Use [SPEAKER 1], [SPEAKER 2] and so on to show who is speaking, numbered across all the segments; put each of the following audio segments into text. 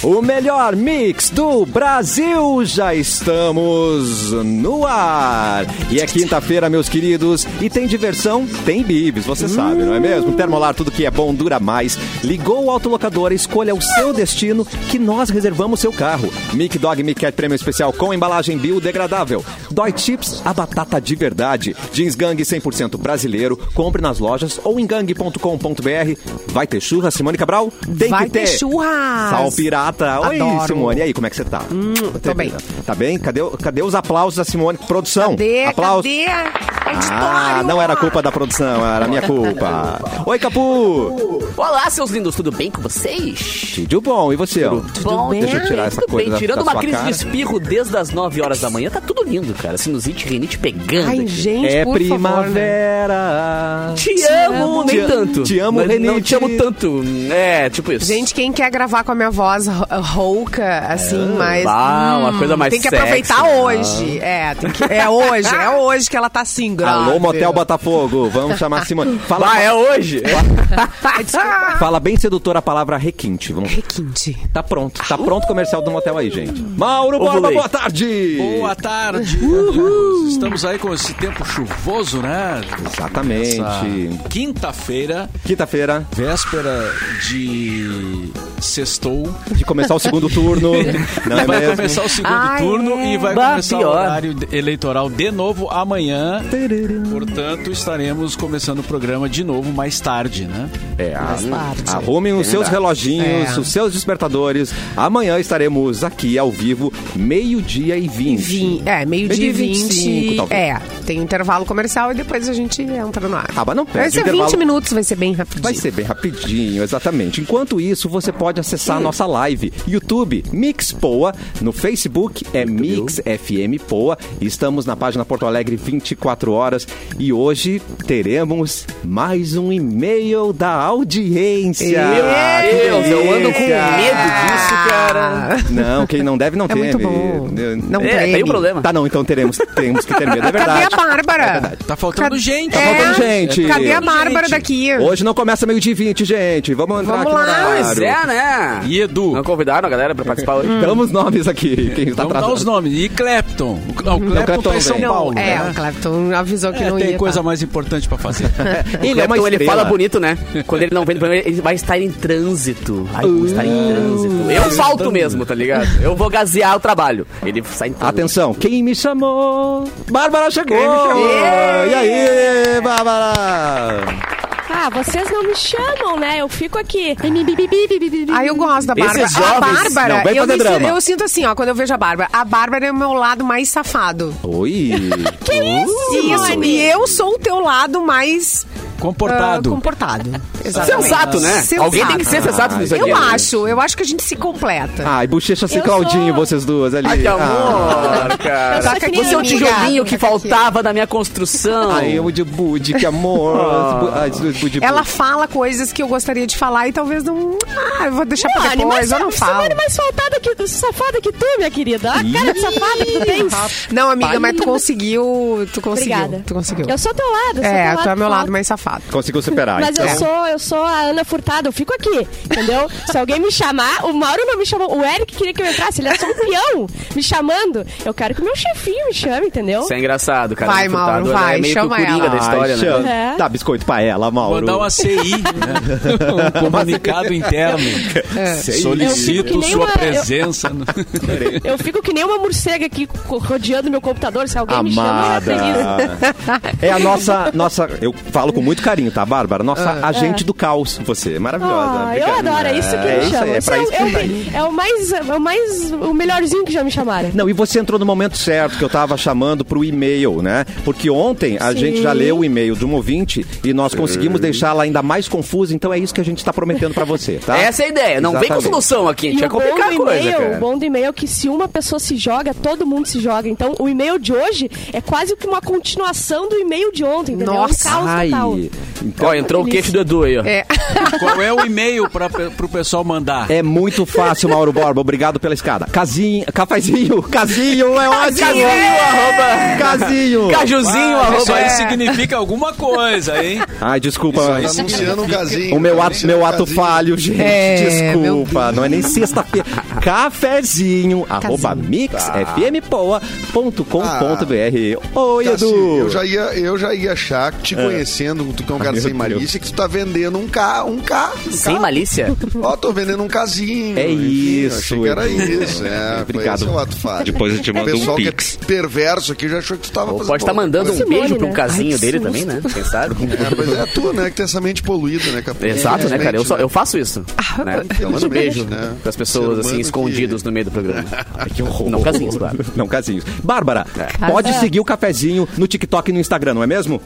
[SPEAKER 1] O melhor mix do Brasil já estamos no ar. E é quinta-feira, meus queridos, e tem diversão, tem bibs, você sabe, não é mesmo? Termolar, tudo que é bom dura mais. Ligou o autolocador, escolha o seu destino que nós reservamos seu carro. Mic Dog Mic Cat Prêmio Especial com embalagem biodegradável. Dói Chips, a batata de verdade. Jeans Gang 100% brasileiro. Compre nas lojas ou em gang.com.br. Vai ter churras, Simone Cabral? Tem
[SPEAKER 2] Vai
[SPEAKER 1] que
[SPEAKER 2] ter
[SPEAKER 1] ter.
[SPEAKER 2] churras.
[SPEAKER 1] Sal pirata. Oi,
[SPEAKER 2] Adoro.
[SPEAKER 1] Simone. E aí, como é que você tá?
[SPEAKER 2] tô bem.
[SPEAKER 1] Tá bem? Cadê, o- cadê os aplausos da Simone? Produção.
[SPEAKER 2] Cadê?
[SPEAKER 1] Aplausos.
[SPEAKER 2] É, Cadê?
[SPEAKER 1] Ah, não era culpa da produção, era minha culpa. Oi, Capu.
[SPEAKER 3] Olá, seus lindos, tudo bem com vocês?
[SPEAKER 1] Tudo bom? E você? ó?
[SPEAKER 3] Bom,
[SPEAKER 1] Deixa eu tirar essa
[SPEAKER 3] tudo
[SPEAKER 1] coisa
[SPEAKER 3] bem.
[SPEAKER 1] da-
[SPEAKER 3] Tirando
[SPEAKER 1] da
[SPEAKER 3] uma
[SPEAKER 1] sua
[SPEAKER 3] crise
[SPEAKER 1] cara.
[SPEAKER 3] de espirro desde as 9 horas da manhã, tá tudo lindo, cara. Sinusite, rinite pegando.
[SPEAKER 2] Ai,
[SPEAKER 3] aqui.
[SPEAKER 2] gente,
[SPEAKER 1] É
[SPEAKER 2] por favor, né?
[SPEAKER 1] primavera.
[SPEAKER 3] Te amo, nem
[SPEAKER 1] Te-
[SPEAKER 3] tanto.
[SPEAKER 1] te amo,
[SPEAKER 3] Mas Não
[SPEAKER 1] rinite.
[SPEAKER 3] te amo tanto. É, tipo isso.
[SPEAKER 2] Gente, quem quer gravar com a minha voz ro- rouca, assim, mas...
[SPEAKER 3] ah, uma coisa mais
[SPEAKER 2] Tem que
[SPEAKER 3] sexy,
[SPEAKER 2] aproveitar
[SPEAKER 3] né?
[SPEAKER 2] hoje. É, tem que- é hoje, é hoje que ela tá assim, grave.
[SPEAKER 1] Alô, Motel Botafogo. Vamos chamar a Simone. Fala,
[SPEAKER 3] Lá é hoje.
[SPEAKER 1] fala bem sedutora a palavra requinte. Vamos
[SPEAKER 2] Requinte.
[SPEAKER 1] Tá pronto. Tá pronto o comercial do motel aí, gente. Mauro Borba,
[SPEAKER 3] Ovulei.
[SPEAKER 1] boa tarde.
[SPEAKER 4] Boa tarde. Estamos aí com esse tempo chuvoso, né?
[SPEAKER 1] Exatamente.
[SPEAKER 4] Essa Quinta-feira,
[SPEAKER 1] Quinta-feira,
[SPEAKER 4] véspera de sextou.
[SPEAKER 1] de começar o segundo turno. Não é
[SPEAKER 4] vai
[SPEAKER 1] mesmo?
[SPEAKER 4] começar o segundo
[SPEAKER 2] Ai,
[SPEAKER 4] turno e vai
[SPEAKER 3] Bah,
[SPEAKER 4] começar
[SPEAKER 3] pior.
[SPEAKER 4] o horário de- eleitoral de novo amanhã. Portanto, estaremos começando o programa de novo mais tarde, né?
[SPEAKER 1] É,
[SPEAKER 2] tarde.
[SPEAKER 1] arrumem os seus reloginhos,
[SPEAKER 2] É.
[SPEAKER 1] os seus despertadores. Amanhã estaremos aqui ao vivo, meio-dia e vinte.
[SPEAKER 2] Vim, é, meio-dia e
[SPEAKER 1] Meio-dia e 25,
[SPEAKER 2] 20.
[SPEAKER 1] talvez.
[SPEAKER 2] É, tem intervalo comercial e depois a gente entra no ar.
[SPEAKER 1] Ah, mas não perde
[SPEAKER 2] Vai ser
[SPEAKER 1] o intervalo.
[SPEAKER 2] 20 minutos, vai ser bem rapidinho.
[SPEAKER 1] Vai ser bem rapidinho, exatamente. Enquanto isso, você pode acessar a nossa live. YouTube, Mix Poa. No Facebook é Mix FM Poa. Estamos na página Porto Alegre 24 horas. E hoje teremos mais um e-mail da audiência.
[SPEAKER 2] Meu
[SPEAKER 3] Meu Deus, eu ando com medo
[SPEAKER 4] Ah,
[SPEAKER 1] Audiência.
[SPEAKER 3] disso, cara.
[SPEAKER 1] Não, quem não deve não
[SPEAKER 2] É
[SPEAKER 1] teme.
[SPEAKER 2] muito bom. Não
[SPEAKER 3] É,
[SPEAKER 2] teme.
[SPEAKER 3] tem um problema.
[SPEAKER 1] Tá, não, então teremos, temos que ter medo, é
[SPEAKER 2] Cadê
[SPEAKER 1] verdade.
[SPEAKER 2] a Bárbara?
[SPEAKER 4] Tá
[SPEAKER 2] Cadê-
[SPEAKER 4] faltando
[SPEAKER 2] É,
[SPEAKER 4] gente.
[SPEAKER 1] Tá faltando gente.
[SPEAKER 2] Cadê a
[SPEAKER 4] Gente.
[SPEAKER 2] Bárbara daqui?
[SPEAKER 1] Hoje não começa meio-dia e 20, gente. Vamos entrar
[SPEAKER 2] Vamos
[SPEAKER 1] aqui no
[SPEAKER 2] lá,
[SPEAKER 1] horário.
[SPEAKER 3] Pois é, né?
[SPEAKER 4] E Edu?
[SPEAKER 3] Não convidaram a galera pra participar hoje?
[SPEAKER 1] Damos os nomes aqui. Quem tá está
[SPEAKER 4] Vamos dar os
[SPEAKER 1] atrasado.
[SPEAKER 4] nomes. E Clapton. O Cl- o Clapton
[SPEAKER 1] Clapton
[SPEAKER 4] tá em São
[SPEAKER 1] vem.
[SPEAKER 4] Paulo,
[SPEAKER 2] É,
[SPEAKER 4] né?
[SPEAKER 2] o Clapton avisou que
[SPEAKER 4] É,
[SPEAKER 2] não
[SPEAKER 4] tem
[SPEAKER 2] ia.
[SPEAKER 4] coisa
[SPEAKER 2] tá.
[SPEAKER 4] mais importante pra fazer.
[SPEAKER 1] Ele é uma
[SPEAKER 3] então ele
[SPEAKER 1] estrela.
[SPEAKER 3] fala bonito, né? Quando ele não vem do programa, ele vai estar em trânsito. Ai, vou estar em trânsito. Eu falto mesmo, tá ligado? Eu vou gazear o trabalho. Ele sai em trânsito.
[SPEAKER 1] Atenção, quem me chamou? Bárbara chegou!
[SPEAKER 3] Quem me chamou?
[SPEAKER 1] E aí, Bárbara?
[SPEAKER 5] Ah, vocês não me chamam, né? Eu fico aqui.
[SPEAKER 2] Ah, eu gosto da Bárbara.
[SPEAKER 3] Esses é jovens-
[SPEAKER 2] a Bárbara,
[SPEAKER 1] Não, vem
[SPEAKER 2] eu,
[SPEAKER 1] fazer
[SPEAKER 2] me
[SPEAKER 1] drama.
[SPEAKER 2] sinto, eu sinto assim, ó, quando eu vejo a Bárbara. A Bárbara é o meu lado mais safado.
[SPEAKER 1] Oi!
[SPEAKER 5] Que isso?
[SPEAKER 2] Isso, e eu sou o teu lado mais ah,
[SPEAKER 4] Comportado.
[SPEAKER 2] comportado. Exatamente.
[SPEAKER 3] Sensato, né?
[SPEAKER 2] Sensato.
[SPEAKER 3] Alguém tem que ser sensato nisso aqui.
[SPEAKER 2] Eu
[SPEAKER 3] né?
[SPEAKER 2] acho, eu acho que a gente se completa.
[SPEAKER 1] Ai, bochecha sem
[SPEAKER 5] Eu
[SPEAKER 1] Claudinho,
[SPEAKER 5] sou-
[SPEAKER 1] vocês duas ali.
[SPEAKER 3] Ai, que amor,
[SPEAKER 5] Eu
[SPEAKER 3] cara.
[SPEAKER 5] sou que nem
[SPEAKER 3] Você é o
[SPEAKER 5] amiga.
[SPEAKER 3] tijolinho que faltava na minha construção.
[SPEAKER 1] Ah, Ai, eu de Budi, que amor. Ai, de Budi,
[SPEAKER 2] Ela
[SPEAKER 1] Budi.
[SPEAKER 2] fala coisas que eu gostaria de falar e talvez não. Ah, eu vou
[SPEAKER 6] Um
[SPEAKER 2] deixar pra
[SPEAKER 5] Simone,
[SPEAKER 2] depois,
[SPEAKER 5] mas
[SPEAKER 2] eu não falo.
[SPEAKER 5] Simone mais faltada que safada que tu, minha querida. Olha A cara de safada que tu tens.
[SPEAKER 2] Não, amiga,
[SPEAKER 5] Pai.
[SPEAKER 2] mas tu conseguiu. Tu conseguiu.
[SPEAKER 5] Obrigada.
[SPEAKER 2] Tu conseguiu.
[SPEAKER 5] Eu sou teu lado, eu sou
[SPEAKER 2] é,
[SPEAKER 5] teu
[SPEAKER 2] tu é meu lado é.
[SPEAKER 5] falado.
[SPEAKER 2] mais safado.
[SPEAKER 1] Conseguiu superar.
[SPEAKER 5] Mas eu
[SPEAKER 1] então.
[SPEAKER 5] sou, eu sou a Ana Furtado, eu fico aqui, entendeu? Se alguém me chamar, o Mauro não me chamou, o Eric queria que eu entrasse, ele é só um peão me chamando. Eu quero que o meu chefinho me chame, entendeu?
[SPEAKER 3] Isso é engraçado, cara.
[SPEAKER 2] Vai,
[SPEAKER 3] Muito
[SPEAKER 2] Mauro,
[SPEAKER 3] furtado,
[SPEAKER 2] vai,
[SPEAKER 3] É meio que o
[SPEAKER 2] chama
[SPEAKER 3] coringa
[SPEAKER 2] ela.
[SPEAKER 3] da história,
[SPEAKER 1] Ai,
[SPEAKER 3] né?
[SPEAKER 1] chama.
[SPEAKER 5] É.
[SPEAKER 1] Dá biscoito pra ela, Mauro.
[SPEAKER 4] Mandar um uma CI, né? um comunicado interno.
[SPEAKER 5] É.
[SPEAKER 4] É.
[SPEAKER 5] Eu fico que
[SPEAKER 4] Solicito
[SPEAKER 5] nem
[SPEAKER 4] sua
[SPEAKER 5] uma- eu-
[SPEAKER 4] presença. no-
[SPEAKER 5] Eu fico que nem uma morcega aqui co- rodeando meu computador, se alguém me chama, é eu
[SPEAKER 1] Amada.
[SPEAKER 5] feliz.
[SPEAKER 1] É a nossa, nossa. É. Eu falo com muito carinho, tá, Bárbara? Nossa agente do caos, você. Maravilhosa.
[SPEAKER 5] Ah, eu
[SPEAKER 1] Obrigado.
[SPEAKER 5] adoro, é isso que
[SPEAKER 1] É
[SPEAKER 5] me
[SPEAKER 1] isso aí,
[SPEAKER 5] chamam.
[SPEAKER 1] é
[SPEAKER 5] Isso
[SPEAKER 1] pra
[SPEAKER 5] É
[SPEAKER 1] isso
[SPEAKER 5] o-
[SPEAKER 1] que
[SPEAKER 5] é
[SPEAKER 1] tá
[SPEAKER 5] o- é o mais, é o mais, o melhorzinho que já me chamaram.
[SPEAKER 1] Não, e você entrou no momento certo que eu tava chamando pro e-mail, né? Porque ontem a gente já leu o e-mail de um ouvinte e nós conseguimos deixá-la ainda mais confusa, então é isso que a gente tá prometendo pra você, tá?
[SPEAKER 3] Essa é a ideia. Não vem com
[SPEAKER 1] Exatamente.
[SPEAKER 3] solução
[SPEAKER 1] é
[SPEAKER 3] aqui, a gente vai
[SPEAKER 5] E o bom,
[SPEAKER 3] complicar a
[SPEAKER 5] do
[SPEAKER 3] coisa,
[SPEAKER 5] e-mail, o
[SPEAKER 3] cara.
[SPEAKER 5] bom do e-mail é que se uma pessoa se joga, todo mundo se joga. Então, o e-mail de hoje é quase que uma continuação do e-mail de ontem, entendeu? É um
[SPEAKER 2] Nossa.
[SPEAKER 5] caos
[SPEAKER 1] Ai,
[SPEAKER 5] total.
[SPEAKER 1] então,
[SPEAKER 3] Ó, entrou o queixo do Edu aí, ó.
[SPEAKER 2] É.
[SPEAKER 4] Qual é o e-mail para o pessoal mandar?
[SPEAKER 1] É muito fácil, Mauro Borba. Obrigado pela escada. Casinho, cafazinho, casinho, é ótimo.
[SPEAKER 3] Casinho, arroba-
[SPEAKER 1] Casinho.
[SPEAKER 3] Cajuzinho,
[SPEAKER 4] Ah,
[SPEAKER 3] arroba.
[SPEAKER 4] isso
[SPEAKER 5] é.
[SPEAKER 4] aí significa alguma coisa, hein?
[SPEAKER 1] Ai, desculpa.
[SPEAKER 4] Isso aí
[SPEAKER 1] mas-
[SPEAKER 7] Tá anunciando um casinho.
[SPEAKER 1] O meu
[SPEAKER 7] tá
[SPEAKER 1] ato, meu ato
[SPEAKER 7] anunciando um
[SPEAKER 1] falho, gente.
[SPEAKER 2] É, meu
[SPEAKER 1] Desculpa. Não é nem sexta-feira. Cafezinho, arroba mixfmpoa.com.br. Oi,
[SPEAKER 7] Tá, sim,
[SPEAKER 1] Edu.
[SPEAKER 7] Eu já, ia, eu já ia achar, te conhecendo, tu que é um cara
[SPEAKER 1] meu
[SPEAKER 7] sem
[SPEAKER 1] Deus.
[SPEAKER 7] malícia, que tu tá vendendo um K, um K. Um
[SPEAKER 3] Sem
[SPEAKER 7] K.
[SPEAKER 3] malícia?
[SPEAKER 7] Ó, tô vendendo um casinho.
[SPEAKER 1] É isso,
[SPEAKER 7] Achei que era
[SPEAKER 1] Edu.
[SPEAKER 7] isso. É,
[SPEAKER 1] Obrigado.
[SPEAKER 7] Foi esse o ato falho.
[SPEAKER 8] Depois eu te mando
[SPEAKER 7] o pessoal
[SPEAKER 8] um
[SPEAKER 7] que
[SPEAKER 8] pix.
[SPEAKER 7] é perverso aqui já achou que tu tava
[SPEAKER 3] Ou
[SPEAKER 7] fazendo...
[SPEAKER 1] tá
[SPEAKER 3] pode estar mandando um
[SPEAKER 5] Simone,
[SPEAKER 3] beijo pro
[SPEAKER 5] né?
[SPEAKER 3] casinho
[SPEAKER 5] Ai, que
[SPEAKER 3] dele também, né? Quem sabe?
[SPEAKER 7] É, mas é tu, né, que tem essa mente poluída, né, capaz?
[SPEAKER 3] Exato, né, cara? Eu, só, eu faço isso.
[SPEAKER 5] Ah,
[SPEAKER 3] Né? Eu mando
[SPEAKER 7] Infelizmente,
[SPEAKER 3] beijo
[SPEAKER 7] né?
[SPEAKER 3] pras pessoas,
[SPEAKER 7] Ser humano
[SPEAKER 3] assim,
[SPEAKER 7] que-
[SPEAKER 3] escondidos no meio do programa.
[SPEAKER 1] Que horror.
[SPEAKER 3] Não casinhos, claro.
[SPEAKER 1] Não, casinhos. Bárbara, pode seguir o cafezinho no TikTok e no Instagram, não é mesmo?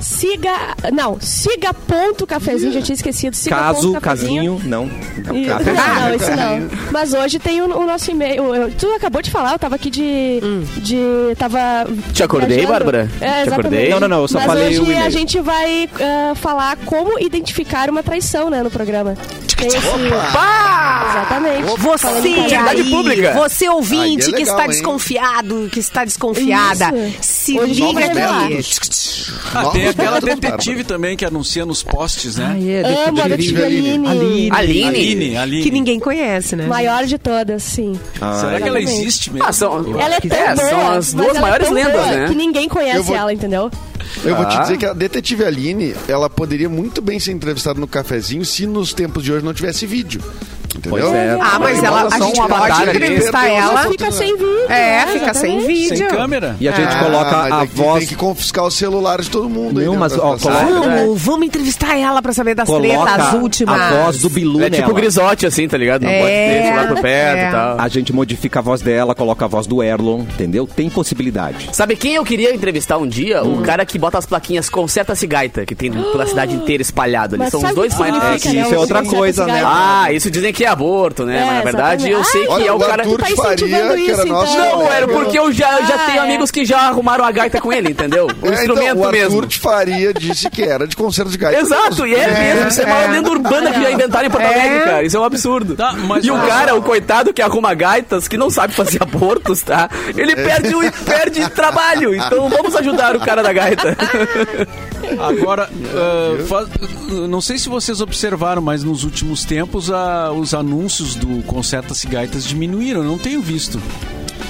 [SPEAKER 5] Siga. Não, siga ponto cafezinho, já tinha esquecido. Siga
[SPEAKER 1] Caso,
[SPEAKER 5] ponto cafezinho.
[SPEAKER 1] casinho, não.
[SPEAKER 5] E-
[SPEAKER 1] Café-
[SPEAKER 5] Ah, Não, não, isso não. Mas hoje tem o, o nosso e-mail. Eu- Tu acabou de falar, eu tava aqui de. de tava.
[SPEAKER 3] Te acordei,
[SPEAKER 5] viajando.
[SPEAKER 3] Bárbara?
[SPEAKER 5] É,
[SPEAKER 3] Te
[SPEAKER 5] exatamente.
[SPEAKER 3] acordei?
[SPEAKER 1] Não, não, não, eu só
[SPEAKER 5] Mas
[SPEAKER 1] falei o
[SPEAKER 5] hoje
[SPEAKER 1] e-mail.
[SPEAKER 5] a gente vai ah, falar como identificar uma traição, né, no programa. Tem esse... Exatamente.
[SPEAKER 2] Você,
[SPEAKER 3] intimidade
[SPEAKER 2] aí,
[SPEAKER 3] pública.
[SPEAKER 2] você ouvinte
[SPEAKER 7] Aí é
[SPEAKER 2] que
[SPEAKER 7] legal,
[SPEAKER 2] está
[SPEAKER 7] hein?
[SPEAKER 2] desconfiado, que está desconfiada,
[SPEAKER 5] Isso.
[SPEAKER 2] se
[SPEAKER 5] Hoje é a gente
[SPEAKER 2] liga
[SPEAKER 5] vai revelar.
[SPEAKER 2] aqui.
[SPEAKER 4] Ah, tem aquela
[SPEAKER 7] Novos métodos,
[SPEAKER 4] detetive também que anuncia nos posts, né?
[SPEAKER 5] Amo a
[SPEAKER 7] Detetive
[SPEAKER 5] Detetive
[SPEAKER 3] Aline.
[SPEAKER 5] Aline.
[SPEAKER 3] né?
[SPEAKER 4] Aline, Aline. Ah,
[SPEAKER 2] Que ninguém conhece, né?
[SPEAKER 5] Maior de todas, sim.
[SPEAKER 4] Será que ela
[SPEAKER 5] Exatamente.
[SPEAKER 4] existe mesmo?
[SPEAKER 3] Ah, são,
[SPEAKER 5] Ela é tão
[SPEAKER 3] É,
[SPEAKER 5] boa.
[SPEAKER 3] são as
[SPEAKER 5] mas
[SPEAKER 3] duas
[SPEAKER 5] ela é
[SPEAKER 3] maiores
[SPEAKER 5] tão
[SPEAKER 3] lendas,
[SPEAKER 5] boa
[SPEAKER 3] né?
[SPEAKER 5] Que ninguém conhece
[SPEAKER 7] Eu vou-
[SPEAKER 5] ela, entendeu?
[SPEAKER 7] Eu vou te
[SPEAKER 3] Ah.
[SPEAKER 7] dizer que a detetive Aline, ela poderia muito bem ser entrevistada no cafezinho se nos tempos de hoje não tivesse vídeo. Entendeu?
[SPEAKER 3] Pois é.
[SPEAKER 2] Ah, mas ela- a
[SPEAKER 3] Só
[SPEAKER 2] gente
[SPEAKER 3] um
[SPEAKER 2] pode
[SPEAKER 3] avatar ali.
[SPEAKER 2] entrevistar
[SPEAKER 7] Ah,
[SPEAKER 2] ela.
[SPEAKER 5] Fica sem vídeo.
[SPEAKER 2] É,
[SPEAKER 5] né?
[SPEAKER 2] fica sem
[SPEAKER 5] Exatamente.
[SPEAKER 2] vídeo.
[SPEAKER 4] Sem câmera?
[SPEAKER 1] E a gente
[SPEAKER 7] Ah,
[SPEAKER 1] coloca
[SPEAKER 7] mas
[SPEAKER 1] a
[SPEAKER 7] é que
[SPEAKER 1] voz.
[SPEAKER 7] Tem que confiscar o celular de todo mundo.
[SPEAKER 1] Não,
[SPEAKER 7] aí, né,
[SPEAKER 1] mas,
[SPEAKER 7] pra
[SPEAKER 1] ó,
[SPEAKER 7] passar.
[SPEAKER 1] coloca-
[SPEAKER 2] Vamos, vamos entrevistar ela pra saber das tretas, as
[SPEAKER 1] coloca
[SPEAKER 2] últimas.
[SPEAKER 1] a voz do Bilu
[SPEAKER 3] É tipo
[SPEAKER 1] nela.
[SPEAKER 3] grisote, assim, tá ligado? Não
[SPEAKER 2] É.
[SPEAKER 3] pode ter celular por perto
[SPEAKER 2] É.
[SPEAKER 3] e tal.
[SPEAKER 1] A gente modifica a voz dela, coloca a voz do Erlon, entendeu? Tem possibilidade.
[SPEAKER 3] Sabe quem eu queria entrevistar um dia? O cara que bota as plaquinhas Conserta-se Gaita, que tem pela cidade inteira espalhado. ali.
[SPEAKER 5] Mas
[SPEAKER 3] São os
[SPEAKER 5] sabe
[SPEAKER 3] dois
[SPEAKER 5] o que
[SPEAKER 1] É,
[SPEAKER 3] maiores.
[SPEAKER 1] que
[SPEAKER 5] né,
[SPEAKER 1] isso é
[SPEAKER 5] o
[SPEAKER 1] outra
[SPEAKER 5] Conserta-se
[SPEAKER 1] coisa, né?
[SPEAKER 5] Gaita?
[SPEAKER 3] Ah, isso dizem que é aborto, né?
[SPEAKER 5] É,
[SPEAKER 3] Mas na verdade eu
[SPEAKER 5] exatamente.
[SPEAKER 3] sei
[SPEAKER 5] Ai,
[SPEAKER 3] que é o
[SPEAKER 7] Olha,
[SPEAKER 3] cara.
[SPEAKER 7] Arthur
[SPEAKER 5] tá
[SPEAKER 7] de
[SPEAKER 5] incentivando
[SPEAKER 7] Faria, que era
[SPEAKER 5] isso,
[SPEAKER 7] nosso
[SPEAKER 5] então.
[SPEAKER 3] Não, era
[SPEAKER 7] colega.
[SPEAKER 3] porque eu já, eu já
[SPEAKER 5] Ah,
[SPEAKER 3] tenho
[SPEAKER 5] é.
[SPEAKER 3] amigos que já arrumaram a gaita com ele, entendeu? O
[SPEAKER 7] É, então,
[SPEAKER 3] Um instrumento
[SPEAKER 7] o Arthur
[SPEAKER 3] mesmo.
[SPEAKER 7] de Faria disse que era de concerto de gaita.
[SPEAKER 3] Exato, e é, mesmo. Isso é uma lenda urbana que já inventaram em Porto Alegre,
[SPEAKER 2] É.
[SPEAKER 3] cara. Isso é um absurdo.
[SPEAKER 4] Tá, mas-
[SPEAKER 3] e o cara, o coitado que arruma gaitas, que não sabe fazer abortos, tá? Ele perde, o- perde trabalho. Então vamos ajudar o cara da gaita.
[SPEAKER 4] Agora, ah, fa- não sei se vocês observaram, mas nos últimos tempos a- os anúncios do Concerta-se Gaitas diminuíram. Eu não tenho visto.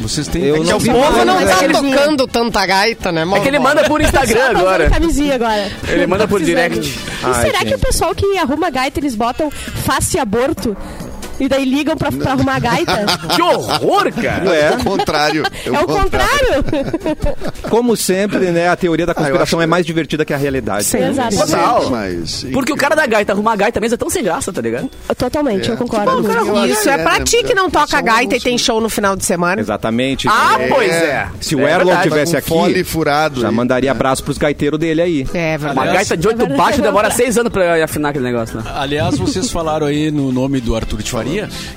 [SPEAKER 4] Vocês têm
[SPEAKER 1] Eu não
[SPEAKER 4] algum-
[SPEAKER 1] vi.
[SPEAKER 6] O povo não
[SPEAKER 1] É
[SPEAKER 6] tá
[SPEAKER 1] que ele-
[SPEAKER 6] tocando tanta gaita, né, Mauro?
[SPEAKER 3] É que ele manda por Instagram
[SPEAKER 5] Só pra usar
[SPEAKER 3] agora.
[SPEAKER 5] camisinha agora.
[SPEAKER 3] Ele manda por
[SPEAKER 5] Precisando.
[SPEAKER 3] direct.
[SPEAKER 5] E
[SPEAKER 1] Ai,
[SPEAKER 5] será
[SPEAKER 1] gente.
[SPEAKER 5] que o pessoal que arruma gaita, eles botam face aborto? E daí ligam pra, pra arrumar gaita?
[SPEAKER 3] Que horror, cara!
[SPEAKER 7] É o contrário.
[SPEAKER 5] é o contrário?
[SPEAKER 1] Como sempre, né? A teoria da conspiração é mais divertida que a realidade.
[SPEAKER 2] Sim.
[SPEAKER 5] Exato.
[SPEAKER 3] Total.
[SPEAKER 7] Mas,
[SPEAKER 3] Porque o cara da gaita arrumar a gaita mesmo é tão sem graça, tá ligado?
[SPEAKER 5] Totalmente,
[SPEAKER 3] É.
[SPEAKER 5] eu concordo.
[SPEAKER 7] Que bom, Eu
[SPEAKER 2] Isso
[SPEAKER 7] acho
[SPEAKER 2] é
[SPEAKER 7] que é,
[SPEAKER 2] pra
[SPEAKER 7] né?
[SPEAKER 2] ti que não
[SPEAKER 7] Eu
[SPEAKER 2] toca
[SPEAKER 7] sou um
[SPEAKER 2] gaita e
[SPEAKER 7] anúncio.
[SPEAKER 2] tem show no final de semana.
[SPEAKER 1] Exatamente.
[SPEAKER 3] Ah,
[SPEAKER 1] É.
[SPEAKER 3] pois é.
[SPEAKER 1] Se o
[SPEAKER 3] É
[SPEAKER 1] Erlon
[SPEAKER 3] verdade.
[SPEAKER 1] tivesse
[SPEAKER 7] Tá com fole
[SPEAKER 1] aqui,
[SPEAKER 7] furado
[SPEAKER 1] já
[SPEAKER 7] aí.
[SPEAKER 1] mandaria abraço pros gaiteiros dele aí.
[SPEAKER 2] É
[SPEAKER 3] Uma
[SPEAKER 2] verdade.
[SPEAKER 3] gaita de oito
[SPEAKER 5] verdade.
[SPEAKER 3] baixos demora seis anos pra afinar aquele negócio, né?
[SPEAKER 4] Aliás, vocês falaram aí no nome do Arthur de Faria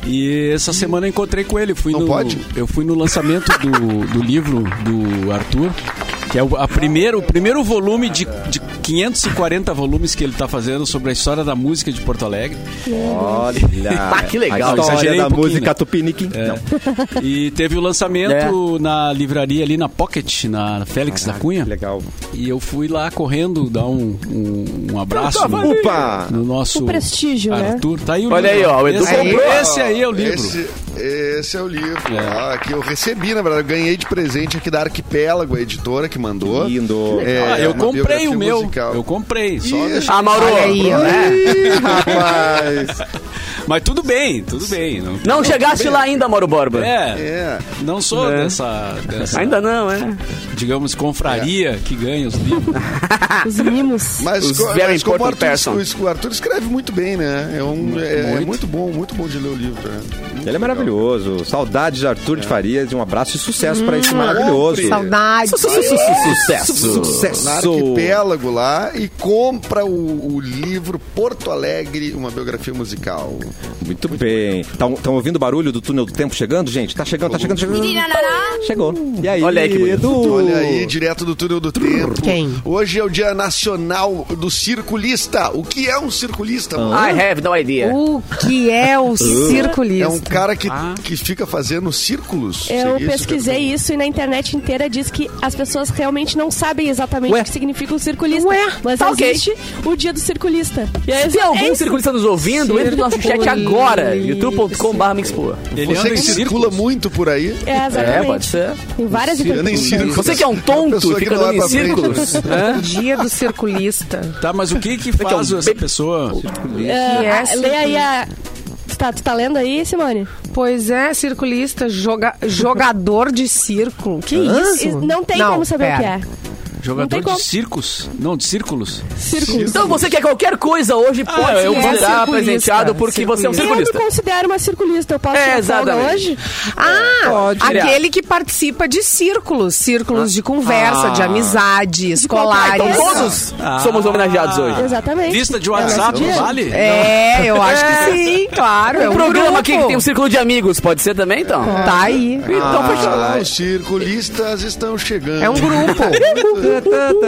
[SPEAKER 4] e essa semana eu encontrei com ele. Fui
[SPEAKER 7] Não
[SPEAKER 4] no,
[SPEAKER 7] pode?
[SPEAKER 4] Eu fui no lançamento do, do livro do Arthur, que é o, a primeiro, o primeiro volume de, de 540 volumes que ele está fazendo sobre a história da música de Porto Alegre.
[SPEAKER 1] Olha.
[SPEAKER 3] Ah, que legal.
[SPEAKER 1] A história
[SPEAKER 4] Exagerei
[SPEAKER 1] da
[SPEAKER 4] um pouquinho,
[SPEAKER 1] música
[SPEAKER 4] né?
[SPEAKER 1] Tupiniquim. Não.
[SPEAKER 4] E teve o lançamento
[SPEAKER 3] É.
[SPEAKER 4] na livraria ali na Pocket, na Félix da Cunha.
[SPEAKER 1] Legal.
[SPEAKER 4] E eu fui lá correndo dar um, um, um abraço no,
[SPEAKER 1] Opa!
[SPEAKER 4] no nosso
[SPEAKER 5] O prestígio, né?
[SPEAKER 4] Arthur. Tá aí o
[SPEAKER 3] Olha
[SPEAKER 4] livro.
[SPEAKER 3] aí, ó, o Edu
[SPEAKER 4] esse,
[SPEAKER 3] comprou.
[SPEAKER 4] esse aí é o livro.
[SPEAKER 7] Esse, esse é o livro ah, que eu recebi, na verdade. Eu ganhei de presente aqui da Arquipélago, a editora que mandou.
[SPEAKER 1] Lindo.
[SPEAKER 7] É,
[SPEAKER 4] Ah, eu
[SPEAKER 7] uma
[SPEAKER 4] comprei
[SPEAKER 7] biografia
[SPEAKER 4] o meu.
[SPEAKER 7] musical.
[SPEAKER 4] Eu comprei. Só
[SPEAKER 7] Ih,
[SPEAKER 4] deixa-
[SPEAKER 3] Ah, Mauro, é.
[SPEAKER 2] Olha aí, ó.
[SPEAKER 1] Rapaz.
[SPEAKER 4] Mas tudo bem, tudo bem. Não,
[SPEAKER 3] não chegaste lá ainda, Mauro Borba.
[SPEAKER 4] é,
[SPEAKER 7] É.
[SPEAKER 4] não sou
[SPEAKER 3] É.
[SPEAKER 4] dessa, dessa,
[SPEAKER 3] Ainda não, é.
[SPEAKER 4] digamos, confraria que ganha os livros.
[SPEAKER 5] Os mimos.
[SPEAKER 7] Mas,
[SPEAKER 3] Os
[SPEAKER 7] co-
[SPEAKER 3] very
[SPEAKER 7] mas como o
[SPEAKER 3] important
[SPEAKER 7] Arthur,
[SPEAKER 3] person.
[SPEAKER 7] o- o Arthur escreve muito bem, né? É, um, é, é muito bom, muito bom de ler o livro. Né?
[SPEAKER 1] Ele é maravilhoso. Saudades de Arthur de Farias. Um abraço e sucesso pra esse maravilhoso.
[SPEAKER 7] Pri.
[SPEAKER 2] Saudade.
[SPEAKER 1] Su- su- su- su- Sucesso.
[SPEAKER 7] no arquipélago lá e compra o, o livro Porto Alegre, uma biografia musical.
[SPEAKER 1] Muito bem. Estão ouvindo o barulho do túnel do tempo chegando, gente? Tá chegando, tá chegando, chegando. Chegou. E aí,
[SPEAKER 3] Olha aí que bonito.
[SPEAKER 1] Edu?
[SPEAKER 7] Olha aí, direto do túnel do tempo.
[SPEAKER 2] Quem?
[SPEAKER 7] Hoje é o Dia Nacional do Circulista. O que é um circulista? mano?
[SPEAKER 3] I have no idea.
[SPEAKER 2] O que é o circulista?
[SPEAKER 7] É um cara que, que fica fazendo círculos.
[SPEAKER 5] Eu
[SPEAKER 7] Seria isso,
[SPEAKER 5] pesquisei
[SPEAKER 7] Gabriel?
[SPEAKER 5] isso e na internet inteira diz que as pessoas realmente não sabem exatamente
[SPEAKER 1] Ué?
[SPEAKER 5] o que significa o circulista.
[SPEAKER 2] Ué,
[SPEAKER 5] mas
[SPEAKER 3] tá ok.
[SPEAKER 5] existe o dia do circulista. E aí,
[SPEAKER 3] Se
[SPEAKER 5] é
[SPEAKER 3] algum
[SPEAKER 5] isso.
[SPEAKER 3] circulista nos ouvindo, entre no nosso chat agora. youtube.com.br me expor.
[SPEAKER 4] Ele
[SPEAKER 7] Você
[SPEAKER 4] anda em
[SPEAKER 7] que circula
[SPEAKER 4] círculos.
[SPEAKER 7] muito por aí.
[SPEAKER 5] É,
[SPEAKER 3] É, pode
[SPEAKER 5] exatamente.
[SPEAKER 3] ser.
[SPEAKER 5] Tem várias
[SPEAKER 7] Anda em
[SPEAKER 5] interpretações.
[SPEAKER 7] círculos.
[SPEAKER 3] Você que é um tonto,
[SPEAKER 7] pessoa que
[SPEAKER 3] fica
[SPEAKER 7] não vai
[SPEAKER 3] andando em
[SPEAKER 7] pra frente,
[SPEAKER 3] círculos. né?
[SPEAKER 2] O Dia do circulista.
[SPEAKER 4] Tá, mas o que que faz essa pessoa?
[SPEAKER 5] Ah,
[SPEAKER 2] Que é
[SPEAKER 5] ah, lê aí a. Tu tá, tu tá lendo aí, Simone?
[SPEAKER 2] Pois é, circulista, joga- jogador de circo. Que
[SPEAKER 5] E
[SPEAKER 2] isso?
[SPEAKER 5] Não tem como saber o que é.
[SPEAKER 4] Jogador
[SPEAKER 5] como.
[SPEAKER 4] de circos? Não, de círculos.
[SPEAKER 5] Círculos.
[SPEAKER 3] Então você quer qualquer coisa hoje, pode se
[SPEAKER 4] eu vou-
[SPEAKER 3] considerar
[SPEAKER 2] circulista.
[SPEAKER 3] presenteado porque um você é um
[SPEAKER 5] Eu me
[SPEAKER 3] circulista.
[SPEAKER 5] considero uma circulista. Eu posso
[SPEAKER 3] É,
[SPEAKER 5] é, folga
[SPEAKER 3] exatamente.
[SPEAKER 5] hoje?
[SPEAKER 2] Ah,
[SPEAKER 3] Pode.
[SPEAKER 2] aquele que participa de círculos. Círculos de conversa, de
[SPEAKER 3] Ah,
[SPEAKER 2] amizade,
[SPEAKER 3] então
[SPEAKER 2] escolares.
[SPEAKER 3] todos somos homenageados hoje.
[SPEAKER 5] Exatamente. É
[SPEAKER 4] Lista de WhatsApp,
[SPEAKER 5] dia.
[SPEAKER 4] vale?
[SPEAKER 2] É, eu acho que sim, claro. é
[SPEAKER 3] O
[SPEAKER 2] um
[SPEAKER 3] programa
[SPEAKER 2] grupo.
[SPEAKER 3] aqui que tem um círculo de amigos, pode ser também, então?
[SPEAKER 2] Tá aí.
[SPEAKER 3] Então, fechou.
[SPEAKER 7] Ah, os circulistas estão chegando.
[SPEAKER 2] É um grupo.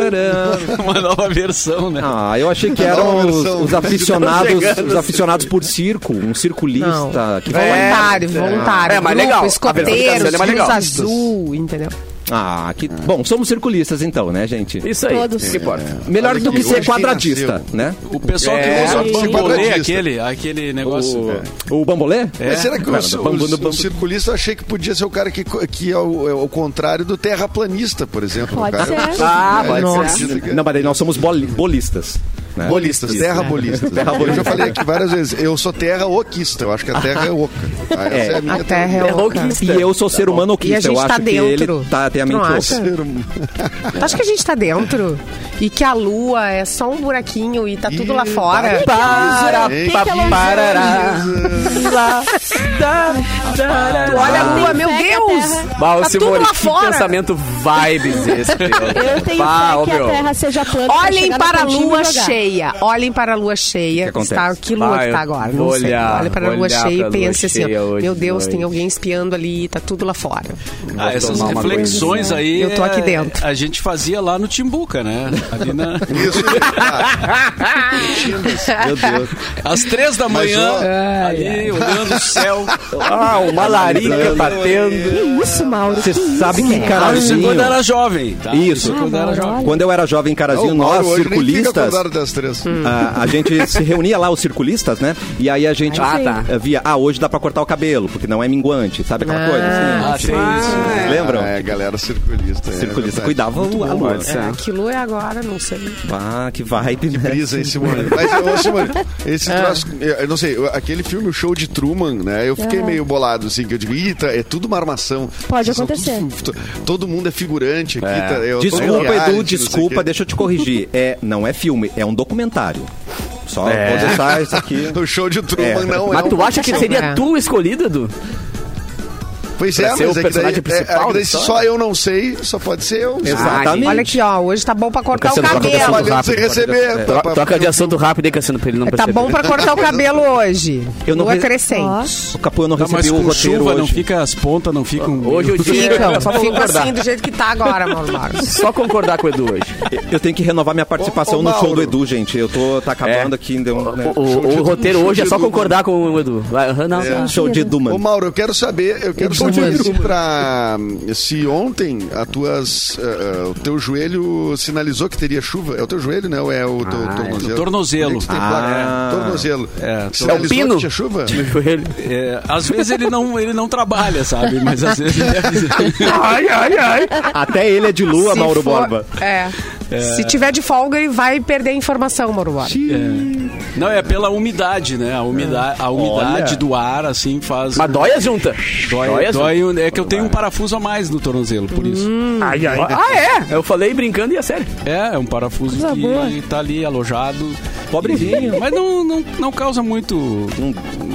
[SPEAKER 4] Uma nova versão, né?
[SPEAKER 1] Ah, eu achei que
[SPEAKER 7] Nova
[SPEAKER 1] eram os,
[SPEAKER 7] versão. tá
[SPEAKER 1] os aficionados, os aficionados por circo, um circulista
[SPEAKER 2] Não.
[SPEAKER 1] que
[SPEAKER 7] É.
[SPEAKER 2] Voluntário, voluntário.
[SPEAKER 3] É, mas
[SPEAKER 2] grupo,
[SPEAKER 3] legal. A versão de
[SPEAKER 2] Escoteiros,
[SPEAKER 3] Cassiano é mais
[SPEAKER 2] Cruz
[SPEAKER 3] legal.
[SPEAKER 2] Azul, entendeu?
[SPEAKER 1] Ah, que bom, somos circulistas então, né, gente?
[SPEAKER 3] Isso aí,
[SPEAKER 5] Todos.
[SPEAKER 3] isso que importa.
[SPEAKER 1] Melhor
[SPEAKER 7] Olha
[SPEAKER 1] do que
[SPEAKER 7] aqui,
[SPEAKER 1] ser
[SPEAKER 7] hoje quem
[SPEAKER 1] quadradista,
[SPEAKER 7] nasceu?
[SPEAKER 1] né?
[SPEAKER 4] O pessoal
[SPEAKER 3] É,
[SPEAKER 4] que usa
[SPEAKER 7] sim.
[SPEAKER 4] bambolê,
[SPEAKER 7] Quadradista.
[SPEAKER 4] aquele, aquele negócio.
[SPEAKER 1] O bambolê?
[SPEAKER 7] Mas será que o,
[SPEAKER 1] Cara,
[SPEAKER 7] o-
[SPEAKER 1] bambu-
[SPEAKER 7] o-
[SPEAKER 1] bambu-
[SPEAKER 7] o circulista eu achei que podia ser o cara que, co- que é, o, é o contrário do terraplanista, por exemplo?
[SPEAKER 5] Pode
[SPEAKER 7] o cara
[SPEAKER 5] ser.
[SPEAKER 3] Ah,
[SPEAKER 7] É,
[SPEAKER 3] pode ser.
[SPEAKER 7] Nossa. que-
[SPEAKER 1] Não, mas daí nós somos boli- bolistas. né?
[SPEAKER 7] Bolistas, terrabolistas. Eu já falei aqui várias vezes. Eu sou terra oquista. Eu acho que a terra é oca. Ah, Essa é, a minha
[SPEAKER 2] A terra é
[SPEAKER 3] É
[SPEAKER 2] outra.
[SPEAKER 3] roquista.
[SPEAKER 1] E eu sou ser humano
[SPEAKER 2] E a
[SPEAKER 1] oquista,
[SPEAKER 2] gente
[SPEAKER 1] eu
[SPEAKER 2] tá
[SPEAKER 1] acho que ele
[SPEAKER 2] dentro.
[SPEAKER 1] tá, tem a
[SPEAKER 2] Tu
[SPEAKER 1] mente
[SPEAKER 2] não
[SPEAKER 1] oca.
[SPEAKER 2] acha?
[SPEAKER 7] terra.
[SPEAKER 2] Acho que a gente tá dentro. E que a lua é só um buraquinho e tá tudo lá
[SPEAKER 7] Ih,
[SPEAKER 2] fora.
[SPEAKER 3] Para,
[SPEAKER 7] Eita,
[SPEAKER 3] pa,
[SPEAKER 5] Deus.
[SPEAKER 3] parará. Lá, da, da, da.
[SPEAKER 2] Olha a lua,
[SPEAKER 5] tem
[SPEAKER 2] meu
[SPEAKER 5] fé que Ah. a
[SPEAKER 2] Deus!
[SPEAKER 5] terra-
[SPEAKER 3] Bah, ô,
[SPEAKER 2] Tá tudo
[SPEAKER 3] Simone,
[SPEAKER 2] lá
[SPEAKER 3] que
[SPEAKER 2] fora.
[SPEAKER 3] pensamento vibes esse.
[SPEAKER 5] Eu tenho
[SPEAKER 3] Bah, ô,
[SPEAKER 5] fé que
[SPEAKER 3] meu.
[SPEAKER 5] a Terra seja plana. tá
[SPEAKER 2] Olhem para a lua
[SPEAKER 5] cheia.
[SPEAKER 2] cheia. Olhem para a lua cheia.
[SPEAKER 1] O que
[SPEAKER 2] Está,
[SPEAKER 1] acontece?
[SPEAKER 2] que lua
[SPEAKER 3] Vai,
[SPEAKER 2] que tá agora? Não
[SPEAKER 3] vou
[SPEAKER 2] sei.
[SPEAKER 3] olhar,
[SPEAKER 2] Olha para a
[SPEAKER 3] vou
[SPEAKER 2] lua
[SPEAKER 3] olhar pra
[SPEAKER 2] cheia e
[SPEAKER 3] lua
[SPEAKER 2] pense assim:
[SPEAKER 3] cheia
[SPEAKER 2] ó,
[SPEAKER 3] hoje
[SPEAKER 2] meu Deus,
[SPEAKER 3] à
[SPEAKER 2] tem
[SPEAKER 3] noite.
[SPEAKER 2] alguém espiando ali, tá tudo lá fora.
[SPEAKER 4] Ah, essas
[SPEAKER 3] tomar uma
[SPEAKER 4] reflexões aí.
[SPEAKER 2] Eu tô aqui
[SPEAKER 4] é,
[SPEAKER 2] dentro.
[SPEAKER 4] A gente fazia lá no Timbuca, né? Ali na,
[SPEAKER 7] Isso.
[SPEAKER 1] Meu Deus.
[SPEAKER 4] às três da
[SPEAKER 7] Mas,
[SPEAKER 4] manhã,
[SPEAKER 7] ó,
[SPEAKER 4] ali, olhando o céu.
[SPEAKER 3] Ah, uma larica batendo.
[SPEAKER 5] Que isso, né? Ah, Mauro?
[SPEAKER 1] Você sabe que
[SPEAKER 4] Ah, isso é
[SPEAKER 1] Carazinho...
[SPEAKER 4] quando era jovem, tá?
[SPEAKER 1] Isso.
[SPEAKER 4] é Quando era jovem.
[SPEAKER 1] Quando eu era jovem, Carazinho,
[SPEAKER 7] O Mauro
[SPEAKER 1] nós,
[SPEAKER 7] hoje nem fica
[SPEAKER 1] circulistas... Hum.
[SPEAKER 7] acordado das três.
[SPEAKER 1] A, a gente se reunia lá, os circulistas, né? E aí a gente
[SPEAKER 3] Ah, tá.
[SPEAKER 1] eh, via, ah, hoje dá pra cortar o cabelo, porque não é minguante, sabe aquela coisa?
[SPEAKER 4] Ah,
[SPEAKER 1] Assim,
[SPEAKER 4] tem isso.
[SPEAKER 1] Vocês lembram?
[SPEAKER 7] Ah, é, galera circulista. é
[SPEAKER 1] Circulista,
[SPEAKER 7] verdade.
[SPEAKER 1] cuidava o a lua.
[SPEAKER 2] É, que lua é agora? Não sei.
[SPEAKER 1] Ah, que vibe, né?
[SPEAKER 7] Brisa, hein, Simone? Mas, ô, Simone, esse
[SPEAKER 2] Ah.
[SPEAKER 7] troço... Eu eu não sei, eu- aquele filme, o show de Truman, né? Eu fiquei
[SPEAKER 2] Ah.
[SPEAKER 5] Aham.
[SPEAKER 7] meio bolado, assim, que eu digo, Ih, tá, é tudo uma armação.
[SPEAKER 5] Pode
[SPEAKER 7] são
[SPEAKER 5] acontecer.
[SPEAKER 7] tudo- to- todo mundo é figurante aqui. tá? Eu tô
[SPEAKER 1] É.
[SPEAKER 7] no
[SPEAKER 1] Desculpa,
[SPEAKER 7] reality,
[SPEAKER 1] Edu,
[SPEAKER 7] não sei o
[SPEAKER 1] desculpa,
[SPEAKER 7] quê.
[SPEAKER 1] deixa eu te corrigir. É, não é filme, é um documentário. Só
[SPEAKER 7] É.
[SPEAKER 1] vou deixar isso aqui.
[SPEAKER 7] O show de Truman
[SPEAKER 1] É.
[SPEAKER 7] não é
[SPEAKER 3] Mas
[SPEAKER 7] um...
[SPEAKER 3] tu acha que seria
[SPEAKER 2] É.
[SPEAKER 3] tu o escolhido, Edu?
[SPEAKER 7] Pois
[SPEAKER 3] pra
[SPEAKER 7] é,
[SPEAKER 3] ser
[SPEAKER 7] mas
[SPEAKER 3] o
[SPEAKER 7] é que daí,
[SPEAKER 3] personagem
[SPEAKER 7] é, é
[SPEAKER 3] principal
[SPEAKER 7] que daí
[SPEAKER 3] da
[SPEAKER 7] se só
[SPEAKER 3] história?
[SPEAKER 7] eu não sei, só pode ser eu. Ah,
[SPEAKER 1] Exatamente.
[SPEAKER 2] Olha aqui, ó. Hoje tá bom pra cortar o
[SPEAKER 1] Cassiano, troca de
[SPEAKER 2] cabelo.
[SPEAKER 1] assunto.
[SPEAKER 7] Trabalhando sem receber. Tá,
[SPEAKER 3] Tro-
[SPEAKER 7] pra-
[SPEAKER 3] Troca de assunto rápido aí, Cassiano, pra ele não
[SPEAKER 2] Tá
[SPEAKER 3] perceber.
[SPEAKER 2] bom pra cortar o cabelo hoje.
[SPEAKER 1] Eu não
[SPEAKER 2] lua
[SPEAKER 1] re-
[SPEAKER 2] crescente.
[SPEAKER 1] O Capu, eu não
[SPEAKER 4] Tá, mas
[SPEAKER 1] recebi o
[SPEAKER 4] com
[SPEAKER 1] roteiro
[SPEAKER 4] chuva não
[SPEAKER 1] hoje.
[SPEAKER 4] fica, as pontas não ficam...
[SPEAKER 3] Hoje o dia
[SPEAKER 2] Ficam, só
[SPEAKER 3] Vamos
[SPEAKER 2] ficam
[SPEAKER 3] concordar.
[SPEAKER 2] assim do jeito que tá agora, Mauro Barros.
[SPEAKER 3] Só concordar com o Edu hoje.
[SPEAKER 1] Eu tenho que renovar minha participação
[SPEAKER 7] Ô, ô,
[SPEAKER 1] no show do
[SPEAKER 7] Mauro. É.
[SPEAKER 1] Edu, gente. Eu tô tá acabando aqui. ainda. um- né?
[SPEAKER 3] O, o- o roteiro hoje é só concordar com o Edu. Vai, aham, não, tá.
[SPEAKER 1] Show de Edu,
[SPEAKER 7] Ô
[SPEAKER 1] mano.
[SPEAKER 7] Mauro, eu quero saber, eu quero
[SPEAKER 2] Edson
[SPEAKER 7] saber se,
[SPEAKER 2] Manso.
[SPEAKER 7] pra, se ontem a tuas, eh, eh, o teu joelho sinalizou que teria chuva. É o teu joelho, né? Ou é o teu
[SPEAKER 3] Ah, é
[SPEAKER 7] tornozelo?
[SPEAKER 4] o tornozelo.
[SPEAKER 7] É que tem placa,
[SPEAKER 1] Ah.
[SPEAKER 7] é, tornozelo.
[SPEAKER 4] É,
[SPEAKER 7] sinalizou
[SPEAKER 3] é o pino.
[SPEAKER 7] que tinha chuva?
[SPEAKER 3] Meu joelho.
[SPEAKER 4] É, às vezes ele não, ele não trabalha, sabe? Mas às vezes ele é- avisa.
[SPEAKER 1] Até ele é de lua,
[SPEAKER 2] Se
[SPEAKER 1] Mauro
[SPEAKER 2] for-
[SPEAKER 1] Borba.
[SPEAKER 2] É. Se tiver de folga, ele vai perder a informação, Mauro Borba.
[SPEAKER 4] Não, é pela umidade, né? A umidade, a umidade do ar, assim, faz...
[SPEAKER 3] Mas dói a junta.
[SPEAKER 4] Dói,
[SPEAKER 3] a junta.
[SPEAKER 4] dói, é que eu tenho um parafuso a mais no tornozelo, por isso.
[SPEAKER 3] Hum. Ah, é? Eu falei brincando e é sério.
[SPEAKER 4] É, é um parafuso
[SPEAKER 5] Coisa
[SPEAKER 4] que
[SPEAKER 5] boa.
[SPEAKER 4] tá ali alojado.
[SPEAKER 1] Pobrezinho.
[SPEAKER 4] Mas não, não, não causa muito,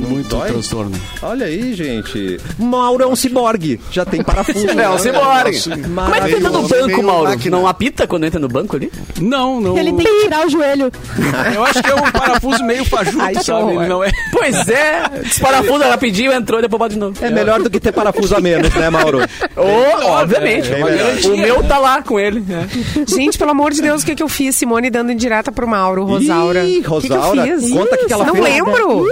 [SPEAKER 4] muito
[SPEAKER 1] dói?
[SPEAKER 4] transtorno.
[SPEAKER 1] Olha aí, gente. Mauro é um ciborgue. Já tem parafuso.
[SPEAKER 3] É, um ciborgue.
[SPEAKER 1] Ah,
[SPEAKER 3] Como é que tu entra no
[SPEAKER 7] Meio-
[SPEAKER 3] banco,
[SPEAKER 7] meio
[SPEAKER 3] Mauro?
[SPEAKER 7] máquina.
[SPEAKER 3] Não apita quando entra no banco ali?
[SPEAKER 4] Não, não.
[SPEAKER 5] Ele tem que tirar o joelho.
[SPEAKER 4] Eu acho que é um parafuso meio
[SPEAKER 2] Ai,
[SPEAKER 4] fajuto,
[SPEAKER 2] que
[SPEAKER 4] sabe?
[SPEAKER 2] horror.
[SPEAKER 4] Não é.
[SPEAKER 3] Pois é. Desparafusa rapidinho, entrou e depois bota de novo.
[SPEAKER 1] É melhor do que ter parafuso a menos, né, Mauro?
[SPEAKER 3] Oh, obviamente.
[SPEAKER 1] é uma garantia,
[SPEAKER 3] o meu tá lá com ele. né?
[SPEAKER 2] Gente, pelo amor de Deus, o que, que eu fiz? Simone dando indireta pro Mauro,
[SPEAKER 1] Ih,
[SPEAKER 2] Rosaura. O que que eu
[SPEAKER 1] Rosaura,
[SPEAKER 2] fiz?
[SPEAKER 1] conta o que que ela
[SPEAKER 2] Não
[SPEAKER 1] fez.
[SPEAKER 2] lembro.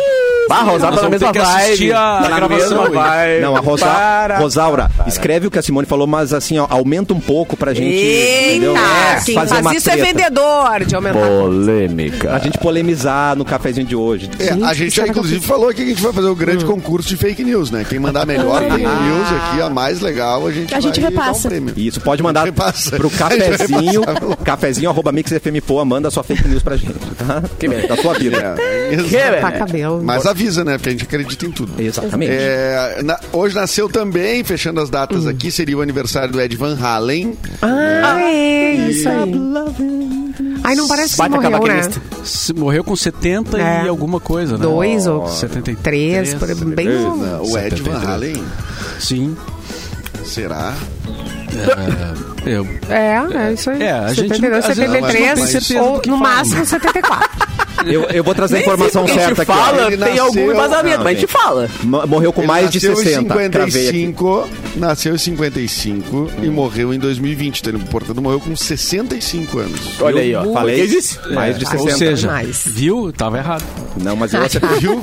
[SPEAKER 3] Bah, a Rosário tá na
[SPEAKER 4] Nós vamos
[SPEAKER 3] mesma
[SPEAKER 4] ter que
[SPEAKER 3] vibe.
[SPEAKER 4] assistir a-
[SPEAKER 3] Tá
[SPEAKER 4] a
[SPEAKER 3] na
[SPEAKER 4] gravação
[SPEAKER 3] mesma
[SPEAKER 4] hoje.
[SPEAKER 3] vibe.
[SPEAKER 1] Não, a Rosa...
[SPEAKER 3] Para.
[SPEAKER 1] Rosaura, escreve o que a Simone falou, mas assim, ó, aumenta um pouco pra gente. entendeu?
[SPEAKER 2] Eita, quem
[SPEAKER 1] fazer
[SPEAKER 2] faz
[SPEAKER 1] uma
[SPEAKER 2] isso é
[SPEAKER 1] treta.
[SPEAKER 2] vendedor de aumentar.
[SPEAKER 1] A
[SPEAKER 3] Polêmica.
[SPEAKER 1] gente polemizar no cafezinho de hoje.
[SPEAKER 7] É, a gente já, inclusive, falou aqui que a gente vai fazer o
[SPEAKER 3] Hum.
[SPEAKER 7] grande concurso de fake news, né? Quem mandar a melhor
[SPEAKER 3] Ah.
[SPEAKER 7] fake news aqui, a mais legal, a gente
[SPEAKER 5] A gente
[SPEAKER 7] vai
[SPEAKER 5] repassa.
[SPEAKER 7] dar um prêmio.
[SPEAKER 1] Isso, pode mandar
[SPEAKER 7] Repassa.
[SPEAKER 1] pro cafezinho,
[SPEAKER 7] Repassa.
[SPEAKER 1] cafezinho arroba mixfmpoa, manda sua fake news pra gente, tá? Da sua vida.
[SPEAKER 7] É,
[SPEAKER 3] Que,
[SPEAKER 7] exato.
[SPEAKER 2] Tá
[SPEAKER 3] velho?
[SPEAKER 2] cabelo.
[SPEAKER 7] Mas avisa, né? Porque a gente acredita em tudo.
[SPEAKER 1] Exatamente.
[SPEAKER 7] É, na- hoje nasceu também, fechando as datas aqui, seria o aniversário do Ed Van Halen.
[SPEAKER 2] Ah, é isso aí. Ai, não parece que
[SPEAKER 3] Baita
[SPEAKER 2] morreu, né?
[SPEAKER 3] cavaquinista.
[SPEAKER 4] Se Morreu com 70
[SPEAKER 2] É.
[SPEAKER 4] e alguma coisa, né?
[SPEAKER 2] Dois ou
[SPEAKER 4] 73.
[SPEAKER 2] três, por- bem
[SPEAKER 1] né?
[SPEAKER 2] novo.
[SPEAKER 7] Não, o Ed Van
[SPEAKER 4] 73.
[SPEAKER 7] Halen,
[SPEAKER 4] Sim.
[SPEAKER 7] será?
[SPEAKER 4] É, eu-
[SPEAKER 2] É, é isso aí.
[SPEAKER 4] É, a gente
[SPEAKER 2] 72,
[SPEAKER 4] não- às vezes a gente não tem
[SPEAKER 2] 73
[SPEAKER 4] certeza
[SPEAKER 2] ou
[SPEAKER 4] do que
[SPEAKER 2] no
[SPEAKER 4] fala,
[SPEAKER 2] máximo 74.
[SPEAKER 1] Eu, eu vou trazer a
[SPEAKER 3] Nem
[SPEAKER 1] informação
[SPEAKER 3] sempre que
[SPEAKER 1] certa
[SPEAKER 3] a gente
[SPEAKER 1] aqui. ó.
[SPEAKER 3] fala,
[SPEAKER 7] Ele
[SPEAKER 3] tem
[SPEAKER 7] nasceu-
[SPEAKER 3] algum embasamento,
[SPEAKER 1] Não,
[SPEAKER 3] mas a gente
[SPEAKER 1] gente.
[SPEAKER 3] fala.
[SPEAKER 1] Ma- Morreu com
[SPEAKER 7] Ele
[SPEAKER 1] mais de
[SPEAKER 7] nasceu em
[SPEAKER 1] 60. Cravei aqui.
[SPEAKER 7] 55, nasceu em 55 e morreu em 2020. Então, ele, portanto, morreu com 65 anos.
[SPEAKER 3] Olha aí, ó.
[SPEAKER 1] Eu Falei
[SPEAKER 3] Quem disse?
[SPEAKER 1] mais de
[SPEAKER 4] é,
[SPEAKER 1] 60.
[SPEAKER 4] Ou seja,
[SPEAKER 2] né? mais.
[SPEAKER 4] viu? Tava errado.
[SPEAKER 1] Não, mas eu acertei.
[SPEAKER 7] Viu?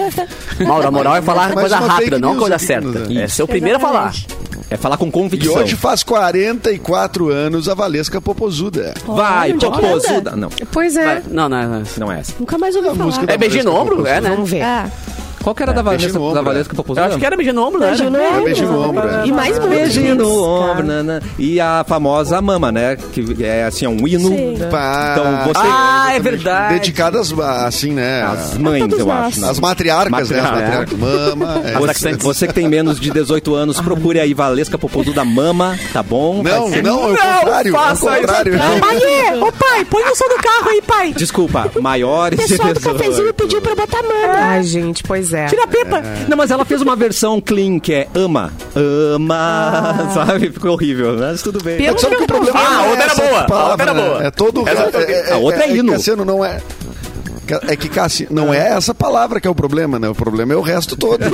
[SPEAKER 3] Mauro, a moral é falar
[SPEAKER 7] Mais
[SPEAKER 3] coisa
[SPEAKER 7] uma
[SPEAKER 3] rápida,
[SPEAKER 7] fake
[SPEAKER 3] não
[SPEAKER 7] news
[SPEAKER 3] coisa
[SPEAKER 7] aqui,
[SPEAKER 3] certa.
[SPEAKER 7] né?
[SPEAKER 3] É ser o primeiro a falar.
[SPEAKER 1] É falar com
[SPEAKER 7] E
[SPEAKER 1] convicção.
[SPEAKER 7] hoje faz 44 anos a Valesca Popozuda.
[SPEAKER 1] Vai,
[SPEAKER 5] onde é que
[SPEAKER 1] popozuda. Não,
[SPEAKER 2] Pois é.
[SPEAKER 3] Vai. Não, não, não.
[SPEAKER 1] não é essa.
[SPEAKER 5] Nunca mais ouvi falar.
[SPEAKER 7] música
[SPEAKER 3] É beijinho no ombro, é, né?
[SPEAKER 2] Vamos ver.
[SPEAKER 5] Ah,
[SPEAKER 1] Qual que era da
[SPEAKER 7] beijo
[SPEAKER 1] Valesca,
[SPEAKER 7] no ombro,
[SPEAKER 1] da
[SPEAKER 7] né?
[SPEAKER 1] Valesca
[SPEAKER 3] Eu
[SPEAKER 1] Popozuda?
[SPEAKER 3] acho que era beijinho no ombro, né?
[SPEAKER 5] beijinho no
[SPEAKER 7] É
[SPEAKER 5] ombro.
[SPEAKER 7] beijinho no ombro, é.
[SPEAKER 5] E mais muito.
[SPEAKER 1] Beijinho no ombro,
[SPEAKER 5] Cara.
[SPEAKER 1] nanã. E a famosa Mama, né? Que é assim, é um hino.
[SPEAKER 5] Sim.
[SPEAKER 7] Pá.
[SPEAKER 1] Então você.
[SPEAKER 3] Ah, é verdade.
[SPEAKER 7] Dedicadas, ah, assim, né?
[SPEAKER 1] As
[SPEAKER 7] As,
[SPEAKER 1] mães,
[SPEAKER 5] todos
[SPEAKER 1] eu acho.
[SPEAKER 5] nós.
[SPEAKER 1] né?
[SPEAKER 7] matriarcas, né? As
[SPEAKER 1] Matriarca.
[SPEAKER 7] matriarcas. Mama. é.
[SPEAKER 1] Você, você que tem menos de 18 anos, procure aí Valesca Popozuda Mama, tá bom?
[SPEAKER 7] Não,
[SPEAKER 1] Vai ser-
[SPEAKER 7] não, é o
[SPEAKER 3] Não,
[SPEAKER 7] contrário. É o
[SPEAKER 3] faça isso.
[SPEAKER 7] contrário.
[SPEAKER 2] Aê, ô pai, põe o som do carro aí, pai.
[SPEAKER 1] Desculpa, maiores
[SPEAKER 5] O
[SPEAKER 1] de
[SPEAKER 5] pessoal do cafezinho
[SPEAKER 1] 18.
[SPEAKER 5] pediu pra botar mama.
[SPEAKER 2] Ai, gente, pois é.
[SPEAKER 3] Tira a pipa.
[SPEAKER 1] Não, mas ela fez uma versão clean, que é ama. Ama, sabe? Ficou horrível, mas tudo bem.
[SPEAKER 2] Pelo
[SPEAKER 7] Sabe
[SPEAKER 2] que
[SPEAKER 7] que
[SPEAKER 2] eu
[SPEAKER 7] o
[SPEAKER 2] tô
[SPEAKER 7] problema
[SPEAKER 3] Ah,
[SPEAKER 2] vendo,
[SPEAKER 3] a
[SPEAKER 7] não é
[SPEAKER 3] outra era
[SPEAKER 7] essa
[SPEAKER 3] boa, a
[SPEAKER 7] palavra,
[SPEAKER 3] outra era
[SPEAKER 7] né?
[SPEAKER 3] boa.
[SPEAKER 7] É todo
[SPEAKER 1] A outra é hino.
[SPEAKER 7] Cassiano, não é. Ca- É que, Cássio, não é essa palavra que é o problema, né? O problema é o resto todo. né?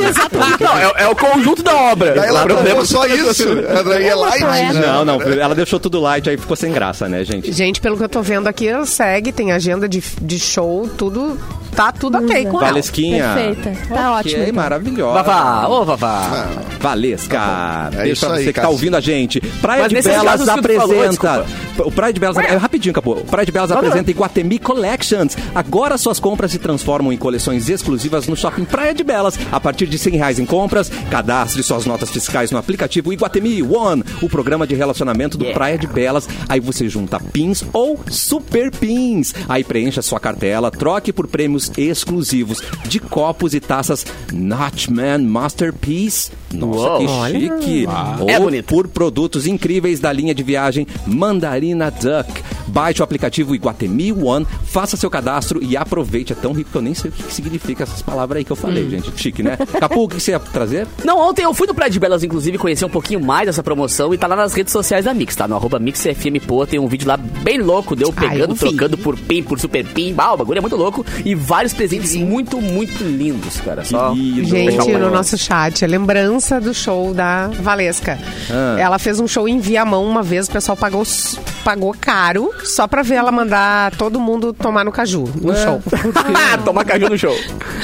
[SPEAKER 3] Não, é, é o conjunto da obra.
[SPEAKER 7] Daí ela
[SPEAKER 3] o problema
[SPEAKER 7] falou só isso. Daí é light. né?
[SPEAKER 1] Não, não, ela deixou tudo light, aí ficou sem graça, né, gente?
[SPEAKER 2] Gente, pelo que eu tô vendo aqui, segue, tem agenda de, de show, tudo. Tá tudo
[SPEAKER 3] Hum,
[SPEAKER 2] ok com ela.
[SPEAKER 1] Valesquinha.
[SPEAKER 5] Perfeita. Tá
[SPEAKER 1] Que é
[SPEAKER 5] ótimo. então.
[SPEAKER 1] maravilhosa.
[SPEAKER 3] Vavá, ô Vavá.
[SPEAKER 1] Valesca.
[SPEAKER 7] bom. É
[SPEAKER 1] Deixa
[SPEAKER 7] isso aí,
[SPEAKER 1] você que tá
[SPEAKER 7] Cássio.
[SPEAKER 1] ouvindo a gente. Praia
[SPEAKER 3] Mas
[SPEAKER 1] de
[SPEAKER 3] nesse
[SPEAKER 1] Belas
[SPEAKER 3] caso, isso que tu falou,
[SPEAKER 1] apresenta. o Praia de Belas. É rapidinho, capô. O Praia de Belas apresenta Iguatemi Collections. Agora suas compras se transformam em coleções exclusivas no shopping Praia de Belas. A partir de 100 reais em compras, cadastre suas notas fiscais no aplicativo Iguatemi One, o programa de relacionamento do Praia de Belas. Aí você junta pins ou super pins. Aí preencha sua cartela, troque por prêmios exclusivos de copos e taças Notchman Masterpiece. Nossa,
[SPEAKER 3] Uou.
[SPEAKER 1] que
[SPEAKER 3] Olha.
[SPEAKER 1] chique. Ou
[SPEAKER 3] É bonito.
[SPEAKER 1] por produtos incríveis da linha de viagem Mandarina Duck. Baixe o aplicativo Iguatemi One, faça seu cadastro e aproveite. É tão rico que eu nem sei o que que significa essas palavras aí que eu falei, gente. Chique, né? Capu, o que que você ia trazer?
[SPEAKER 3] Não, ontem eu fui no Praia de Belas, inclusive, conhecer um pouquinho mais dessa promoção e tá lá nas redes sociais da Mix, tá? No arroba MixFMPoa tem um vídeo lá bem louco, deu pegando,
[SPEAKER 2] Ah, eu vi.
[SPEAKER 3] trocando por PIN, por Super PIN, bah, o bagulho é muito louco e vários presentes muito, muito lindos, cara. Só
[SPEAKER 1] Lindo.
[SPEAKER 2] Gente,
[SPEAKER 3] Deixa eu- um
[SPEAKER 2] no nosso chat, é lembrança do show da Valesca.
[SPEAKER 4] Ah.
[SPEAKER 2] Ela fez um show em Viamão uma vez, o pessoal pagou, s- pagou caro só pra ver ela mandar todo mundo tomar no caju, no show.
[SPEAKER 3] Ah, tomar caju no show.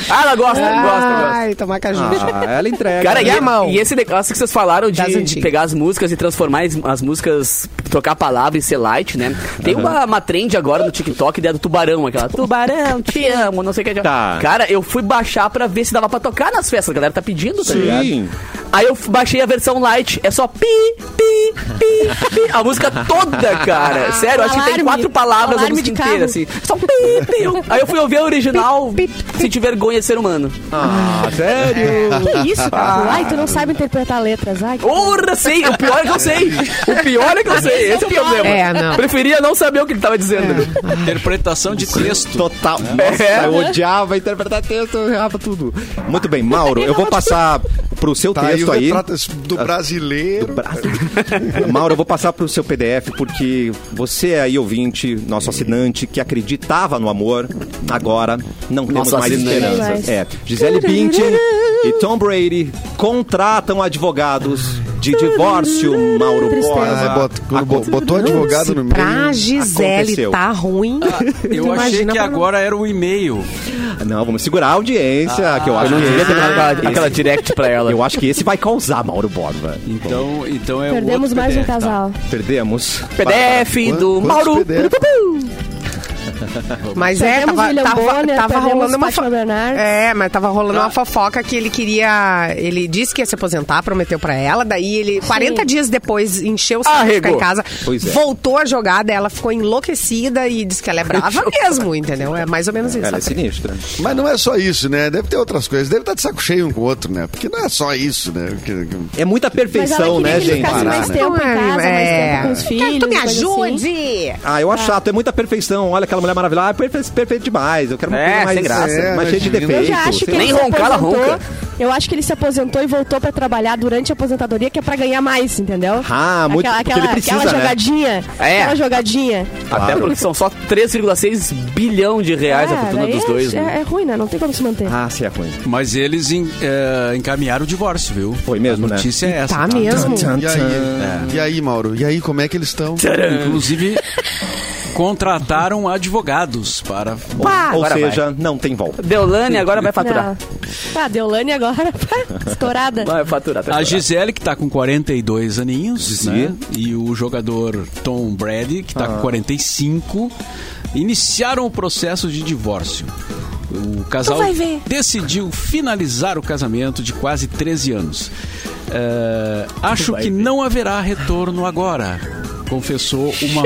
[SPEAKER 3] Ah, ela gosta, gosta, gosta.
[SPEAKER 2] Ai, tomar caju.
[SPEAKER 1] Ah, ela entrega.
[SPEAKER 3] Cara,
[SPEAKER 1] né?
[SPEAKER 3] e,
[SPEAKER 2] a mão?
[SPEAKER 3] e esse negócio que vocês falaram
[SPEAKER 2] Das
[SPEAKER 3] de, de
[SPEAKER 2] antigas.
[SPEAKER 3] pegar as músicas e transformar as, as músicas, trocar a palavra e ser light, né? Tem uma, uma trend agora no TikTok da do tubarão, aquela tubarão, te amo, não sei o que.
[SPEAKER 1] Tá.
[SPEAKER 3] Cara, eu fui baixar pra ver se dava pra tocar nas festas, a galera tá pedindo, tá
[SPEAKER 1] Sim.
[SPEAKER 3] ligado? Aí eu f- baixei a versão light, é só pi, pi, pi, pi, a música toda, cara. Sério, eu acho que
[SPEAKER 5] alarme.
[SPEAKER 3] tem quatro palavras a
[SPEAKER 5] Alarme
[SPEAKER 3] música
[SPEAKER 5] de carro.
[SPEAKER 3] inteira, assim. Só um pi, pi. Aí eu fui ouvir a original, senti vergonha de ser humano.
[SPEAKER 1] Ah, sério?
[SPEAKER 5] Que isso, Capu? Ai, tu não sabe interpretar letras. Ai, que-
[SPEAKER 3] Ora, sei, o pior é que eu sei. O pior é que eu sei, esse é o problema.
[SPEAKER 2] É, não.
[SPEAKER 3] Preferia não saber o que ele tava dizendo. né?
[SPEAKER 4] Interpretação de texto.
[SPEAKER 1] Total. Nossa, eu odiava interpretar texto, eu errava tudo. Muito bem, Mauro, eu vou passar pro seu
[SPEAKER 7] Tá aí
[SPEAKER 1] texto
[SPEAKER 7] o
[SPEAKER 1] aí.
[SPEAKER 7] retrato do brasileiro.
[SPEAKER 1] Mauro, eu vou passar pro seu PDF, porque você é aí, ouvinte, nosso assinante, que acreditava no amor, agora não temos
[SPEAKER 3] Nosso
[SPEAKER 1] mais
[SPEAKER 3] assinante.
[SPEAKER 1] esperança. É, Gisele Bündchen e Tom Brady contratam advogados de divórcio, Mauro
[SPEAKER 7] Ah,
[SPEAKER 1] Borba.
[SPEAKER 7] bota- quando bo- botou advogado no
[SPEAKER 2] Pra
[SPEAKER 7] meio.
[SPEAKER 2] Gisele
[SPEAKER 1] Aconteceu.
[SPEAKER 2] tá ruim.
[SPEAKER 3] Ah,
[SPEAKER 4] Eu
[SPEAKER 2] tu
[SPEAKER 4] achei
[SPEAKER 2] imagina
[SPEAKER 4] que
[SPEAKER 2] pra nós.
[SPEAKER 4] agora era o e-mail.
[SPEAKER 1] Não, vamos segurar a audiência, que eu
[SPEAKER 3] Ah, Eu
[SPEAKER 1] acho
[SPEAKER 3] não
[SPEAKER 1] que
[SPEAKER 3] devia
[SPEAKER 1] esse-
[SPEAKER 3] ter mandado aquela,
[SPEAKER 1] esse-
[SPEAKER 3] aquela direct pra ela.
[SPEAKER 1] Eu acho que esse vai causar, Mauro Borba.
[SPEAKER 4] Então, então é o
[SPEAKER 5] Perdemos
[SPEAKER 4] outro
[SPEAKER 5] mais um
[SPEAKER 4] PDF, tá?
[SPEAKER 5] casal.
[SPEAKER 1] Perdemos.
[SPEAKER 3] PDF do
[SPEAKER 7] Quantos
[SPEAKER 3] Mauro.
[SPEAKER 7] PDF?
[SPEAKER 2] Mas é,
[SPEAKER 5] Perdemos
[SPEAKER 2] tava,
[SPEAKER 5] William
[SPEAKER 2] tava,
[SPEAKER 5] Bonner,
[SPEAKER 2] tava
[SPEAKER 5] perdemos
[SPEAKER 2] rolando uma
[SPEAKER 5] Fátima
[SPEAKER 2] fo-
[SPEAKER 5] Bernardes.
[SPEAKER 2] É, mas tava rolando
[SPEAKER 3] Ah.
[SPEAKER 2] uma fofoca que ele queria. Ele disse que ia se aposentar, prometeu pra ela. Daí ele, 40 dias depois, encheu o saco de ficar
[SPEAKER 3] Arregou.
[SPEAKER 2] em casa,
[SPEAKER 1] Pois é.
[SPEAKER 2] voltou a jogar, daí ela ficou enlouquecida e disse que ela é brava mesmo, entendeu? É mais ou menos isso.
[SPEAKER 1] Ela é
[SPEAKER 2] até.
[SPEAKER 1] sinistra.
[SPEAKER 7] Mas não é só isso, né? Deve ter outras coisas. Deve estar de saco cheio um com o outro, né? Porque não é só isso, né? Que- que-
[SPEAKER 1] É muita
[SPEAKER 5] Mas ela
[SPEAKER 1] perfeição, né,
[SPEAKER 5] queria que ele
[SPEAKER 1] gente?
[SPEAKER 2] é
[SPEAKER 5] ficasse mais
[SPEAKER 7] Parar, né?
[SPEAKER 5] tempo em casa, mais tempo com os
[SPEAKER 2] Eu quero
[SPEAKER 5] filhos.
[SPEAKER 2] que tu me
[SPEAKER 5] coisa assim.
[SPEAKER 2] ajude!
[SPEAKER 1] Ah, eu acho chato, é muita perfeição. Olha aquela mulher maravilhosa, ah, é perfe- perfeito demais. Eu quero uma
[SPEAKER 3] É,
[SPEAKER 1] coisa mais
[SPEAKER 3] sem graça.
[SPEAKER 1] é, mais
[SPEAKER 7] É,
[SPEAKER 1] cheia de
[SPEAKER 7] imagina.
[SPEAKER 1] defeito.
[SPEAKER 5] Eu já acho que
[SPEAKER 1] sei
[SPEAKER 5] ele
[SPEAKER 1] lá.
[SPEAKER 3] Nem
[SPEAKER 5] se
[SPEAKER 3] roncar, ela
[SPEAKER 5] aposentou.
[SPEAKER 3] ronca.
[SPEAKER 5] Eu acho que ele se aposentou e voltou pra trabalhar durante a aposentadoria, que é pra ganhar mais, entendeu?
[SPEAKER 1] Ah, muito-
[SPEAKER 5] aquela,
[SPEAKER 1] porque ele
[SPEAKER 5] aquela,
[SPEAKER 1] precisa,
[SPEAKER 5] aquela
[SPEAKER 1] né?
[SPEAKER 5] jogadinha.
[SPEAKER 3] É.
[SPEAKER 5] Aquela jogadinha.
[SPEAKER 3] Até porque são só 3,6 bilhão de reais a
[SPEAKER 5] Ah,
[SPEAKER 3] fortuna
[SPEAKER 5] daí
[SPEAKER 3] dos
[SPEAKER 5] é-
[SPEAKER 3] dois.
[SPEAKER 5] É,
[SPEAKER 3] né?
[SPEAKER 5] é ruim, né? Não tem como se manter.
[SPEAKER 1] Ah, se é ruim.
[SPEAKER 4] Mas eles en- é, encaminharam o divórcio, viu?
[SPEAKER 1] Foi mesmo,
[SPEAKER 4] A
[SPEAKER 1] né?
[SPEAKER 4] notícia é essa.
[SPEAKER 2] Tá mesmo.
[SPEAKER 7] E aí, e aí, Mauro? E aí, como é que eles estão?
[SPEAKER 4] Inclusive, contrataram advogados para...
[SPEAKER 3] Pá,
[SPEAKER 1] Ou
[SPEAKER 3] agora
[SPEAKER 1] seja, não tem volta.
[SPEAKER 3] vai. Deolane agora vai
[SPEAKER 1] tá.
[SPEAKER 3] faturar.
[SPEAKER 5] Não. Ah, Deolane agora, estourada.
[SPEAKER 3] Vai faturar. tá
[SPEAKER 4] A
[SPEAKER 3] estourado.
[SPEAKER 4] Gisele, que tá com 42 aninhos, né? E o jogador Tom Brady, que tá com 45, iniciaram o processo de divórcio. O casal
[SPEAKER 5] vai ver.
[SPEAKER 4] decidiu finalizar o casamento de quase 13 anos. É, acho que não haverá retorno agora, confessou uma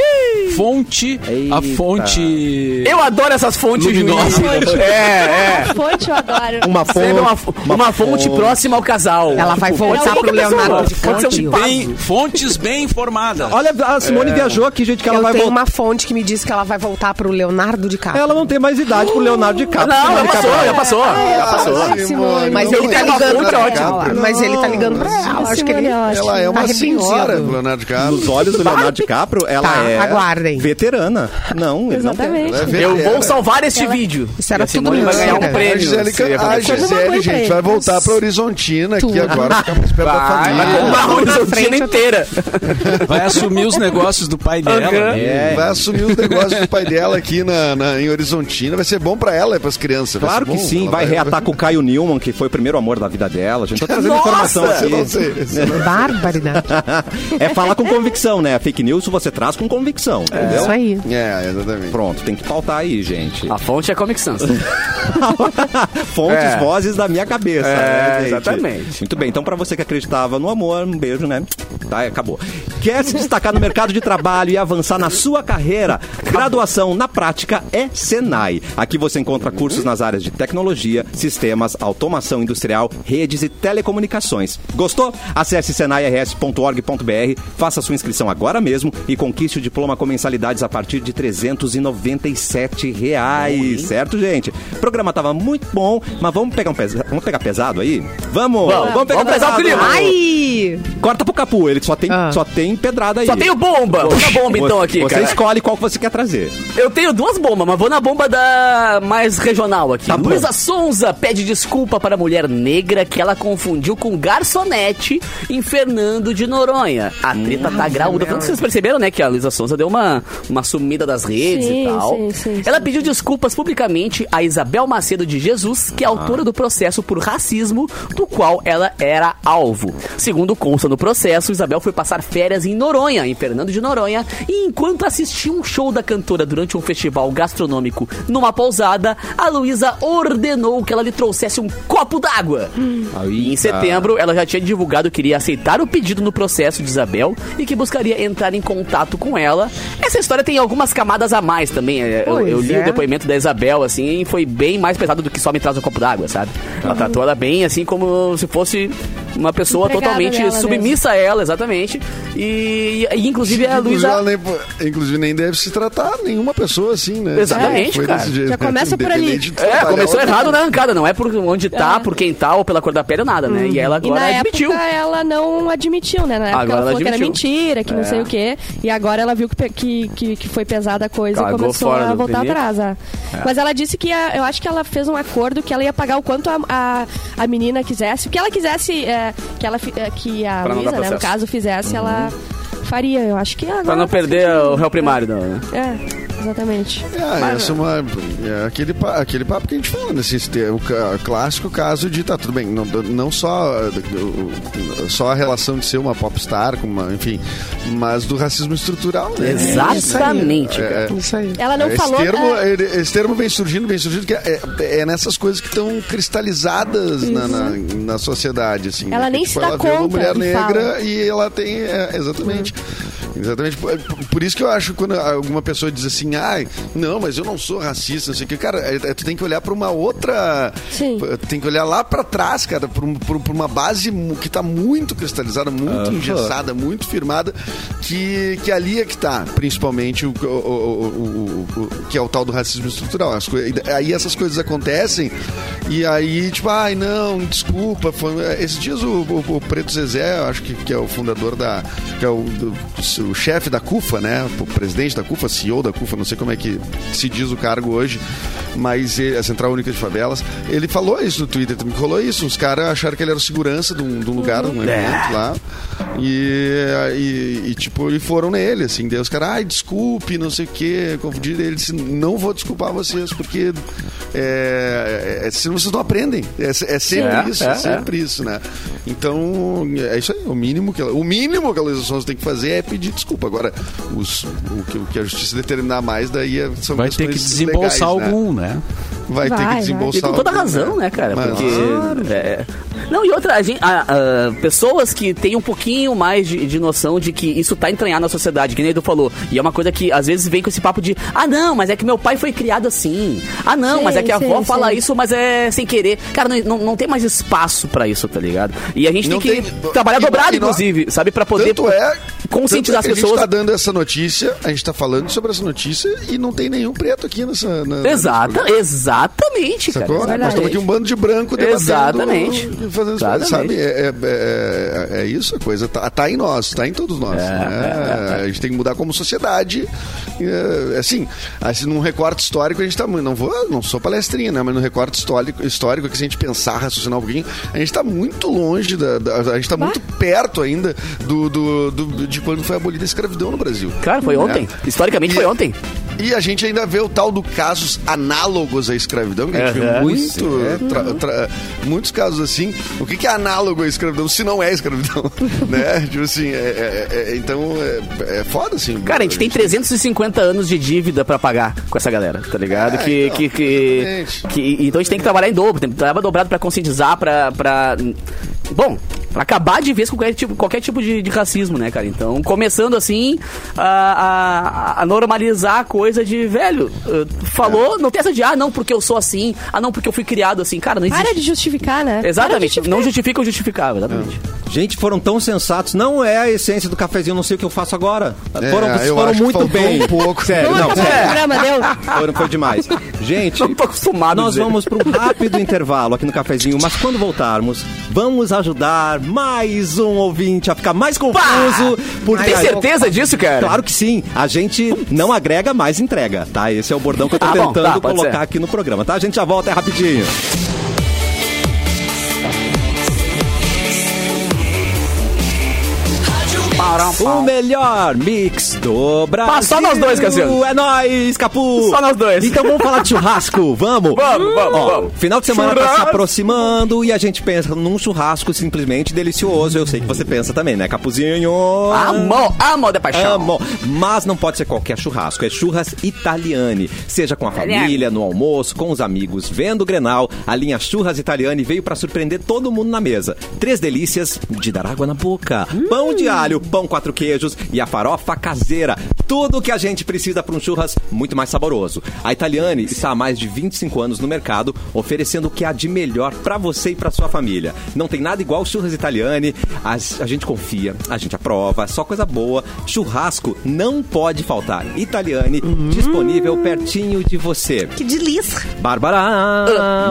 [SPEAKER 4] fonte, a
[SPEAKER 1] Eita.
[SPEAKER 4] fonte...
[SPEAKER 3] Eu adoro essas fontes
[SPEAKER 4] Luminosa.
[SPEAKER 3] ruins. É, é.
[SPEAKER 5] Fonte eu adoro.
[SPEAKER 1] Uma fonte.
[SPEAKER 3] Sempre uma, fo- uma fonte próxima ao casal. É
[SPEAKER 2] Ela vai voltar
[SPEAKER 5] única
[SPEAKER 2] pro
[SPEAKER 5] pessoa.
[SPEAKER 2] Leonardo de
[SPEAKER 3] Pode ser um
[SPEAKER 2] Caprio.
[SPEAKER 3] pai.
[SPEAKER 4] Bem- fontes bem informadas.
[SPEAKER 1] Olha, a Simone viajou aqui, gente, que ela
[SPEAKER 2] Eu
[SPEAKER 1] vai
[SPEAKER 2] tenho
[SPEAKER 1] voltar.
[SPEAKER 2] uma fonte que me diz que ela vai voltar pro Leonardo de Caprio.
[SPEAKER 1] Ela não tem mais idade pro Leonardo DiCaprio.
[SPEAKER 3] Não, já
[SPEAKER 1] Simone
[SPEAKER 3] passou,
[SPEAKER 1] Cabral.
[SPEAKER 3] já passou.
[SPEAKER 7] É.
[SPEAKER 3] já passou.
[SPEAKER 7] Simone,
[SPEAKER 2] Mas
[SPEAKER 7] não
[SPEAKER 2] ele tá
[SPEAKER 7] é
[SPEAKER 2] ligando
[SPEAKER 7] Leonardo
[SPEAKER 2] pra ela.
[SPEAKER 7] DiCaprio.
[SPEAKER 2] Mas ele tá ligando pra
[SPEAKER 5] Ah,
[SPEAKER 2] ela. Acho que
[SPEAKER 5] Simone
[SPEAKER 2] ele...
[SPEAKER 5] é ótima.
[SPEAKER 7] Ela é uma
[SPEAKER 2] arrependido.
[SPEAKER 7] senhora, Leonardo DiCaprio.
[SPEAKER 1] Nos olhos do Leonardo DiCaprio, ela
[SPEAKER 2] Tá,
[SPEAKER 1] é
[SPEAKER 2] aguardem.
[SPEAKER 1] veterana. Não, ele não tem.
[SPEAKER 5] Exatamente.
[SPEAKER 7] Ela é
[SPEAKER 3] Eu
[SPEAKER 7] veterana.
[SPEAKER 3] vou salvar este vídeo.
[SPEAKER 2] Isso era
[SPEAKER 3] E a
[SPEAKER 2] tudo
[SPEAKER 3] Simone vai ganhar um
[SPEAKER 2] mentira.
[SPEAKER 7] A
[SPEAKER 3] prêmio.
[SPEAKER 7] Gisele,
[SPEAKER 3] se
[SPEAKER 7] a
[SPEAKER 3] acontecer.
[SPEAKER 5] Conta uma
[SPEAKER 7] Gisele
[SPEAKER 5] coisa pra
[SPEAKER 7] gente,
[SPEAKER 5] ele.
[SPEAKER 7] vai voltar pra Horizontina aqui agora, ficar mais perto da
[SPEAKER 1] Ah,
[SPEAKER 3] Vai
[SPEAKER 7] família.
[SPEAKER 3] comprar a horizontina
[SPEAKER 2] frente,
[SPEAKER 3] inteira.
[SPEAKER 4] Vai assumir os negócios do pai dela.
[SPEAKER 3] Aham.
[SPEAKER 4] né?
[SPEAKER 1] É.
[SPEAKER 7] Vai assumir os negócios do pai dela aqui na, na- em Horizontina. Vai ser bom pra ela e pras crianças. vai
[SPEAKER 1] Claro
[SPEAKER 7] ser
[SPEAKER 1] que
[SPEAKER 7] Tá bom.
[SPEAKER 1] sim,
[SPEAKER 7] Ela
[SPEAKER 1] vai reatar com o Caio Newman, que foi o primeiro amor da vida dela. A gente tá trazendo
[SPEAKER 3] Nossa!
[SPEAKER 1] informação
[SPEAKER 7] Eu não
[SPEAKER 1] aqui.
[SPEAKER 7] sei. isso não-
[SPEAKER 2] Barbaridade.
[SPEAKER 1] É falar com convicção, né? Fake news você traz com convicção, entendeu?
[SPEAKER 2] Isso aí.
[SPEAKER 7] É, exatamente.
[SPEAKER 1] Pronto, tem que pautar aí, gente.
[SPEAKER 3] A fonte é Comic Sans.
[SPEAKER 1] Fontes,
[SPEAKER 3] É.
[SPEAKER 1] vozes da minha cabeça.
[SPEAKER 3] É,
[SPEAKER 1] né, gente?
[SPEAKER 3] exatamente.
[SPEAKER 1] Muito bem, então pra você que acreditava no amor, um beijo, né? Tá, acabou. Quer se destacar no mercado de trabalho e avançar na sua carreira? Graduação na prática é Senai. Aqui você encontra cursos nas áreas de tecnologia, sistemas, automação industrial, redes e telecomunicações. Gostou? Acesse senairs.org.br, faça sua inscrição agora mesmo e conquiste o diploma com mensalidades a partir de R$ 397 reais, certo, gente? O programa tava muito bom, mas vamos pegar um pesa- vamos pegar pesado aí? Vamos,
[SPEAKER 3] Vamos, vamos pesar o clima.
[SPEAKER 2] Ai!
[SPEAKER 1] Corta pro Capu, ele só tem,
[SPEAKER 2] Ah.
[SPEAKER 1] só tem pedrada aí.
[SPEAKER 3] Só tenho bomba. Vou na bomba então aqui,
[SPEAKER 1] Você
[SPEAKER 3] cara.
[SPEAKER 1] escolhe qual que você quer trazer.
[SPEAKER 3] Eu tenho duas bombas, mas vou na bomba da mais regional aqui.
[SPEAKER 1] Tá bom.
[SPEAKER 3] Luísa Sonza pede desculpa para a mulher negra que ela confundiu com garçonete em Fernando de Noronha. A treta
[SPEAKER 1] Hum.
[SPEAKER 3] tá graúda. Vocês perceberam, né, que a Luísa Sonza deu uma, uma sumida das redes
[SPEAKER 5] Sim,
[SPEAKER 3] e tal. É
[SPEAKER 5] sim, sim,
[SPEAKER 3] ela pediu desculpas publicamente a Isabel Macedo de Jesus, que é autora do processo por racismo, do qual ela era alvo. Segundo consta no processo, Isabel foi passar férias em Noronha, em Fernando de Noronha, e enquanto assistia um show da cantora durante um festival gastronômico numa pousada, a Luísa ordenou que ela lhe trouxesse um copo d'água. E em setembro, ela já tinha divulgado que iria aceitar o pedido no processo de Isabel e que buscaria entrar em contato com ela. Essa história tem algumas camadas a mais também. É, Eu, eu
[SPEAKER 2] Pois
[SPEAKER 3] li
[SPEAKER 2] é.
[SPEAKER 3] o depoimento da Isabel, assim, e foi bem mais pesado do que só me traz um copo d'água, sabe?
[SPEAKER 5] Tá
[SPEAKER 3] Ela tratou ela bem, assim, como se fosse uma pessoa
[SPEAKER 5] Empregada
[SPEAKER 3] totalmente
[SPEAKER 5] dela
[SPEAKER 3] submissa a ela, exatamente. E, e, inclusive, a
[SPEAKER 7] Inclusive, ela né?
[SPEAKER 3] Luísa...
[SPEAKER 7] nem, inclusive, nem deve se tratar nenhuma pessoa assim, né?
[SPEAKER 3] Exatamente,
[SPEAKER 7] Foi
[SPEAKER 3] cara.
[SPEAKER 7] desse jeito,
[SPEAKER 5] Já
[SPEAKER 7] né?
[SPEAKER 5] começa por ali.
[SPEAKER 7] Independente de
[SPEAKER 3] É,
[SPEAKER 7] tratar
[SPEAKER 3] começou
[SPEAKER 7] ela,
[SPEAKER 3] errado na arrancada, não é por onde tá, por quem tá, ou pela cor da pele, nada, né? E ela
[SPEAKER 5] Hum. E na
[SPEAKER 3] agora admitiu.
[SPEAKER 5] época ela não admitiu, né? Na época
[SPEAKER 3] Agora
[SPEAKER 5] ela
[SPEAKER 3] ela
[SPEAKER 5] falou que era
[SPEAKER 3] admitiu. É.
[SPEAKER 5] mentira, que não sei o quê. E agora ela viu que, pe- que, que, que foi pesada a coisa
[SPEAKER 3] Cagou
[SPEAKER 5] e começou
[SPEAKER 3] fora
[SPEAKER 5] a
[SPEAKER 3] do É.
[SPEAKER 5] voltar
[SPEAKER 3] pinico.
[SPEAKER 5] atrás. ah. Mas ela disse que a- eu acho que ela fez um acordo que ela ia pagar o quanto a, a, a menina quisesse. O que ela quisesse, é, que, ela, fi- é, que a
[SPEAKER 3] Pra não dar
[SPEAKER 5] Luísa, né, no
[SPEAKER 3] processo. Uhum.
[SPEAKER 5] caso, fizesse, ela faria. Eu acho que agora.
[SPEAKER 3] Pra não
[SPEAKER 5] ela tá
[SPEAKER 3] perder
[SPEAKER 5] sentindo.
[SPEAKER 3] o réu primário, não, né?
[SPEAKER 5] É, exatamente.
[SPEAKER 7] Ah, essa é uma. É aquele, pa- aquele papo que a gente fala, né? Assim, tem o ca- clássico caso de tá tudo bem. Não, não só, eh, o- o- só a relação de ser uma popstar, com uma, enfim, mas do racismo estrutural, né?
[SPEAKER 3] Exatamente,
[SPEAKER 7] É, é,
[SPEAKER 2] Isso aí.
[SPEAKER 5] Ela não
[SPEAKER 7] esse,
[SPEAKER 5] falou.
[SPEAKER 7] termo,
[SPEAKER 5] é,
[SPEAKER 7] ele- esse termo vem surgindo, vem surgindo, que é, é nessas coisas que estão cristalizadas na, na, na sociedade, assim.
[SPEAKER 5] Ela
[SPEAKER 7] né?
[SPEAKER 5] nem
[SPEAKER 7] Que,
[SPEAKER 5] se dá
[SPEAKER 7] ela vê uma
[SPEAKER 5] conta
[SPEAKER 7] mulher
[SPEAKER 5] e
[SPEAKER 7] negra
[SPEAKER 5] fala.
[SPEAKER 7] e ela tem... é, exatamente.
[SPEAKER 5] Uhum.
[SPEAKER 7] Exatamente. Por, por isso que eu acho que quando alguma pessoa diz assim, ai, não, mas eu não sou racista, não sei o que. Cara, é- é, tu tem que olhar para uma outra...
[SPEAKER 5] Sim.
[SPEAKER 7] Tem que olhar lá para trás, cara, para uma base mu- que tá muito cristalizada, muito engessada, muito firmada, que, que ali é que tá, principalmente, o, o- o- o- o- o- que é o tal do racismo estrutural. As coi- aí essas coisas acontecem e aí, tipo, ai, não, desculpa. foi- esses dias o, o- o Preto Zezé, eu acho que, que é o fundador da... que é o, do- o chefe da CUFA, né? O presidente da CUFA, CEO da CUFA, não sei como é que se diz o cargo hoje, mas ele- a Central Única de Favelas, ele falou isso no Twitter, também falou isso. Os caras acharam que ele era o segurança de um, de um lugar, de um evento lá. E, e, e, tipo, e foram nele, assim. Daí os caras, ai, desculpe, não sei o quê, confundiram. Ele disse, não vou desculpar vocês, porque é, é, senão vocês não aprendem. É, é sempre
[SPEAKER 3] É,
[SPEAKER 7] isso,
[SPEAKER 3] é,
[SPEAKER 7] é,
[SPEAKER 3] é.
[SPEAKER 7] sempre isso, né? Então, é isso aí. O mínimo que, ela- o mínimo que a Luísa Sonza tem que fazer é pedir desculpa. Agora, os, o, que, o que a justiça determinar mais, daí é- são
[SPEAKER 4] Vai ter que
[SPEAKER 7] questões
[SPEAKER 4] desembolsar
[SPEAKER 7] legais, né?
[SPEAKER 4] algum, né?
[SPEAKER 7] Vai, ter
[SPEAKER 5] Vai,
[SPEAKER 7] que desembolsar.
[SPEAKER 3] E com toda
[SPEAKER 7] algum,
[SPEAKER 3] razão, né, cara?
[SPEAKER 7] Mas-
[SPEAKER 3] Porque. é. Não, e outra, a gente, a- a- pessoas que têm um pouquinho mais de, de noção de que isso tá entranhado na sociedade, que nem o Edu falou. E é uma coisa que às vezes vem com esse papo de: ah, não, mas é que meu pai foi criado assim. Ah, não,
[SPEAKER 5] Sim,
[SPEAKER 3] mas é que a
[SPEAKER 5] sim,
[SPEAKER 3] avó
[SPEAKER 5] sim.
[SPEAKER 3] fala isso, mas é sem querer. Cara, não, não, não tem mais espaço pra isso, tá ligado? E a gente
[SPEAKER 7] Não
[SPEAKER 3] tem que
[SPEAKER 7] tem-
[SPEAKER 3] trabalhar
[SPEAKER 7] e-
[SPEAKER 3] dobrado,
[SPEAKER 7] e nós-
[SPEAKER 3] inclusive, sabe? Pra poder
[SPEAKER 7] Tanto é,
[SPEAKER 3] conscientizar
[SPEAKER 7] tanto é que
[SPEAKER 3] as pessoas.
[SPEAKER 7] A gente tá dando essa notícia, a gente tá falando sobre essa notícia e não tem nenhum preto aqui nessa. Na,
[SPEAKER 3] Exata, exatamente, cara.
[SPEAKER 7] né? Sacou? Nós estamos aqui
[SPEAKER 3] Exatamente.
[SPEAKER 7] um bando de branco debatendo.
[SPEAKER 3] é Exatamente.
[SPEAKER 7] e Fazendo isso,
[SPEAKER 3] Exatamente.
[SPEAKER 7] sabe? É, é- é- é isso a coisa. Tá, tá em nós, tá em todos nós.
[SPEAKER 3] É,
[SPEAKER 7] né? A gente tem que mudar como sociedade. É, assim, assim, num recorte histórico, a gente tá. mu- Não, vou, não sou palestrinha, né? Mas num recorte histórico, histórico que se a gente pensar, raciocinar um pouquinho, a gente tá muito longe, da, da- a gente tá muito perto ainda do, do- do- de quando foi abolida a escravidão no Brasil. Né?
[SPEAKER 3] Cara, foi ontem. Historicamente foi ontem.
[SPEAKER 7] E a gente ainda vê o tal do casos análogos à escravidão, que a gente vê muito,
[SPEAKER 1] é.
[SPEAKER 7] tra- tra- muitos casos assim. O que, que é análogo à escravidão se não é escravidão? né? Tipo assim, é- é- é- então é, é foda assim.
[SPEAKER 3] Cara, a gente tem 350 anos de dívida pra pagar com essa galera, tá ligado?
[SPEAKER 7] É,
[SPEAKER 3] que,
[SPEAKER 7] então,
[SPEAKER 3] que, que,
[SPEAKER 7] exatamente.
[SPEAKER 3] que- Então a gente tem que trabalhar em dobro, tem que trabalhar dobrado pra conscientizar, pra. pra bom, pra acabar de vez com qualquer tipo, qualquer tipo de, de racismo, né, cara? Então, começando assim a, a- a normalizar a coisa de, velho, eh, falou, não tem essa de, ah, não, porque eu sou assim, ah, não, porque eu fui criado assim. Cara, não
[SPEAKER 5] Para
[SPEAKER 3] existe.
[SPEAKER 5] de justificar, né? Para de
[SPEAKER 3] Exatamente,
[SPEAKER 5] justificar.
[SPEAKER 3] não justifica o justificável, exatamente.
[SPEAKER 1] Gente, foram tão sensatos. Não é a essência do cafezinho, não sei o que eu faço agora.
[SPEAKER 7] É,
[SPEAKER 1] foram
[SPEAKER 7] eu
[SPEAKER 1] foram
[SPEAKER 7] acho que
[SPEAKER 1] muito
[SPEAKER 7] faltou
[SPEAKER 1] bem.
[SPEAKER 7] um pouco.
[SPEAKER 1] Sério,
[SPEAKER 5] Vamos
[SPEAKER 1] não,
[SPEAKER 5] acabar
[SPEAKER 1] sério.
[SPEAKER 5] é o programa, deu?
[SPEAKER 1] Foram, foi demais. Gente,
[SPEAKER 3] Não tô acostumado a
[SPEAKER 1] nós
[SPEAKER 3] dizer.
[SPEAKER 1] vamos para um rápido intervalo aqui no cafezinho, mas quando voltarmos, vamos ajudar mais um ouvinte a ficar mais confuso. Porque
[SPEAKER 3] Tem
[SPEAKER 1] a-
[SPEAKER 3] certeza disso, cara?
[SPEAKER 1] Claro que sim. A gente não agrega, mas entrega, tá? Esse é o bordão que eu tô
[SPEAKER 3] Ah, bom,
[SPEAKER 1] tentando
[SPEAKER 3] tá, pode
[SPEAKER 1] colocar
[SPEAKER 3] ser.
[SPEAKER 1] aqui no programa, tá? A gente já volta, é rapidinho. O melhor mix do Brasil.
[SPEAKER 3] Ah, só nós dois, Cassiano.
[SPEAKER 1] É nóis, Capu.
[SPEAKER 3] Só nós dois.
[SPEAKER 1] Então vamos falar de churrasco, vamos?
[SPEAKER 3] Vamos, vamos, vamos.
[SPEAKER 1] Final de semana tá se
[SPEAKER 3] Churrasco.
[SPEAKER 1] aproximando e a gente pensa num churrasco simplesmente delicioso. Eu sei que você pensa também, né, Capuzinho?
[SPEAKER 3] Amor, amor da paixão.
[SPEAKER 1] Amo. Mas não pode ser qualquer churrasco. É churras italiane. Seja com a família, no almoço, com os amigos, vendo o Grenal, a linha Churras Italiane veio para surpreender todo mundo na mesa. Três delícias de dar água na boca. Pão de alho, pão pão quatro queijos e a farofa caseira. Tudo o que a gente precisa para um churras muito mais saboroso. A Italiane está há mais de 25 anos no mercado, oferecendo o que há de melhor para você e para sua família. Não tem nada igual churras Italiane. As- a gente confia, a gente aprova, só coisa boa. Churrasco não pode faltar. Italiane, disponível pertinho de você.
[SPEAKER 8] Que delícia.
[SPEAKER 1] Bárbara!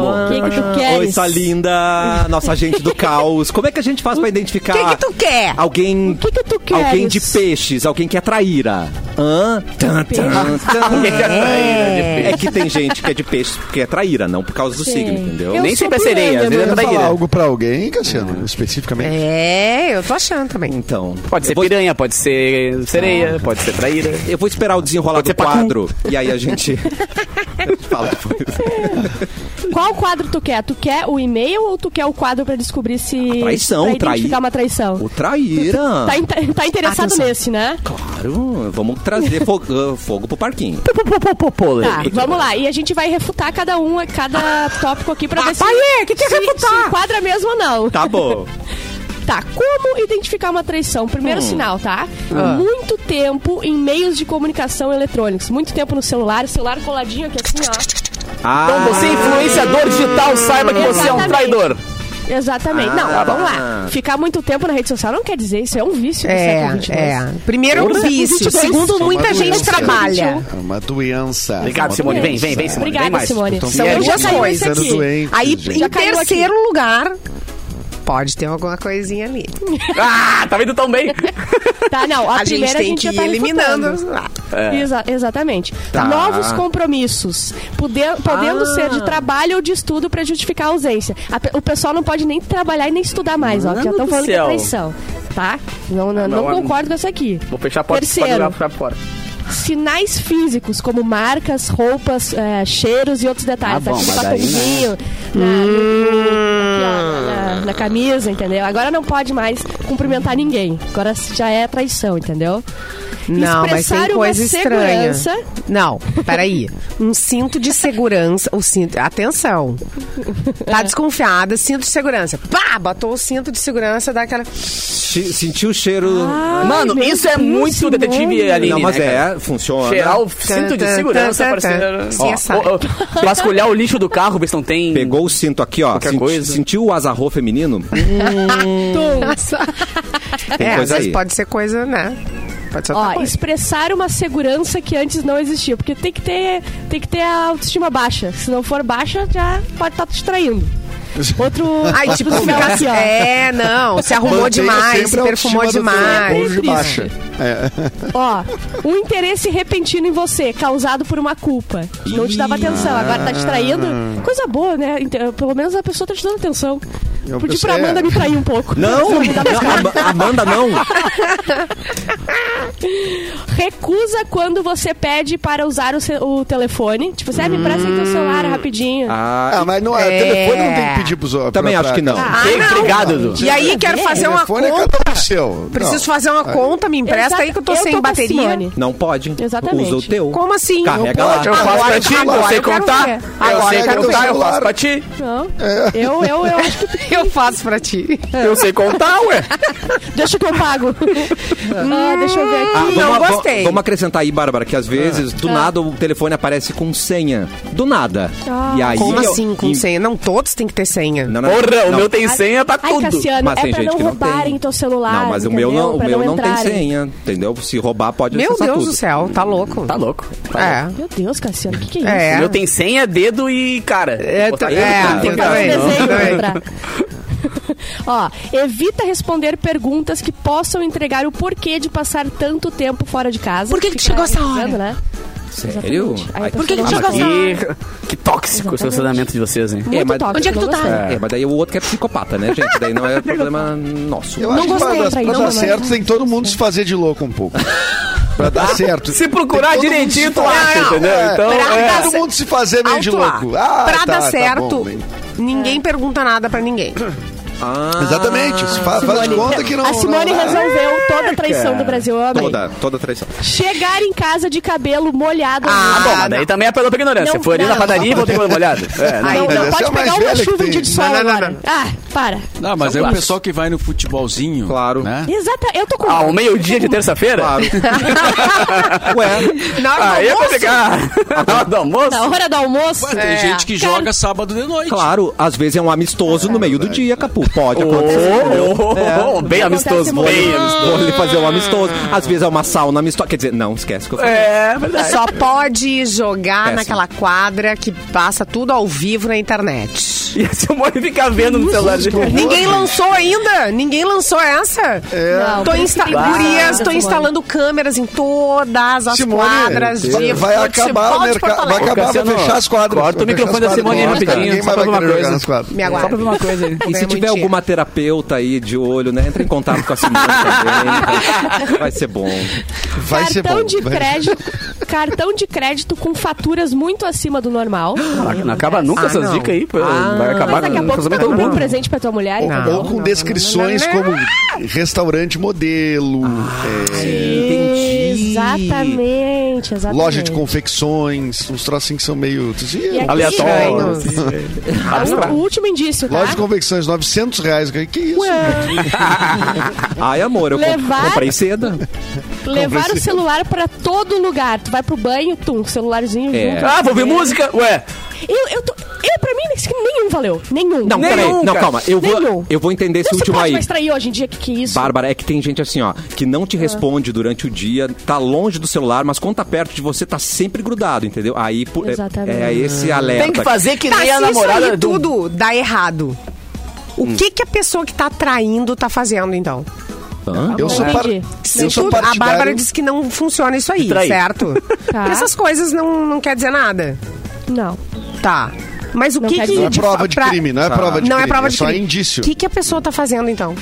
[SPEAKER 5] O que que tu
[SPEAKER 1] Oi,
[SPEAKER 5] queres?
[SPEAKER 1] sua linda! Nossa agente do caos. Como é que a gente faz pra identificar?
[SPEAKER 8] que que tu quer?
[SPEAKER 1] Alguém.
[SPEAKER 5] O que que tu queres?
[SPEAKER 1] Alguém de peixes, alguém que é traíra. Hã? Tan, tan, tan. É que tem gente que é de peixes porque é traíra, não por causa do signo, entendeu?
[SPEAKER 5] Eu
[SPEAKER 3] Nem
[SPEAKER 5] sou
[SPEAKER 3] sempre é sereia, às
[SPEAKER 5] piranga,
[SPEAKER 3] vezes é
[SPEAKER 5] mano.
[SPEAKER 7] Quer falar
[SPEAKER 3] traíra.
[SPEAKER 7] algo pra alguém, Cassiano? Especificamente?
[SPEAKER 2] É, eu tô achando também.
[SPEAKER 1] Então.
[SPEAKER 3] Pode ser
[SPEAKER 1] eu vou,
[SPEAKER 3] piranha, pode ser sereia, pode ser traíra.
[SPEAKER 1] eu vou esperar o desenrolar
[SPEAKER 3] Pode
[SPEAKER 1] do
[SPEAKER 3] ser pacu.
[SPEAKER 1] quadro e aí a gente. Fala depois.
[SPEAKER 5] Qual quadro tu quer? Tu quer o e-mail ou tu quer o quadro pra descobrir se.
[SPEAKER 1] traição,
[SPEAKER 5] pra
[SPEAKER 1] traí-
[SPEAKER 5] identificar uma traição?
[SPEAKER 1] O Ah. traíra.
[SPEAKER 5] Tá, in- tá interessado
[SPEAKER 2] Atenção.
[SPEAKER 5] nesse, né?
[SPEAKER 1] Claro, vamos trazer fogo, fogo pro parquinho.
[SPEAKER 5] Tá, vamos lá. E a gente vai refutar cada um, cada tópico aqui pra ver se,
[SPEAKER 8] Papai, que que é
[SPEAKER 5] se,
[SPEAKER 8] refutar?
[SPEAKER 5] se enquadra mesmo ou não.
[SPEAKER 1] Tá bom.
[SPEAKER 5] Tá, como identificar uma traição?
[SPEAKER 1] Hum.
[SPEAKER 5] Primeiro sinal, tá?
[SPEAKER 1] Ah.
[SPEAKER 5] Muito tempo em meios de comunicação eletrônicos. Muito tempo no celular, o celular coladinho aqui assim, ó.
[SPEAKER 1] Ah,
[SPEAKER 3] Então você, influenciador digital, saiba que você é um
[SPEAKER 5] Exatamente.
[SPEAKER 3] traidor.
[SPEAKER 5] Exatamente. não,
[SPEAKER 1] Ah.
[SPEAKER 5] vamos lá. Ficar muito tempo na rede social não quer dizer isso, é um vício do
[SPEAKER 2] É,
[SPEAKER 5] século XXI.
[SPEAKER 2] é. Primeiro
[SPEAKER 5] Porra.
[SPEAKER 2] vício,
[SPEAKER 5] 22.
[SPEAKER 2] segundo muita gente
[SPEAKER 7] doença.
[SPEAKER 2] trabalha.
[SPEAKER 1] um.
[SPEAKER 7] É uma doença.
[SPEAKER 3] Obrigado,
[SPEAKER 7] Uma
[SPEAKER 3] Simone. Vem,
[SPEAKER 7] doença.
[SPEAKER 3] vem, vem, Simone.
[SPEAKER 5] Obrigada,
[SPEAKER 3] vem mais.
[SPEAKER 5] Simone.
[SPEAKER 7] Então,
[SPEAKER 2] São
[SPEAKER 7] vieram
[SPEAKER 2] duas
[SPEAKER 7] doentes,
[SPEAKER 2] coisas.
[SPEAKER 7] sendo doentes,
[SPEAKER 2] Aí,
[SPEAKER 7] gente.
[SPEAKER 2] em
[SPEAKER 5] Já caiu aqui.
[SPEAKER 2] terceiro lugar, pode ter alguma coisinha ali.
[SPEAKER 3] Ah, tá vendo tão bem?
[SPEAKER 5] Tá, não. A,
[SPEAKER 2] A
[SPEAKER 5] primeira
[SPEAKER 2] gente tem que
[SPEAKER 5] já
[SPEAKER 2] ir
[SPEAKER 5] tá
[SPEAKER 2] eliminando. Ah,
[SPEAKER 5] refutando.
[SPEAKER 3] É.
[SPEAKER 5] Exa- exatamente.
[SPEAKER 1] Tá.
[SPEAKER 5] Novos compromissos, poder- podendo ser
[SPEAKER 3] Ah.
[SPEAKER 5] de trabalho ou de estudo para justificar a ausência. A pe- o pessoal não pode nem trabalhar e nem estudar mais, ó. que Já
[SPEAKER 3] Mano
[SPEAKER 5] estão
[SPEAKER 3] do
[SPEAKER 5] falando que é
[SPEAKER 3] céu. Ah,
[SPEAKER 5] traição. Tá? Não,
[SPEAKER 3] Não,
[SPEAKER 5] não, não
[SPEAKER 3] eu-
[SPEAKER 5] concordo com essa aqui.
[SPEAKER 3] Vou fechar a porta
[SPEAKER 5] Terceiro.
[SPEAKER 3] pode jogar pra fora.
[SPEAKER 5] Sinais físicos, como marcas, roupas, eh, cheiros e outros detalhes.
[SPEAKER 3] Ah, bom,
[SPEAKER 5] Aquele
[SPEAKER 3] mas daí,
[SPEAKER 2] né?
[SPEAKER 5] batonzinho na, no- no- aqui, ó, na- na camisa, entendeu? Agora não pode mais cumprimentar ninguém. Agora já é traição, entendeu?
[SPEAKER 2] Não, mas
[SPEAKER 5] Expressar
[SPEAKER 2] tem
[SPEAKER 5] uma
[SPEAKER 2] coisa estranha.
[SPEAKER 5] segurança.
[SPEAKER 2] Não, peraí. Um cinto de segurança. O cinto. Atenção.
[SPEAKER 5] É.
[SPEAKER 2] Tá desconfiada, cinto de segurança. Pá, botou o cinto de segurança, dá aquela.
[SPEAKER 1] Che- Senti o cheiro.
[SPEAKER 5] Ah,
[SPEAKER 3] Mano,
[SPEAKER 5] meu
[SPEAKER 3] isso é
[SPEAKER 5] Deus,
[SPEAKER 3] muito
[SPEAKER 5] Simone.
[SPEAKER 3] detetive ali.
[SPEAKER 1] não, mas
[SPEAKER 3] né, cara?
[SPEAKER 1] é, funciona.
[SPEAKER 3] Cheirar o cinto de
[SPEAKER 2] Tan, tan,
[SPEAKER 3] segurança
[SPEAKER 2] tan,
[SPEAKER 3] pra ser.
[SPEAKER 2] tan. Sim,
[SPEAKER 3] Ó,
[SPEAKER 2] essa.
[SPEAKER 3] ó, ó, Vasculhar o lixo do carro, ver se não tem.
[SPEAKER 1] Pegou o cinto aqui, ó.
[SPEAKER 3] Qualquer
[SPEAKER 1] senti-
[SPEAKER 3] coisa.
[SPEAKER 1] Sentiu o azarro feminino? Tem
[SPEAKER 2] é, às
[SPEAKER 1] coisa
[SPEAKER 2] vezes
[SPEAKER 1] aí.
[SPEAKER 2] pode ser coisa, né? Pode ser outra
[SPEAKER 5] Ó,
[SPEAKER 2] coisa.
[SPEAKER 5] expressar uma segurança que antes não existia. Porque tem que ter, tem que ter a autoestima baixa. Se não for baixa, já pode estar te traindo. Outro.
[SPEAKER 2] Ai, tipo,
[SPEAKER 5] outro
[SPEAKER 2] ficar
[SPEAKER 5] sinal
[SPEAKER 2] assim,
[SPEAKER 5] aqui, ó.
[SPEAKER 2] É, não, se arrumou
[SPEAKER 7] Mantenha
[SPEAKER 2] demais,
[SPEAKER 7] sempre
[SPEAKER 2] se
[SPEAKER 7] a
[SPEAKER 2] perfumou
[SPEAKER 7] autoestima do
[SPEAKER 2] demais.
[SPEAKER 7] cônjuge baixa. É.
[SPEAKER 5] Ó, um interesse repentino em você, causado por uma culpa. Não te dava atenção, agora tá te traindo.
[SPEAKER 1] Ah.
[SPEAKER 5] Coisa boa, né? Inte- Pelo menos a pessoa tá te dando atenção.
[SPEAKER 7] Eu
[SPEAKER 5] Pedi pra
[SPEAKER 7] pensei,
[SPEAKER 5] Amanda
[SPEAKER 7] é.
[SPEAKER 5] me trair um pouco.
[SPEAKER 1] Então, Não,
[SPEAKER 5] Pra me dar mais
[SPEAKER 1] não,
[SPEAKER 5] calma.
[SPEAKER 1] Ama- Amanda não.
[SPEAKER 5] Recusa quando você pede para usar o, ce- o telefone. Tipo, você ah, me presta aí teu celular rapidinho.
[SPEAKER 1] Hum. Ah,
[SPEAKER 7] Ah, mas não, é. telefone não tem que pedir pros outros.
[SPEAKER 1] Também
[SPEAKER 7] pra-
[SPEAKER 1] acho que não.
[SPEAKER 7] pra-
[SPEAKER 3] Ei,
[SPEAKER 2] Ah, não.
[SPEAKER 3] Obrigado, Edu.
[SPEAKER 2] E aí, quero fazer uma
[SPEAKER 7] telefone é
[SPEAKER 2] conta.
[SPEAKER 7] cada um seu.
[SPEAKER 2] Preciso fazer uma conta, me empresta
[SPEAKER 5] Exata-
[SPEAKER 2] aí que eu tô
[SPEAKER 5] eu
[SPEAKER 2] sem
[SPEAKER 5] tô com a
[SPEAKER 2] bateria.
[SPEAKER 5] Simone.
[SPEAKER 1] Não pode.
[SPEAKER 5] Exatamente.
[SPEAKER 1] Usa o teu.
[SPEAKER 2] Como assim?
[SPEAKER 1] Carrega lá.
[SPEAKER 3] Eu faço pra ti, eu
[SPEAKER 2] Agora
[SPEAKER 3] sei
[SPEAKER 2] eu quero
[SPEAKER 3] contar.
[SPEAKER 2] ver.
[SPEAKER 3] Eu sei
[SPEAKER 7] eu quero
[SPEAKER 3] contar,
[SPEAKER 7] ver.
[SPEAKER 3] eu faço pra ti.
[SPEAKER 5] Não. Eu, eu, eu acho que.
[SPEAKER 2] Eu faço pra ti.
[SPEAKER 3] Eu sei contar, ué.
[SPEAKER 5] Deixa que eu pago. Ah, deixa eu ver aqui.
[SPEAKER 1] Ah, vamos,
[SPEAKER 2] Não
[SPEAKER 1] vamos-
[SPEAKER 2] gostei. Ah.
[SPEAKER 1] Vamos acrescentar aí, Bárbara,
[SPEAKER 3] Ah.
[SPEAKER 1] que às vezes, do nada, o telefone aparece com senha. Do nada. e aí,
[SPEAKER 2] Como
[SPEAKER 1] eu-
[SPEAKER 2] assim com
[SPEAKER 1] e-
[SPEAKER 2] senha? Não, todos têm que ter senha.
[SPEAKER 1] Não, não, não,
[SPEAKER 3] Porra, o
[SPEAKER 1] não.
[SPEAKER 3] meu tem senha pra
[SPEAKER 5] Ai,
[SPEAKER 3] tudo.
[SPEAKER 5] Cassiano,
[SPEAKER 1] Mas
[SPEAKER 5] é
[SPEAKER 1] tem
[SPEAKER 5] pra
[SPEAKER 1] gente
[SPEAKER 5] não
[SPEAKER 1] que não
[SPEAKER 5] roubarem
[SPEAKER 1] tem.
[SPEAKER 5] teu celular.
[SPEAKER 1] tá Não, mas o meu não, o
[SPEAKER 5] entendeu?
[SPEAKER 1] meu não,
[SPEAKER 5] Pra
[SPEAKER 1] tem
[SPEAKER 5] entrarem.
[SPEAKER 1] senha, entendeu? Se roubar, pode
[SPEAKER 2] Meu
[SPEAKER 1] acessar
[SPEAKER 2] Deus
[SPEAKER 1] tudo.
[SPEAKER 2] do céu, tá louco.
[SPEAKER 3] Tá louco. Tá louco.
[SPEAKER 2] É.
[SPEAKER 5] Meu Deus, Cassiano, o que, que é isso?
[SPEAKER 2] É.
[SPEAKER 3] O meu tem senha, dedo e cara.
[SPEAKER 2] É,
[SPEAKER 3] Botar
[SPEAKER 2] tá-
[SPEAKER 3] dedo,
[SPEAKER 2] é,
[SPEAKER 3] cara,
[SPEAKER 2] tem
[SPEAKER 3] botar-
[SPEAKER 5] Faz
[SPEAKER 2] também.
[SPEAKER 5] um desenho pra
[SPEAKER 2] Também.
[SPEAKER 5] entrar. Ó, evita responder perguntas que possam entregar o porquê de passar tanto tempo fora de casa.
[SPEAKER 8] Por que que tu
[SPEAKER 5] Ficar
[SPEAKER 8] chegou essa hora?
[SPEAKER 5] analisando, Né?
[SPEAKER 1] Sério?
[SPEAKER 5] Exatamente. Aí
[SPEAKER 1] Ai,
[SPEAKER 5] tá
[SPEAKER 8] Por que que
[SPEAKER 5] falando-
[SPEAKER 8] tu chegou essa hora?
[SPEAKER 3] Que, que tóxico esse relacionamento de vocês, hein?
[SPEAKER 5] Muito
[SPEAKER 1] É, mas-
[SPEAKER 5] tóxico,
[SPEAKER 8] Onde é que
[SPEAKER 5] não
[SPEAKER 8] tu tá?
[SPEAKER 5] gostei.
[SPEAKER 1] É, mas daí o outro que é psicopata, né, gente? Daí não é problema nosso.
[SPEAKER 7] Eu acho
[SPEAKER 5] gostei,
[SPEAKER 7] que pra, pra
[SPEAKER 5] traidor,
[SPEAKER 7] dar
[SPEAKER 5] mas-
[SPEAKER 7] certo tem todo mundo se fazer de louco um pouco. pra dar certo.
[SPEAKER 3] Se procurar
[SPEAKER 7] Tem todo mundo
[SPEAKER 3] direitinho,
[SPEAKER 7] se
[SPEAKER 3] tu
[SPEAKER 7] fazer.
[SPEAKER 3] acha,
[SPEAKER 7] É,
[SPEAKER 3] entendeu? Então,
[SPEAKER 2] pra
[SPEAKER 3] é.
[SPEAKER 2] dar
[SPEAKER 7] Todo
[SPEAKER 2] cer-
[SPEAKER 7] mundo se fazer meio de
[SPEAKER 2] Alto lá.
[SPEAKER 7] louco. Ah,
[SPEAKER 2] pra
[SPEAKER 7] tá,
[SPEAKER 2] dar
[SPEAKER 7] tá
[SPEAKER 2] certo,
[SPEAKER 7] bom, hein.
[SPEAKER 2] ninguém pergunta nada pra ninguém.
[SPEAKER 7] Exatamente. Se fa- Faz de conta que não.
[SPEAKER 5] a Simone
[SPEAKER 7] não-
[SPEAKER 5] resolveu toda a traição do Brasil. Eu amei.
[SPEAKER 1] Toda, toda traição.
[SPEAKER 5] Chegar em casa de cabelo molhado.
[SPEAKER 3] Ah, bom, mas
[SPEAKER 5] não.
[SPEAKER 3] daí também apelou pra ignorância.
[SPEAKER 5] Não,
[SPEAKER 3] Foi ali na
[SPEAKER 5] não.
[SPEAKER 3] padaria e voltei com a molhada. É, não.
[SPEAKER 5] Não,
[SPEAKER 7] Mas
[SPEAKER 5] não
[SPEAKER 7] essa é a
[SPEAKER 5] pode
[SPEAKER 7] mais
[SPEAKER 5] pegar uma
[SPEAKER 7] velha que
[SPEAKER 5] chuva um
[SPEAKER 7] tem.
[SPEAKER 5] dia de sol
[SPEAKER 6] Não, não, não,
[SPEAKER 5] agora.
[SPEAKER 6] não.
[SPEAKER 5] Ah, para.
[SPEAKER 4] Ah, mas
[SPEAKER 3] São
[SPEAKER 4] é o
[SPEAKER 3] clássicos.
[SPEAKER 4] pessoal que vai no futebolzinho.
[SPEAKER 1] Claro.
[SPEAKER 4] Né?
[SPEAKER 5] Exata, eu tô com.
[SPEAKER 3] Ah, um meio-dia de terça-feira?
[SPEAKER 1] Claro. Ué,
[SPEAKER 2] Na hora do
[SPEAKER 3] Aí eu vou
[SPEAKER 2] almoço?
[SPEAKER 3] pegar. Na hora do almoço?
[SPEAKER 5] Na hora do almoço.
[SPEAKER 4] Ué, tem
[SPEAKER 2] É.
[SPEAKER 4] gente que joga sábado de noite.
[SPEAKER 1] claro, às vezes é um amistoso no meio do dia, Capu. Pode
[SPEAKER 3] Ô,
[SPEAKER 1] acontecer.
[SPEAKER 3] ô, ô,
[SPEAKER 2] É.
[SPEAKER 3] bem amistoso,
[SPEAKER 5] muito.
[SPEAKER 3] bem amistoso.
[SPEAKER 1] Vou lhe fazer um amistoso. Às vezes é uma sauna amistosa. Quer dizer, não, esquece que eu falei.
[SPEAKER 3] É, verdade.
[SPEAKER 2] Só pode jogar
[SPEAKER 1] Péssimo.
[SPEAKER 2] naquela quadra que passa tudo ao vivo na internet.
[SPEAKER 3] E se eu morrer ficar vendo no celular de
[SPEAKER 2] Ninguém lançou ainda? Ninguém lançou essa?
[SPEAKER 7] É.
[SPEAKER 5] Não,
[SPEAKER 2] Tô
[SPEAKER 5] por isso
[SPEAKER 2] insta
[SPEAKER 5] que tem que
[SPEAKER 2] gurias, tô
[SPEAKER 5] Simone.
[SPEAKER 2] instalando câmeras em todas as
[SPEAKER 7] Simone,
[SPEAKER 2] quadras de
[SPEAKER 7] vai, vai
[SPEAKER 2] futebol
[SPEAKER 7] acabar o
[SPEAKER 2] de Porto
[SPEAKER 7] mercado. Vai
[SPEAKER 2] Alegre.
[SPEAKER 7] acabar, vai
[SPEAKER 3] Cassiano,
[SPEAKER 7] fechar as quadras.
[SPEAKER 3] corta o
[SPEAKER 7] Vai fechar
[SPEAKER 3] mostra
[SPEAKER 7] as
[SPEAKER 3] da Simone
[SPEAKER 7] quadras,
[SPEAKER 3] rapidinho,
[SPEAKER 7] ninguém
[SPEAKER 3] só pra
[SPEAKER 7] mais vai
[SPEAKER 3] ver uma
[SPEAKER 7] querer
[SPEAKER 3] coisa.
[SPEAKER 7] jogar nas quadras.
[SPEAKER 2] Me é. aguarda.
[SPEAKER 3] pra ver uma coisa aí.
[SPEAKER 1] E se
[SPEAKER 2] Vamos
[SPEAKER 1] tiver
[SPEAKER 2] mentir.
[SPEAKER 1] alguma terapeuta aí de olho, né? Entra em contato com a Simone também. Vai ser bom.
[SPEAKER 7] Vai ser
[SPEAKER 5] cartão
[SPEAKER 7] bom.
[SPEAKER 5] de
[SPEAKER 7] vai-
[SPEAKER 5] crédito. cartão de crédito com faturas muito acima do normal.
[SPEAKER 3] Não acaba nunca
[SPEAKER 2] Ah,
[SPEAKER 3] essas
[SPEAKER 2] não.
[SPEAKER 3] dicas aí, pô.
[SPEAKER 1] Ah,
[SPEAKER 3] vai acabar
[SPEAKER 5] Daqui a
[SPEAKER 3] com o
[SPEAKER 5] pouco
[SPEAKER 3] casamento
[SPEAKER 5] tu
[SPEAKER 3] é
[SPEAKER 5] vai
[SPEAKER 2] tá
[SPEAKER 3] todo
[SPEAKER 5] comprar um
[SPEAKER 3] mundo.
[SPEAKER 5] presente pra tua mulher
[SPEAKER 7] Ou,
[SPEAKER 5] e tal.
[SPEAKER 2] Não,
[SPEAKER 7] ou com
[SPEAKER 2] não,
[SPEAKER 7] descrições
[SPEAKER 2] não, não, não.
[SPEAKER 7] como restaurante modelo, é,
[SPEAKER 1] Entendi.
[SPEAKER 5] Exatamente, exatamente. É
[SPEAKER 7] loja de confecções, uns trocinhos que são meio.
[SPEAKER 5] E aqui-
[SPEAKER 3] Aleatório.
[SPEAKER 2] Estranhos.
[SPEAKER 5] Ah, o- O último indício, tá?
[SPEAKER 7] Loja de confecções, 900 reais. cara, Que isso?
[SPEAKER 1] Ai, amor, eu comp-
[SPEAKER 5] Levar-
[SPEAKER 1] comprei seda.
[SPEAKER 5] Levar o celular pra todo lugar. Tu vai pro banho, tum, celularzinho
[SPEAKER 1] É.
[SPEAKER 5] junto.
[SPEAKER 3] Ah, vou ver música? Ué,
[SPEAKER 5] Eu, eu, tô, eu, pra mim, isso que nenhum valeu. Nenhum.
[SPEAKER 1] Não,
[SPEAKER 5] nenhum.
[SPEAKER 1] peraí. Não,
[SPEAKER 3] cara.
[SPEAKER 1] calma. Eu vou,
[SPEAKER 5] Nenhum.
[SPEAKER 1] eu vou entender esse
[SPEAKER 5] Não se
[SPEAKER 1] último
[SPEAKER 5] pode
[SPEAKER 1] aí.
[SPEAKER 5] mais trair hoje em dia, que que é isso?
[SPEAKER 1] Bárbara, é que tem gente assim, ó, que não te responde durante o dia, tá longe do celular, mas quando tá perto de você, tá sempre grudado, entendeu? Aí pô, é-
[SPEAKER 5] Exatamente.
[SPEAKER 1] é esse alerta.
[SPEAKER 3] tem que fazer que
[SPEAKER 2] Tá, se
[SPEAKER 3] nem a
[SPEAKER 2] isso
[SPEAKER 3] namorada
[SPEAKER 2] aí
[SPEAKER 3] do... Hum.
[SPEAKER 2] tudo dá errado, o que que a pessoa que tá traindo tá fazendo, então?
[SPEAKER 1] Hã?
[SPEAKER 7] Eu sou, par...
[SPEAKER 5] Entendi.
[SPEAKER 7] eu sou
[SPEAKER 2] tudo- a
[SPEAKER 7] partidário.
[SPEAKER 2] Bárbara disse que não funciona isso aí,
[SPEAKER 3] Trair. Tá.
[SPEAKER 2] certo? Porque essas coisas não, não quer dizer nada.
[SPEAKER 5] Não.
[SPEAKER 2] Tá. Mas o
[SPEAKER 5] Não
[SPEAKER 2] que
[SPEAKER 5] quer
[SPEAKER 2] que...
[SPEAKER 5] dizer.
[SPEAKER 7] Não é
[SPEAKER 5] de-
[SPEAKER 7] prova de
[SPEAKER 2] pra-
[SPEAKER 7] crime, não é prova de
[SPEAKER 2] Não
[SPEAKER 7] crime.
[SPEAKER 2] é prova de
[SPEAKER 7] só
[SPEAKER 2] crime.
[SPEAKER 7] indício.
[SPEAKER 2] O que, que a pessoa tá fazendo, então?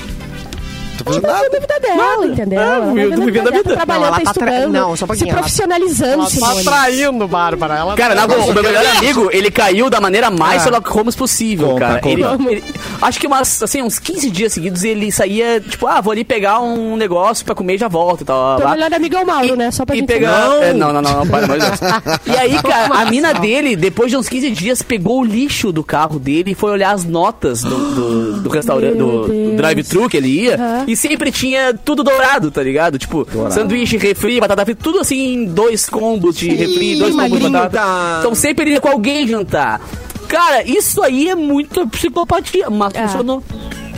[SPEAKER 7] Tô fazendo
[SPEAKER 5] Tá vivendo a
[SPEAKER 7] nada.
[SPEAKER 5] vida dela, entendeu? Ela
[SPEAKER 3] eu tô
[SPEAKER 5] tá
[SPEAKER 3] vivendo a vida.
[SPEAKER 5] dela, Tá trabalhando,
[SPEAKER 2] Não, ela
[SPEAKER 5] tá,
[SPEAKER 2] tá tra-
[SPEAKER 5] estudando.
[SPEAKER 2] não, só um pouquinho,
[SPEAKER 5] Se
[SPEAKER 2] ela-
[SPEAKER 5] profissionalizando, Simone.
[SPEAKER 2] traindo, Bárbara. Ela
[SPEAKER 3] Cara, na boa, o meu melhor amigo, ele caiu da maneira mais Sherlock Holmes possível,
[SPEAKER 1] Ah. Conta,
[SPEAKER 3] cara. Ele-
[SPEAKER 1] conta.
[SPEAKER 3] ele- acho que umas, assim, uns 15 dias seguidos ele saía, tipo, ah, vou ali pegar um negócio pra comer e já volto e tal.
[SPEAKER 5] Teu
[SPEAKER 3] lá.
[SPEAKER 5] melhor amigo é o Mauro, né? Só pra
[SPEAKER 3] tá- e
[SPEAKER 5] gente...
[SPEAKER 3] pegar...
[SPEAKER 5] entender.
[SPEAKER 3] É, Não, não, não, não, para, mas... E aí, cara, a mina dele, depois de uns 15 dias, pegou o lixo do carro dele e foi olhar as notas do, do, do restaurante, do, do drive-thru que ele ia, e sempre tinha tudo dourado, tá ligado? Tipo, sanduíche, refri, batata frita, tudo assim, dois combos de refri, dois combos de
[SPEAKER 1] magrinho.
[SPEAKER 3] batata. Então sempre ele ia com alguém jantar. Cara, isso aí é muita psicopatia, mas
[SPEAKER 5] É.
[SPEAKER 3] funcionou.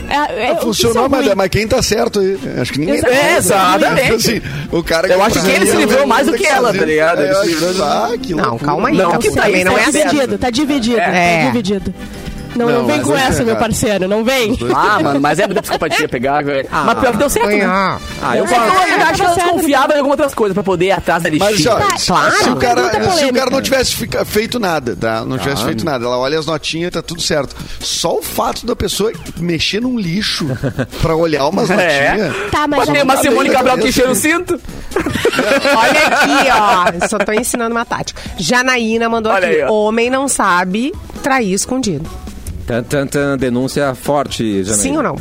[SPEAKER 5] É, é, o que
[SPEAKER 7] Ah, Funcionou,
[SPEAKER 5] são
[SPEAKER 7] mas,
[SPEAKER 5] ruim.
[SPEAKER 7] mas quem tá certo aí? Acho que
[SPEAKER 2] É,
[SPEAKER 7] ninguém tá
[SPEAKER 5] Exatamente.
[SPEAKER 7] certo.
[SPEAKER 3] Exatamente.
[SPEAKER 7] Assim, o cara
[SPEAKER 3] Eu acho que ele se
[SPEAKER 7] é
[SPEAKER 3] livrou mais do que ela, tá ligado? Ele
[SPEAKER 7] Ele
[SPEAKER 3] se
[SPEAKER 7] um Ah, que
[SPEAKER 2] Não,
[SPEAKER 7] loucura.
[SPEAKER 2] calma aí.
[SPEAKER 3] Não,
[SPEAKER 2] Capu,
[SPEAKER 3] que tá
[SPEAKER 2] também
[SPEAKER 3] aí,
[SPEAKER 2] não
[SPEAKER 3] tá
[SPEAKER 2] é
[SPEAKER 5] Tá
[SPEAKER 3] certo.
[SPEAKER 2] assim.
[SPEAKER 5] dividido, tá dividido,
[SPEAKER 2] É.
[SPEAKER 5] tá dividido. Não, não
[SPEAKER 7] Não,
[SPEAKER 5] vem
[SPEAKER 7] mas
[SPEAKER 5] com
[SPEAKER 7] é
[SPEAKER 5] essa, meu
[SPEAKER 7] errado.
[SPEAKER 5] parceiro, não vem.
[SPEAKER 3] Ah, mano, mas é muita psicopatia pegar, velho. mas pior que deu certo, né?
[SPEAKER 2] Ah,
[SPEAKER 1] Ah, eu
[SPEAKER 3] Eu, falo,
[SPEAKER 1] falo.
[SPEAKER 3] eu acho que ela
[SPEAKER 5] Tá certo,
[SPEAKER 3] desconfiava em algumas outras coisas pra poder ir atrás da lixinha.
[SPEAKER 7] Mas ó, se, o
[SPEAKER 5] Pergunta
[SPEAKER 7] cara, se o
[SPEAKER 5] polêmica.
[SPEAKER 7] cara não tivesse fica- feito nada, tá? Não tivesse feito nada. Ela olha as notinhas, tá tudo certo. Só o fato da pessoa mexer num lixo pra olhar umas
[SPEAKER 3] É.
[SPEAKER 7] notinhas.
[SPEAKER 5] Tá, mas...
[SPEAKER 3] Mas tem
[SPEAKER 5] já-
[SPEAKER 3] uma
[SPEAKER 7] tá
[SPEAKER 3] Simone
[SPEAKER 7] bem,
[SPEAKER 3] Cabral
[SPEAKER 7] tá
[SPEAKER 3] que
[SPEAKER 7] bem.
[SPEAKER 3] cheira o cinto.
[SPEAKER 2] Olha aqui, ó. Só tô ensinando uma tática. Janaína mandou
[SPEAKER 3] Olha
[SPEAKER 2] aqui.
[SPEAKER 3] aí, ó.
[SPEAKER 2] Homem não sabe trair escondido.
[SPEAKER 1] Tan, tan, tan, denúncia forte, Janaína.
[SPEAKER 2] Sim ou não?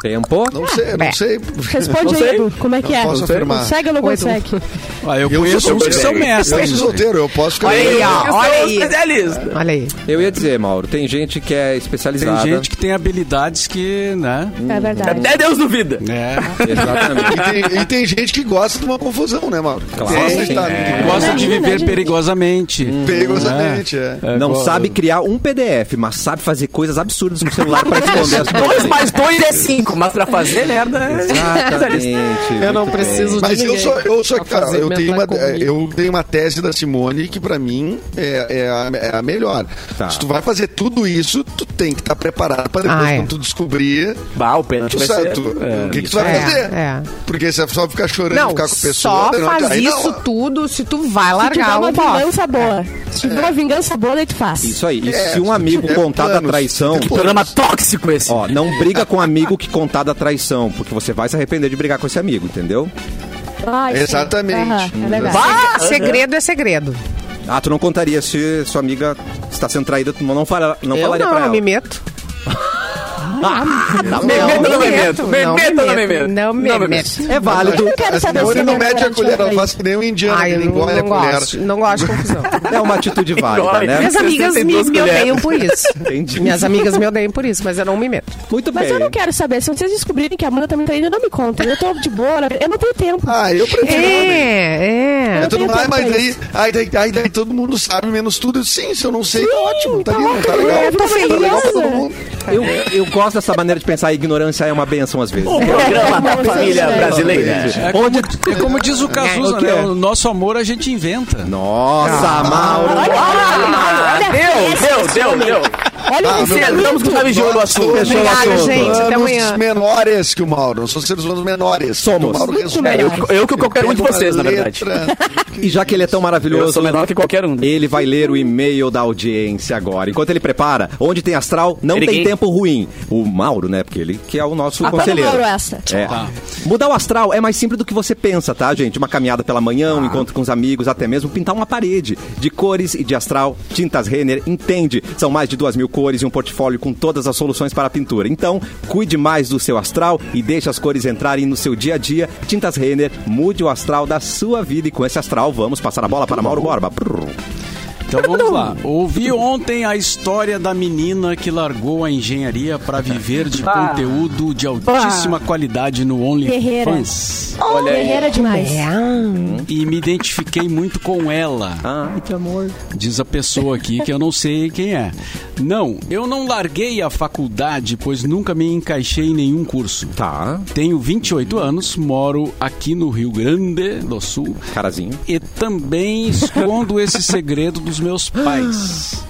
[SPEAKER 1] Tempo?
[SPEAKER 7] Não sei,
[SPEAKER 2] É.
[SPEAKER 7] não sei.
[SPEAKER 5] Responde
[SPEAKER 3] Não sei.
[SPEAKER 5] aí, Edu, como é que é?
[SPEAKER 7] posso afirmar.
[SPEAKER 5] Consegue ou não É
[SPEAKER 2] Oi, Edu.
[SPEAKER 5] consegue?
[SPEAKER 4] Ah, eu,
[SPEAKER 7] Eu
[SPEAKER 4] conheço
[SPEAKER 7] sou
[SPEAKER 4] uns que são
[SPEAKER 7] solteiro. Eu
[SPEAKER 4] mestres.
[SPEAKER 7] sou solteiro, eu posso ficar.
[SPEAKER 2] Olha aí, ó. Olha aí.
[SPEAKER 3] Especialista.
[SPEAKER 2] Olha aí.
[SPEAKER 1] Eu ia dizer, Mauro, tem gente que é
[SPEAKER 4] Tem
[SPEAKER 1] especializada.
[SPEAKER 4] gente que tem habilidades que, né?
[SPEAKER 5] É verdade.
[SPEAKER 3] Até Deus duvida.
[SPEAKER 4] É.
[SPEAKER 1] Exatamente.
[SPEAKER 7] E tem, e tem gente que gosta de uma confusão, né, Mauro?
[SPEAKER 1] Claro.
[SPEAKER 7] Gosta de
[SPEAKER 1] Tem.
[SPEAKER 7] estar
[SPEAKER 1] É.
[SPEAKER 4] Gosta de
[SPEAKER 5] Imagina,
[SPEAKER 4] viver
[SPEAKER 5] gente.
[SPEAKER 4] perigosamente.
[SPEAKER 7] Hum. Perigosamente, é.
[SPEAKER 1] Não
[SPEAKER 4] go-
[SPEAKER 1] sabe criar um PDF, mas sabe fazer coisas absurdas com o celular pra esconder as
[SPEAKER 3] Dois
[SPEAKER 1] coisas.
[SPEAKER 3] mais dois é cinco, mas pra fazer merda é...
[SPEAKER 1] Exatamente.
[SPEAKER 6] Eu não
[SPEAKER 1] muito bem.
[SPEAKER 6] preciso de
[SPEAKER 7] Mas eu
[SPEAKER 6] ninguém
[SPEAKER 7] sou, eu sou
[SPEAKER 6] pra
[SPEAKER 7] cara,
[SPEAKER 6] fazer
[SPEAKER 7] eu tenho, uma, é,
[SPEAKER 6] inventar comigo.
[SPEAKER 7] eu tenho uma tese da Simone que pra mim é, é, a, é a melhor.
[SPEAKER 1] Tá.
[SPEAKER 7] Se tu vai fazer tudo isso, tu tem que estar preparado pra depois,
[SPEAKER 2] Ah, é.
[SPEAKER 7] quando tu descobrir,
[SPEAKER 3] Bah, o pênalti
[SPEAKER 7] tu
[SPEAKER 3] vai
[SPEAKER 7] sabe
[SPEAKER 3] ser...
[SPEAKER 7] tu-
[SPEAKER 3] É.
[SPEAKER 7] o que, que tu vai
[SPEAKER 2] É,
[SPEAKER 7] fazer.
[SPEAKER 2] é.
[SPEAKER 7] Porque se é só ficar chorando e
[SPEAKER 2] Não,
[SPEAKER 7] ficar com a pessoa. né,
[SPEAKER 2] só
[SPEAKER 7] não,
[SPEAKER 2] faz
[SPEAKER 7] aí não.
[SPEAKER 2] isso tudo se tu vai
[SPEAKER 5] Se tiver
[SPEAKER 2] largar
[SPEAKER 5] uma
[SPEAKER 2] o bofe.
[SPEAKER 5] vingança boa. Se tiver uma vingança boa, daí tu faz.
[SPEAKER 1] Isso aí. E
[SPEAKER 7] É,
[SPEAKER 1] se um amigo
[SPEAKER 7] é
[SPEAKER 1] contar da
[SPEAKER 7] planos.
[SPEAKER 1] traição.
[SPEAKER 7] Que
[SPEAKER 3] Programa tóxico esse.
[SPEAKER 1] Ó, não briga com um amigo que contar da traição, porque você vai se arrepender de brigar com esse amigo, entendeu?
[SPEAKER 5] Ah, isso aí.
[SPEAKER 7] Exatamente.
[SPEAKER 5] Aham, é verdade.
[SPEAKER 2] Ah, segredo é segredo.
[SPEAKER 1] Ah, tu não contaria se sua amiga está sendo traída, tu não, fala, não
[SPEAKER 2] Eu
[SPEAKER 1] falaria
[SPEAKER 2] não,
[SPEAKER 1] pra
[SPEAKER 2] eu
[SPEAKER 1] ela.
[SPEAKER 2] me meto. Não,
[SPEAKER 3] Memento, não memento. Memento, não memento.
[SPEAKER 2] Não
[SPEAKER 3] Não
[SPEAKER 2] me
[SPEAKER 3] memento.
[SPEAKER 2] meto.
[SPEAKER 1] É válido.
[SPEAKER 5] Eu quero saber
[SPEAKER 7] Não,
[SPEAKER 5] se
[SPEAKER 7] ele não mede a
[SPEAKER 5] garante
[SPEAKER 7] colher,
[SPEAKER 5] outra
[SPEAKER 7] não
[SPEAKER 5] aí.
[SPEAKER 7] faz que nem o indiano,
[SPEAKER 2] Ai, Ah, eu
[SPEAKER 7] ele
[SPEAKER 2] não,
[SPEAKER 7] engole a
[SPEAKER 2] não
[SPEAKER 7] colher.
[SPEAKER 2] gosto. Não gosto de confusão.
[SPEAKER 1] É uma atitude válida,
[SPEAKER 3] Engole.
[SPEAKER 1] né?
[SPEAKER 2] Minhas amigas me,
[SPEAKER 3] 62
[SPEAKER 2] me
[SPEAKER 3] colheres.
[SPEAKER 2] odeiam por isso.
[SPEAKER 1] Entendi.
[SPEAKER 2] Minhas amigas me odeiam por isso, mas eu não me meto.
[SPEAKER 1] Muito
[SPEAKER 5] Mas
[SPEAKER 1] bem.
[SPEAKER 5] eu não quero saber. Se vocês descobrirem que a Amanda também tá indo, não me contem. Eu tô de boa, na- eu não tenho tempo.
[SPEAKER 7] Ah, eu prefiro homem.
[SPEAKER 2] É,
[SPEAKER 7] É
[SPEAKER 2] é.
[SPEAKER 7] todo
[SPEAKER 5] tenho
[SPEAKER 7] mundo, ah,
[SPEAKER 5] tempo
[SPEAKER 7] mas
[SPEAKER 5] pra
[SPEAKER 7] daí, aí, daí, aí, daí todo mundo sabe, menos tudo. Eu, Sim, se eu não sei, tá ótimo, tá lindo, tá legal.
[SPEAKER 5] é,
[SPEAKER 7] tá
[SPEAKER 5] tô feliz.
[SPEAKER 7] legal pra todo mundo.
[SPEAKER 1] Eu, eu gosto dessa maneira de pensar. A ignorância é uma benção às vezes.
[SPEAKER 3] O programa da família brasileira.
[SPEAKER 4] É como, é como diz o Cazuza,
[SPEAKER 1] O quê?
[SPEAKER 4] né? O nosso amor a gente inventa.
[SPEAKER 1] Nossa, Mauro.
[SPEAKER 3] Ah, deu, deu, deu, deu.
[SPEAKER 7] Ah,
[SPEAKER 5] Olha o
[SPEAKER 3] Encerramos com chave de ouro tá o assunto.
[SPEAKER 1] Fechou o
[SPEAKER 2] Obrigado,
[SPEAKER 1] assunto.
[SPEAKER 2] gente. Até
[SPEAKER 7] Humanos
[SPEAKER 2] amanhã.
[SPEAKER 7] menores que o Mauro. São seres humanos menores.
[SPEAKER 1] Somos.
[SPEAKER 7] O Mauro resume.
[SPEAKER 3] É, eu, eu que qualquer um de vocês, na verdade.
[SPEAKER 1] E já que ele é tão
[SPEAKER 3] Eu
[SPEAKER 1] maravilhoso, então
[SPEAKER 3] sou menor que qualquer um.
[SPEAKER 1] ele vai ler o e-mail da audiência agora. Enquanto ele prepara, onde tem astral, não
[SPEAKER 3] Ele
[SPEAKER 1] tem
[SPEAKER 3] quem?
[SPEAKER 1] tempo ruim. O Mauro, né? Porque ele que é o nosso
[SPEAKER 5] Ah, tá
[SPEAKER 1] conselheiro.
[SPEAKER 5] do Mauro essa.
[SPEAKER 1] É. Mudar o astral é mais simples do que você pensa, tá, gente? Uma caminhada pela manhã, um encontro com os amigos, até mesmo pintar uma parede. De cores e de astral, Tintas Renner entende. São mais de duas mil cores e um portfólio com todas as soluções para a pintura. Então, cuide mais do seu astral e deixe as cores entrarem no seu dia a dia. Tintas Renner, mude o astral da sua vida. E com esse astral, vamos passar a bola para Mauro Borba. Prrr.
[SPEAKER 4] Então vamos lá. Ouvi ontem a história da menina que largou a engenharia para viver de conteúdo de altíssima qualidade no OnlyFans.
[SPEAKER 5] Olha Guerreira demais.
[SPEAKER 2] É,
[SPEAKER 4] E me identifiquei muito com ela.
[SPEAKER 1] Ai, que amor.
[SPEAKER 4] Diz a pessoa aqui que eu não sei quem é. Não, eu não larguei a faculdade, pois nunca me encaixei em nenhum curso.
[SPEAKER 1] Tá,
[SPEAKER 4] Tenho 28 anos, moro aqui no Rio Grande do Sul
[SPEAKER 1] carazinho.
[SPEAKER 4] e também escondo esse segredo dos meus pais.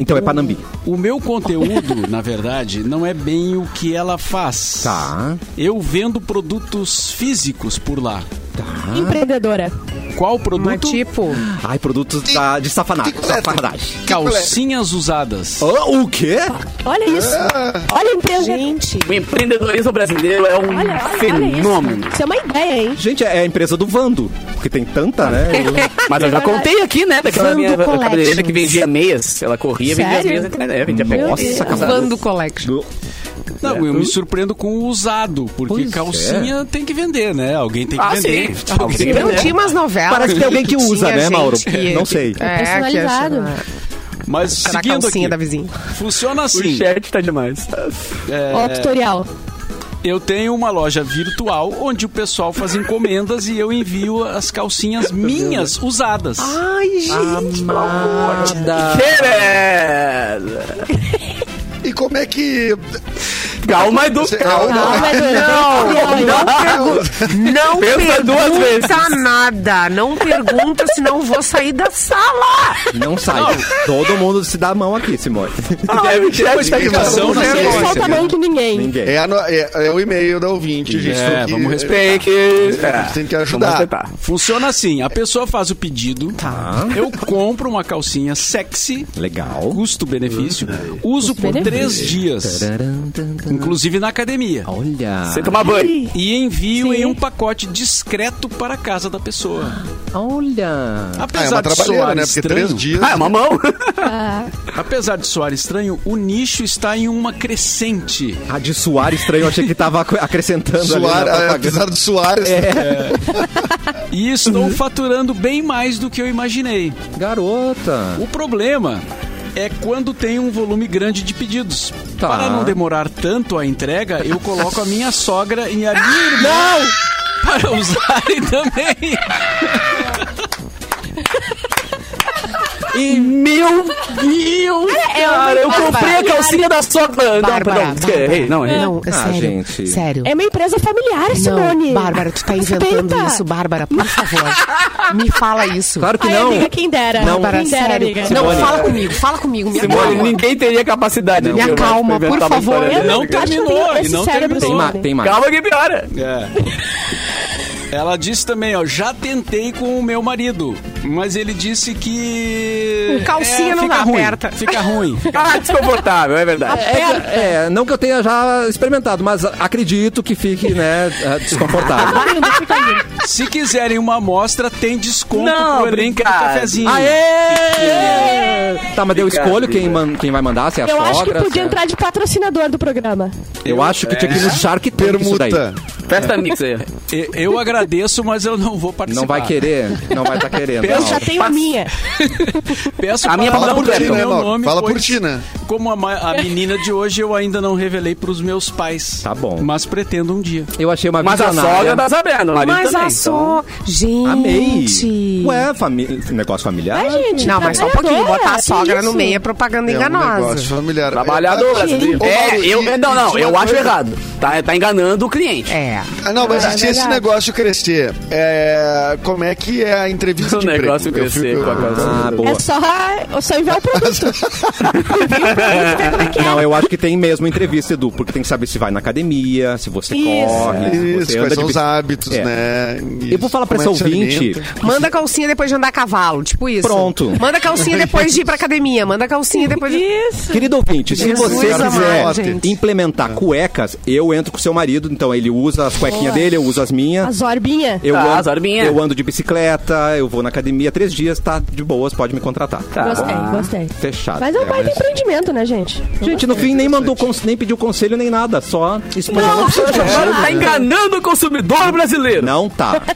[SPEAKER 1] Então é Panambi.
[SPEAKER 4] O meu conteúdo, na verdade, não é bem o que ela faz.
[SPEAKER 1] Tá.
[SPEAKER 4] Eu vendo produtos físicos por lá.
[SPEAKER 2] Ah.
[SPEAKER 5] Empreendedora.
[SPEAKER 4] Qual produto?
[SPEAKER 2] Mas tipo,
[SPEAKER 1] Ai, produtos da- de safanagem. Safanagem.
[SPEAKER 4] Calcinhas usadas.
[SPEAKER 1] Ah, o quê?
[SPEAKER 5] Olha isso. Olha a empresa.
[SPEAKER 2] gente.
[SPEAKER 3] O empreendedorismo brasileiro é um
[SPEAKER 5] Olha, olha, olha
[SPEAKER 3] fenômeno.
[SPEAKER 5] isso. Isso é uma ideia, hein?
[SPEAKER 1] Gente, é a empresa do Vando. Porque tem tanta, né?
[SPEAKER 3] Mas eu
[SPEAKER 5] É
[SPEAKER 3] já contei aqui, né? Daquela
[SPEAKER 5] Vando
[SPEAKER 3] minha cabeleireira
[SPEAKER 5] Collections.
[SPEAKER 3] que vendia meias. Ela corria, vendia as
[SPEAKER 5] Sério?
[SPEAKER 3] meias. É, vendia pegada.
[SPEAKER 1] Nossa, cara.
[SPEAKER 2] Vando Collection.
[SPEAKER 4] Não, eu me surpreendo com o usado, porque
[SPEAKER 1] Pois
[SPEAKER 4] calcinha tem que vender, né? Alguém tem que
[SPEAKER 3] Ah,
[SPEAKER 4] vender.
[SPEAKER 3] sim.
[SPEAKER 4] Alguém
[SPEAKER 3] Sim.
[SPEAKER 4] tem-
[SPEAKER 2] Não tinha umas novelas.
[SPEAKER 1] Parece que tem alguém que usa,
[SPEAKER 2] tinha
[SPEAKER 1] né,
[SPEAKER 2] gente
[SPEAKER 1] Mauro?
[SPEAKER 2] que-
[SPEAKER 1] Não sei.
[SPEAKER 2] É,
[SPEAKER 5] Personalizado.
[SPEAKER 2] que acha-
[SPEAKER 4] Mas
[SPEAKER 2] Será a
[SPEAKER 4] seguindo
[SPEAKER 2] calcinha
[SPEAKER 4] aqui,
[SPEAKER 2] da vizinha?
[SPEAKER 4] funciona
[SPEAKER 3] O
[SPEAKER 4] assim.
[SPEAKER 3] chat tá demais.
[SPEAKER 5] Ó, o tutorial.
[SPEAKER 4] Eu tenho uma loja virtual onde o pessoal faz encomendas e eu envio as calcinhas minhas usadas.
[SPEAKER 7] Ah.
[SPEAKER 3] Que merda.
[SPEAKER 7] E como é que.
[SPEAKER 3] Calma, Edu.
[SPEAKER 7] Você-
[SPEAKER 3] Calma.
[SPEAKER 5] Não, mas não. Não,
[SPEAKER 2] Não
[SPEAKER 3] Pensa
[SPEAKER 2] pergunta
[SPEAKER 3] duas vezes.
[SPEAKER 2] nada. Não pergunta, senão vou sair da sala.
[SPEAKER 1] Não sai. Todo mundo se dá a mão aqui, Simone.
[SPEAKER 3] Deve ter uma
[SPEAKER 4] explicação
[SPEAKER 3] é
[SPEAKER 4] na
[SPEAKER 5] Ninguém solta a mão que ninguém.
[SPEAKER 1] Ninguém.
[SPEAKER 7] É, a no- é- é o e-mail da ouvinte, gente.
[SPEAKER 4] É,
[SPEAKER 7] Tem que-
[SPEAKER 4] vamos respeitar.
[SPEAKER 3] Tem que esperar.
[SPEAKER 7] Tem que
[SPEAKER 3] Vamos
[SPEAKER 7] ajudar.
[SPEAKER 3] tentar.
[SPEAKER 4] Funciona assim, a pessoa faz o pedido, eu compro uma calcinha sexy,
[SPEAKER 1] Legal.
[SPEAKER 4] custo-benefício, uso por três dias, inclusive na academia,
[SPEAKER 1] Olha.
[SPEAKER 3] Sem tomar banho.
[SPEAKER 4] e envio em um pacote discreto para a casa da pessoa.
[SPEAKER 1] Olha.
[SPEAKER 7] Ah, é
[SPEAKER 4] Apesar
[SPEAKER 7] uma
[SPEAKER 4] de soar
[SPEAKER 7] trabalheira, né? Porque três
[SPEAKER 4] estranho,
[SPEAKER 7] dias.
[SPEAKER 3] Ah, é uma mão.
[SPEAKER 4] apesar de soar estranho, o nicho está em uma crescente.
[SPEAKER 1] A de suar estranho, eu achei que tava ac- acrescentando
[SPEAKER 7] Suar,
[SPEAKER 1] ali na
[SPEAKER 7] é,
[SPEAKER 1] propaganda.
[SPEAKER 7] apesar de suar,
[SPEAKER 4] E estou
[SPEAKER 7] Uhum.
[SPEAKER 4] faturando bem mais do que eu imaginei.
[SPEAKER 1] Garota.
[SPEAKER 4] O problema é quando tem um volume grande de pedidos.
[SPEAKER 1] Tá.
[SPEAKER 4] Para não demorar tanto a entrega, eu coloco a minha sogra e a minha irmã para usarem também.
[SPEAKER 3] E meu Deus,
[SPEAKER 5] É,
[SPEAKER 3] cara, eu comprei a calcinha da sogra. Não,
[SPEAKER 2] Bárbara,
[SPEAKER 3] perdão,
[SPEAKER 2] Bárbara.
[SPEAKER 3] errei, não, errei.
[SPEAKER 2] Não, é
[SPEAKER 1] Ah,
[SPEAKER 2] sério.
[SPEAKER 1] gente.
[SPEAKER 2] Sério.
[SPEAKER 5] É uma empresa familiar, Simone.
[SPEAKER 2] Não, Bárbara, tu tá inventando
[SPEAKER 5] Respeita.
[SPEAKER 2] isso, Bárbara, por favor. Me fala isso.
[SPEAKER 1] Claro que
[SPEAKER 5] Ai,
[SPEAKER 1] não.
[SPEAKER 5] amiga, quem dera.
[SPEAKER 1] Não.
[SPEAKER 5] quem
[SPEAKER 2] Bárbara,
[SPEAKER 5] dera,
[SPEAKER 2] sério.
[SPEAKER 5] amiga.
[SPEAKER 2] Não,
[SPEAKER 1] Simone.
[SPEAKER 2] fala comigo, fala comigo, me
[SPEAKER 3] Simone,
[SPEAKER 2] acalma.
[SPEAKER 3] ninguém teria capacidade. de
[SPEAKER 2] Me
[SPEAKER 3] inventar
[SPEAKER 2] acalma,
[SPEAKER 3] uma
[SPEAKER 2] por
[SPEAKER 3] história
[SPEAKER 2] favor.
[SPEAKER 3] dessa.
[SPEAKER 5] Eu
[SPEAKER 4] Não
[SPEAKER 5] acho que eu
[SPEAKER 4] terminou,
[SPEAKER 5] tenho
[SPEAKER 4] e não
[SPEAKER 3] né?
[SPEAKER 5] esse cérebro,
[SPEAKER 4] terminou.
[SPEAKER 1] Tem, ma
[SPEAKER 5] Simone.
[SPEAKER 1] tem mais.
[SPEAKER 3] Calma que piora.
[SPEAKER 4] É. Ela disse também, ó, já tentei com o meu marido, mas ele disse que. É,
[SPEAKER 2] O calcinha não
[SPEAKER 4] fica
[SPEAKER 2] dá,
[SPEAKER 4] ruim,
[SPEAKER 2] aperta.
[SPEAKER 4] Fica ruim.
[SPEAKER 3] Ah, desconfortável, é verdade.
[SPEAKER 8] É, não que eu tenha já experimentado, mas acredito que fique, né,
[SPEAKER 1] é,
[SPEAKER 8] eh, desconfortável.
[SPEAKER 5] Tá
[SPEAKER 4] Se quiserem uma amostra, tem desconto
[SPEAKER 3] Não,
[SPEAKER 4] pro elenco do
[SPEAKER 3] brincar.
[SPEAKER 4] cafezinho.
[SPEAKER 2] Ah, é?
[SPEAKER 3] Aê!
[SPEAKER 8] Tá, mas eu escolho quem, man- quem vai mandar, se é a
[SPEAKER 5] Eu
[SPEAKER 8] sogra.
[SPEAKER 5] acho que
[SPEAKER 8] se
[SPEAKER 5] podia
[SPEAKER 8] é-
[SPEAKER 5] entrar de patrocinador do programa.
[SPEAKER 8] Eu acho que tinha que ir no Shark Tank isso daí.
[SPEAKER 7] É. Permuta.
[SPEAKER 3] Festa mix aí.
[SPEAKER 4] E- Eu agradeço, mas eu não vou participar.
[SPEAKER 8] Não vai querer, não
[SPEAKER 1] tá
[SPEAKER 8] vai estar querendo.
[SPEAKER 5] Eu
[SPEAKER 4] Pensa- Não,
[SPEAKER 5] já tenho a minha.
[SPEAKER 4] Peço
[SPEAKER 3] A minha
[SPEAKER 4] para
[SPEAKER 3] fala
[SPEAKER 4] não
[SPEAKER 3] por ti,
[SPEAKER 4] dizer
[SPEAKER 7] né,
[SPEAKER 4] meu
[SPEAKER 7] Mauro?
[SPEAKER 4] nome,
[SPEAKER 7] Fala por
[SPEAKER 4] pois
[SPEAKER 7] ti, né?
[SPEAKER 4] Como a, ma- a menina de hoje, eu ainda não revelei pros meus pais.
[SPEAKER 8] Tá bom.
[SPEAKER 4] Mas pretendo um dia.
[SPEAKER 8] Eu achei uma
[SPEAKER 3] Mas a
[SPEAKER 8] visionária.
[SPEAKER 3] sogra tá sabendo, o marido
[SPEAKER 2] Mas
[SPEAKER 3] também.
[SPEAKER 2] a só. Gente.
[SPEAKER 1] Amei. Ué, fami... negócio familiar.
[SPEAKER 5] Ai, gente,
[SPEAKER 2] Não, mas só um pouquinho.
[SPEAKER 5] trabalhadora,
[SPEAKER 2] Botar a
[SPEAKER 5] que
[SPEAKER 2] sogra
[SPEAKER 5] isso?
[SPEAKER 2] no meio é propaganda
[SPEAKER 7] É um negócio
[SPEAKER 2] enganosa.
[SPEAKER 7] familiar.
[SPEAKER 3] Trabalhadora.
[SPEAKER 7] É,
[SPEAKER 3] essa- É,
[SPEAKER 7] Mauro,
[SPEAKER 3] eu,
[SPEAKER 7] e-
[SPEAKER 3] não, não,
[SPEAKER 7] e
[SPEAKER 3] eu
[SPEAKER 7] uma
[SPEAKER 3] acho
[SPEAKER 7] coisa-
[SPEAKER 3] errado. Tá, tá enganando o cliente.
[SPEAKER 2] É.
[SPEAKER 7] Ah, não, mas
[SPEAKER 5] É
[SPEAKER 7] se esse
[SPEAKER 5] verdade.
[SPEAKER 7] negócio crescer, é, como é que é a entrevista
[SPEAKER 3] O
[SPEAKER 7] de
[SPEAKER 3] negócio
[SPEAKER 7] emprego? Eu
[SPEAKER 3] crescer
[SPEAKER 7] fico-
[SPEAKER 3] com a calcinha.
[SPEAKER 8] Ah, boa.
[SPEAKER 5] É só, é só enviar o produto.
[SPEAKER 1] Não, eu acho que tem mesmo entrevista, Edu, porque tem que saber se vai na academia, se você
[SPEAKER 3] É,
[SPEAKER 1] corre, se
[SPEAKER 7] Isso,
[SPEAKER 1] você
[SPEAKER 7] quais
[SPEAKER 1] anda de
[SPEAKER 7] são os
[SPEAKER 1] bici-
[SPEAKER 7] hábitos,
[SPEAKER 1] É.
[SPEAKER 7] né?
[SPEAKER 1] Eu vou falar pra
[SPEAKER 7] Como é
[SPEAKER 1] essa
[SPEAKER 7] que se
[SPEAKER 1] ouvinte.
[SPEAKER 7] alimenta.
[SPEAKER 2] Manda calcinha depois de andar a cavalo, tipo isso.
[SPEAKER 1] Pronto.
[SPEAKER 2] Manda calcinha depois de ir pra academia. Manda calcinha depois de.
[SPEAKER 5] Isso.
[SPEAKER 1] Querido ouvinte, se
[SPEAKER 2] Jesus
[SPEAKER 1] você
[SPEAKER 2] amado,
[SPEAKER 1] quiser
[SPEAKER 2] gente.
[SPEAKER 7] Ah.
[SPEAKER 1] implementar cuecas, eu entro com seu marido, então ele usa as cuequinhas dele, eu uso as minhas.
[SPEAKER 5] As orbinhas.
[SPEAKER 1] Eu,
[SPEAKER 3] Tá,
[SPEAKER 1] ando,
[SPEAKER 3] as arminhas.
[SPEAKER 1] eu ando de bicicleta, eu vou na academia três dias, tá de boas, pode me contratar.
[SPEAKER 3] Tá.
[SPEAKER 5] Gostei, gostei.
[SPEAKER 1] Fechado.
[SPEAKER 5] Mas é um baita empreendimento, né, gente?
[SPEAKER 1] Gente, no fim nem mandou, conse- nem pediu conselho nem nada, só expôs a
[SPEAKER 3] Não,
[SPEAKER 1] opção.
[SPEAKER 2] É.
[SPEAKER 3] agora tá enganando o consumidor brasileiro.
[SPEAKER 1] Não tá.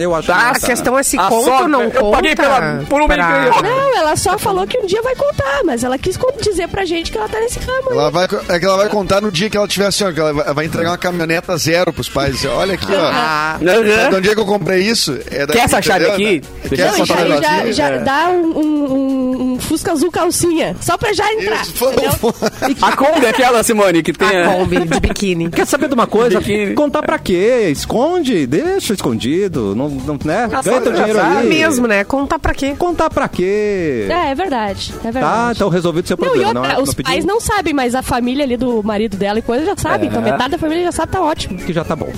[SPEAKER 1] Eu acho
[SPEAKER 3] Tá,
[SPEAKER 1] que não
[SPEAKER 2] A
[SPEAKER 1] tá.
[SPEAKER 2] questão é se
[SPEAKER 3] A
[SPEAKER 2] conta
[SPEAKER 3] sogra,
[SPEAKER 2] ou não
[SPEAKER 3] eu
[SPEAKER 2] conta.
[SPEAKER 3] paguei pela- por um
[SPEAKER 2] pra-
[SPEAKER 3] brinquedo.
[SPEAKER 5] Não, ela só falou que um dia vai contar, mas ela quis con- dizer pra gente que ela tá nesse ramo.
[SPEAKER 7] Ela vai, é que ela vai contar no dia que ela tiver assim, ó, que ela vai- vai entregar uma caminhoneta zero pros pais. Dizer, Olha aqui, ó.
[SPEAKER 2] Ah,
[SPEAKER 7] Sabe de
[SPEAKER 3] Aham.
[SPEAKER 7] onde é que eu comprei isso? É da-
[SPEAKER 3] Quer essa chave
[SPEAKER 7] entendeu,
[SPEAKER 3] aqui?
[SPEAKER 7] né?
[SPEAKER 3] Deixa eu
[SPEAKER 7] Quer
[SPEAKER 3] um
[SPEAKER 5] Não,
[SPEAKER 7] essa
[SPEAKER 5] e já,
[SPEAKER 7] chave
[SPEAKER 5] e já,
[SPEAKER 7] aqui?
[SPEAKER 5] já dá um, um- um- um Fusca azul calcinha. Só pra já entrar.
[SPEAKER 7] Isso, foi-
[SPEAKER 5] entendeu?
[SPEAKER 7] foi-
[SPEAKER 3] A Kombi é aquela, Simone, que tem.
[SPEAKER 2] a
[SPEAKER 3] a-
[SPEAKER 2] Kombi de biquíni.
[SPEAKER 1] Quer saber de uma coisa?
[SPEAKER 3] Biquíni.
[SPEAKER 1] Contar pra quê? Esconde, deixa escondido, não, não né? Ganha
[SPEAKER 3] tá
[SPEAKER 1] teu dinheiro
[SPEAKER 2] É
[SPEAKER 1] ali.
[SPEAKER 2] mesmo, né? Contar pra quê?
[SPEAKER 1] Contar pra quê?
[SPEAKER 5] É, é verdade. É verdade.
[SPEAKER 1] Tá, então resolvido seu
[SPEAKER 5] Não, e
[SPEAKER 1] problema.
[SPEAKER 5] outra,
[SPEAKER 1] é-
[SPEAKER 5] os
[SPEAKER 1] pediu,
[SPEAKER 5] pais não sabem, mas a família ali do marido dela e coisa já sabe. Então metade da família já sabe, tá ótimo.
[SPEAKER 1] Que já tá bom.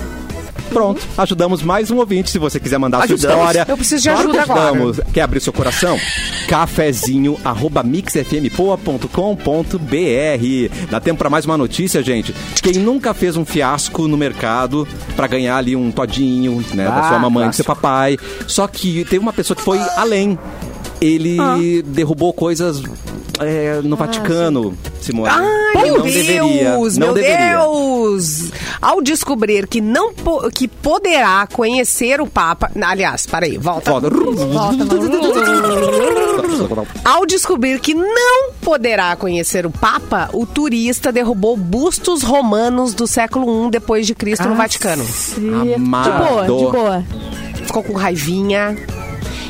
[SPEAKER 1] Pronto, ajudamos mais um ouvinte. Se você quiser mandar a sua
[SPEAKER 3] Ajudamos.
[SPEAKER 1] história.
[SPEAKER 2] Eu preciso de
[SPEAKER 1] Claro que
[SPEAKER 2] ajuda agora.
[SPEAKER 1] ajudamos. Quer abrir seu coração? Cafezinho arroba mixfmpoa.com.br. Dá tempo pra mais uma notícia, gente. Quem nunca fez um fiasco no mercado pra ganhar ali um todinho, né? da
[SPEAKER 3] Ah,
[SPEAKER 1] sua mamãe, do
[SPEAKER 3] clássico.
[SPEAKER 1] seu papai. Só que teve uma pessoa que foi além. Ele
[SPEAKER 2] Ah.
[SPEAKER 1] derrubou coisas é, no Vaticano, Simone.
[SPEAKER 2] Ai,
[SPEAKER 1] Ele
[SPEAKER 2] meu
[SPEAKER 1] não
[SPEAKER 2] Deus,
[SPEAKER 1] deveria, não
[SPEAKER 2] meu
[SPEAKER 1] deveria.
[SPEAKER 2] Deus! Ao descobrir que não po- que poderá conhecer o Papa, aliás, peraí, volta.
[SPEAKER 1] Volta.
[SPEAKER 2] Ao descobrir que não poderá conhecer o Papa, o turista derrubou bustos romanos do século I depois de Cristo
[SPEAKER 3] Ah,
[SPEAKER 2] no Vaticano.
[SPEAKER 5] De boa,
[SPEAKER 1] Amado.
[SPEAKER 5] de boa.
[SPEAKER 2] Ficou com raivinha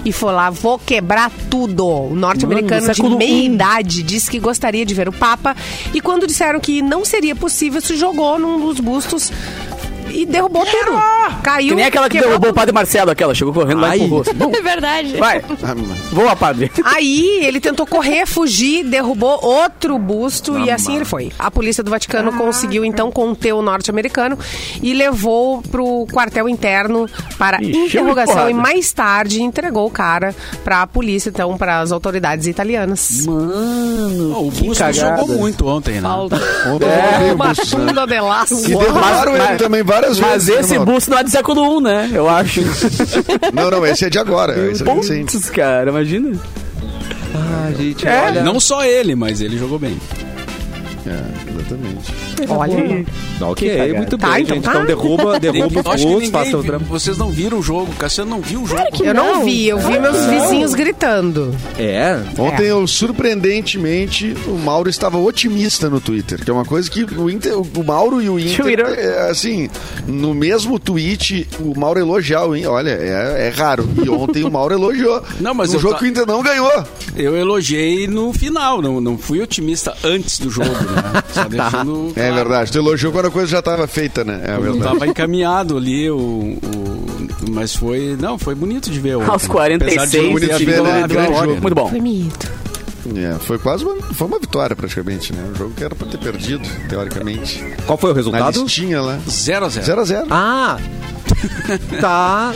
[SPEAKER 2] e foi lá, vou quebrar tudo. O norte-americano de
[SPEAKER 3] século um.
[SPEAKER 2] meia idade disse que gostaria de ver o Papa e quando disseram que não seria possível, se jogou num dos bustos e derrubou tudo. Caiu.
[SPEAKER 3] Ah! Que nem aquela que
[SPEAKER 2] quebrou
[SPEAKER 3] derrubou o padre Marcelo, aquela. Chegou correndo lá e
[SPEAKER 1] Ai.
[SPEAKER 3] empurrou. Bum.
[SPEAKER 5] É verdade.
[SPEAKER 3] Vai,
[SPEAKER 7] Ah,
[SPEAKER 3] voa, padre.
[SPEAKER 2] Aí ele tentou correr, fugir, derrubou outro busto e assim ele foi. A polícia do Vaticano conseguiu então conter o norte-americano e levou pro quartel interno para
[SPEAKER 8] é
[SPEAKER 3] Ih, chama de
[SPEAKER 2] interrogação
[SPEAKER 3] porrada.
[SPEAKER 2] e mais tarde entregou o cara pra polícia, então para as autoridades italianas.
[SPEAKER 4] Ó, o Busto jogou muito ontem, né?
[SPEAKER 7] É,
[SPEAKER 2] Uma
[SPEAKER 7] Busto, né?
[SPEAKER 2] bunda de laço.
[SPEAKER 7] E derrubaram
[SPEAKER 3] Mas-
[SPEAKER 7] ele também várias
[SPEAKER 3] Mas
[SPEAKER 7] vezes. né,
[SPEAKER 3] esse
[SPEAKER 7] Mauro?
[SPEAKER 3] busto não é do século I, né? Eu acho.
[SPEAKER 7] Não, não, esse é de agora. Esse é recente.
[SPEAKER 3] Putz, cara, imagina.
[SPEAKER 2] né?
[SPEAKER 4] Não só ele, mas ele jogou bem.
[SPEAKER 7] É, exatamente.
[SPEAKER 2] Olha,
[SPEAKER 1] Ok, muito
[SPEAKER 2] Tá,
[SPEAKER 1] bem,
[SPEAKER 2] então
[SPEAKER 1] gente.
[SPEAKER 2] tá.
[SPEAKER 1] Então derruba, derruba
[SPEAKER 4] Eu acho que
[SPEAKER 1] os
[SPEAKER 4] ninguém
[SPEAKER 1] faça o
[SPEAKER 4] viu.
[SPEAKER 1] trampo.
[SPEAKER 4] Vocês não viram o jogo, o Cassiano não viu o jogo.
[SPEAKER 5] que
[SPEAKER 2] eu não,
[SPEAKER 5] não.
[SPEAKER 2] vi, eu vi meus vizinhos gritando.
[SPEAKER 1] É,
[SPEAKER 7] Ontem eu, surpreendentemente, o Mauro estava otimista no Twitter, que é uma coisa que o, Inter- o Mauro e o Inter,
[SPEAKER 3] Twitter.
[SPEAKER 7] é, assim, no mesmo tweet, o Mauro elogiar o Inter. Olha, é, é raro. E ontem o Mauro elogiou.
[SPEAKER 4] Não, mas
[SPEAKER 7] um
[SPEAKER 4] eu
[SPEAKER 7] jogo
[SPEAKER 4] ta-
[SPEAKER 7] que o Inter não ganhou. É
[SPEAKER 4] Eu elogiei no final, não, não fui otimista antes do jogo, né? Só deixando
[SPEAKER 7] É
[SPEAKER 4] claro.
[SPEAKER 7] verdade, tu elogiou quando a coisa já estava feita, né? É
[SPEAKER 4] Não
[SPEAKER 7] verdade.
[SPEAKER 4] tava encaminhado ali, o, o- mas foi. Não, foi bonito de ver. ontem.
[SPEAKER 3] Aos
[SPEAKER 4] Apesar de ser
[SPEAKER 3] 46,
[SPEAKER 4] um
[SPEAKER 7] bonito
[SPEAKER 4] bonito de
[SPEAKER 7] ver,
[SPEAKER 4] ver,
[SPEAKER 7] né?
[SPEAKER 4] uma
[SPEAKER 7] Grande
[SPEAKER 4] vitória.
[SPEAKER 7] jogo.
[SPEAKER 3] muito bom.
[SPEAKER 7] É, foi quase uma, foi uma vitória, praticamente, né? Um jogo que era pra ter perdido, teoricamente.
[SPEAKER 1] qual foi o
[SPEAKER 7] Na
[SPEAKER 1] resultado?
[SPEAKER 4] É.
[SPEAKER 7] listinha lá.
[SPEAKER 4] Zero a zero.
[SPEAKER 7] 0x0.
[SPEAKER 1] Ah,
[SPEAKER 8] tá.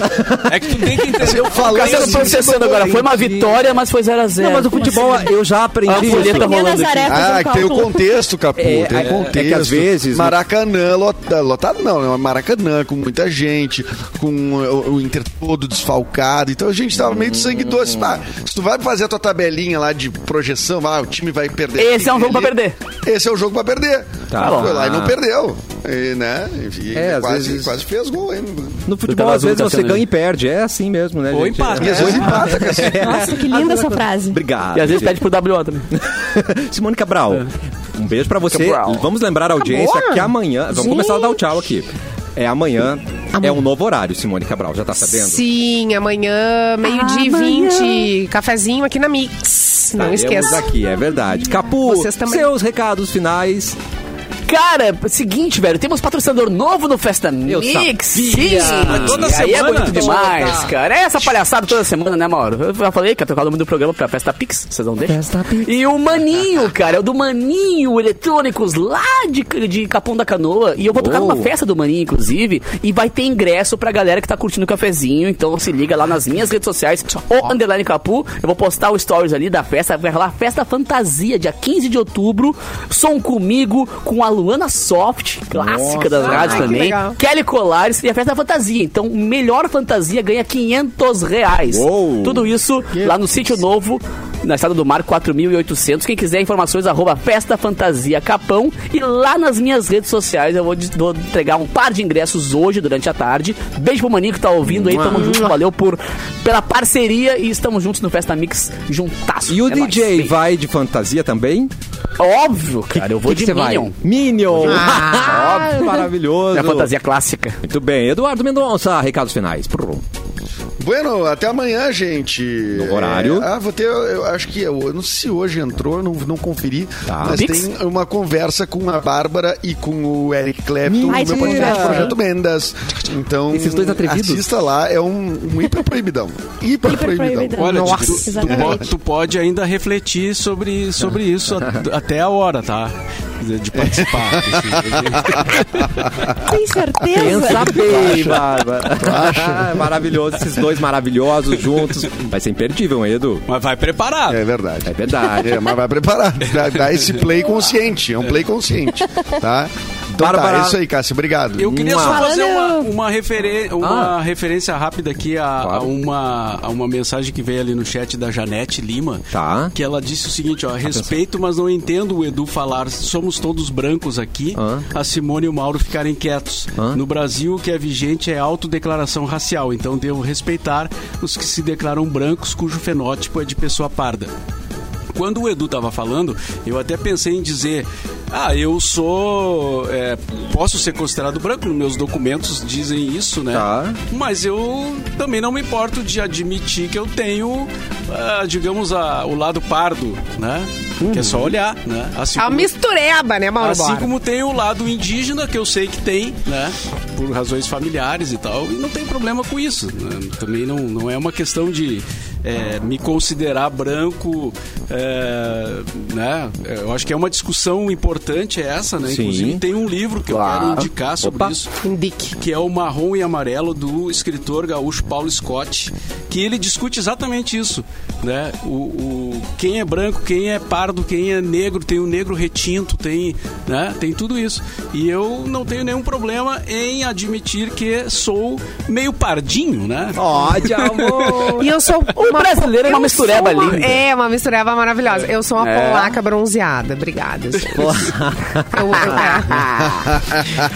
[SPEAKER 4] É que tu tem que entender o
[SPEAKER 3] O
[SPEAKER 7] falando
[SPEAKER 3] Cassiano
[SPEAKER 7] assim,
[SPEAKER 3] tá processando agora. Foi uma vitória, mas foi 0x0.
[SPEAKER 8] Não, mas o
[SPEAKER 1] assim?
[SPEAKER 8] futebol, eu já
[SPEAKER 3] A
[SPEAKER 8] aprendi. isso.
[SPEAKER 3] folheta rolando aqui.
[SPEAKER 5] Nazaré
[SPEAKER 7] Ah, que tem o contexto, Capu.
[SPEAKER 3] É,
[SPEAKER 7] tem
[SPEAKER 1] é,
[SPEAKER 7] o contexto.
[SPEAKER 1] é que às vezes-
[SPEAKER 7] Maracanã lota- lotado, não, é Maracanã com muita gente, com uh, o, o Inter todo desfalcado. Então a gente tava meio de sangue doce. Ah, se tu vai fazer a tua tabelinha lá de projeção, ah, o time vai perder.
[SPEAKER 3] Esse é um
[SPEAKER 7] aquele
[SPEAKER 3] jogo pra
[SPEAKER 7] ali. Esse é o jogo pra perder.
[SPEAKER 8] Tá.
[SPEAKER 7] Foi lá e não perdeu. E, né? Enfim,
[SPEAKER 8] É, às
[SPEAKER 7] quase,
[SPEAKER 8] vezes-
[SPEAKER 7] quase fez gol, hein? mano?
[SPEAKER 8] No futebol, às vezes, você ganha e perde. É assim mesmo, né,
[SPEAKER 4] Ou
[SPEAKER 8] gente?
[SPEAKER 1] É.
[SPEAKER 4] empata.
[SPEAKER 7] E às vezes empata, cara.
[SPEAKER 5] Nossa, que linda essa frase.
[SPEAKER 1] Obrigado.
[SPEAKER 3] E às vezes
[SPEAKER 1] gente.
[SPEAKER 3] pede pro WO também.
[SPEAKER 8] Simone Cabral, um beijo pra você.
[SPEAKER 3] Cabral.
[SPEAKER 8] Vamos lembrar a audiência que amanhã. Vamos começar a dar o tchau aqui. É amanhã. É um novo horário, Simone Cabral, já tá sabendo?
[SPEAKER 2] Sim, amanhã, meio-dia e 20, cafezinho aqui na Mix. Não
[SPEAKER 8] Estaremos
[SPEAKER 2] esqueça.
[SPEAKER 8] aqui, é verdade. Capu,
[SPEAKER 2] Vocês também.
[SPEAKER 8] seus recados finais.
[SPEAKER 3] Cara, seguinte, velho, temos patrocinador novo no Festa Mix. Sim,
[SPEAKER 4] Mas toda
[SPEAKER 3] e aí é
[SPEAKER 4] semana?
[SPEAKER 3] bonito demais, cara. É essa palhaçada toda semana, né, Mauro? Eu já falei que é trocar o nome do programa pra Festa Pix, vocês não deixam? Festa Pix. E o Maninho, cara, é o do Maninho Eletrônicos, lá de, de Capão da Canoa. E eu vou tocar numa festa do Maninho, inclusive, e vai ter ingresso pra galera que tá curtindo o cafezinho. Então se liga lá nas minhas redes sociais, o Underline Capu. Eu vou postar o stories ali da festa. Vai rolar Festa Fantasia, dia 15 de outubro. Som comigo, com a Luana Soft, clássica das rádios
[SPEAKER 2] Ai, que
[SPEAKER 3] também.
[SPEAKER 2] legal.
[SPEAKER 3] Kelly Colares e a festa da fantasia. Então, melhor fantasia ganha 500 reais.
[SPEAKER 1] Uou.
[SPEAKER 3] Tudo isso lá no Sítio Novo, na Estrada do Mar, 4.800. Quem quiser informações, arroba Festa Fantasia Capão. E lá nas minhas redes sociais, eu vou, de- vou entregar um par de ingressos hoje, durante a tarde. Beijo pro Maninho que tá ouvindo aí. Tamo junto, valeu por, pela parceria e estamos juntos no Festa Mix, juntasso.
[SPEAKER 8] E o
[SPEAKER 3] É nóis.
[SPEAKER 8] DJ
[SPEAKER 3] Beijo.
[SPEAKER 8] vai de fantasia também?
[SPEAKER 3] Óbvio, cara, eu vou
[SPEAKER 8] Que que
[SPEAKER 3] de
[SPEAKER 8] você vai?
[SPEAKER 3] Minion.
[SPEAKER 8] Minion!
[SPEAKER 2] Ah,
[SPEAKER 8] Maravilhoso!
[SPEAKER 3] É a fantasia clássica.
[SPEAKER 8] Muito bem. Eduardo Mendonça, recados finais. Prrr.
[SPEAKER 7] Bueno, até amanhã, gente.
[SPEAKER 8] No horário.
[SPEAKER 7] É, ah, vou ter, eu acho que, é, eu não sei se hoje entrou, não, não conferi,
[SPEAKER 8] Tá.
[SPEAKER 7] mas
[SPEAKER 3] Pix?
[SPEAKER 7] tem uma conversa com a Bárbara e com o Eric Clapton
[SPEAKER 8] Mentira.
[SPEAKER 7] no meu podcast Projeto Mendas. Então,
[SPEAKER 8] Esses dois atrevidos.
[SPEAKER 7] assista lá, é um, um hiper proibidão. Hiper proibidão.
[SPEAKER 5] proibidão.
[SPEAKER 4] Olha, tu-
[SPEAKER 5] Nossa,
[SPEAKER 7] tipo,
[SPEAKER 4] tu, tu,
[SPEAKER 5] exatamente.
[SPEAKER 4] po- tu pode ainda refletir sobre, sobre isso a- até a hora, tá? De- De participar. assim,
[SPEAKER 5] Tem certeza?
[SPEAKER 8] Pensa bem, Bárbara. Ah, Maravilhoso, esses dois maravilhosos juntos. Vai ser imperdível, hein, Edu?
[SPEAKER 4] Mas vai preparado.
[SPEAKER 7] É verdade.
[SPEAKER 8] É verdade.
[SPEAKER 7] É, mas vai preparar. Dá, dá esse play consciente. É um play consciente. Tá? Então
[SPEAKER 8] Bárbara.
[SPEAKER 7] tá, é isso aí, Cássio. Obrigado.
[SPEAKER 4] Eu queria só
[SPEAKER 8] Mua.
[SPEAKER 4] fazer uma,
[SPEAKER 5] Falando-
[SPEAKER 4] uma, referen- uma referência rápida aqui a, a
[SPEAKER 8] Claro.
[SPEAKER 4] uma, a uma mensagem que veio ali no chat da Janete Lima.
[SPEAKER 8] Tá.
[SPEAKER 4] Que ela disse o seguinte, ó. Respeito, mas não entendo o Edu falar somos todos brancos aqui.
[SPEAKER 8] Ah.
[SPEAKER 4] A Simone e o Mauro ficarem quietos.
[SPEAKER 8] Ah.
[SPEAKER 4] No Brasil, o que é vigente é autodeclaração racial. Então devo respeitar os que se declaram brancos cujo fenótipo é de pessoa parda. Quando o Edu tava falando, eu até pensei em dizer: Ah, eu sou. é, posso ser considerado branco, meus documentos dizem isso, né?
[SPEAKER 8] Tá.
[SPEAKER 4] Mas eu também não me importo de admitir que eu tenho, ah, digamos, a- o lado pardo, né? Que é só olhar, né? Assim,
[SPEAKER 2] É uma
[SPEAKER 4] como,
[SPEAKER 2] mistureba, né, Mauro?
[SPEAKER 4] assim
[SPEAKER 2] Bora?
[SPEAKER 4] como tem o lado indígena, que eu sei que tem, né? Por razões familiares e tal, e não tem problema com isso. né? Também não, não é uma questão de é, me considerar branco, é, né? Eu acho que é uma discussão importante essa, né?
[SPEAKER 8] Sim.
[SPEAKER 4] Inclusive tem um livro que eu quero indicar sobre isso
[SPEAKER 2] Indique.
[SPEAKER 4] que é o Marrom e Amarelo do escritor gaúcho Paulo Scott, que ele discute exatamente isso, né? O, o- quem é branco, quem é pardo, quem é negro, tem o negro retinto, tem, né? Tem tudo isso. E eu não tenho nenhum problema em admitir que sou meio pardinho, né?
[SPEAKER 8] Ódio, amor!
[SPEAKER 2] E eu sou
[SPEAKER 3] O brasileiro é uma
[SPEAKER 2] eu sou
[SPEAKER 3] mistureba
[SPEAKER 2] uma-
[SPEAKER 3] linda.
[SPEAKER 2] É, uma mistureba maravilhosa. Eu sou uma
[SPEAKER 3] É.
[SPEAKER 2] polaca bronzeada. Obrigada. gente. Eu,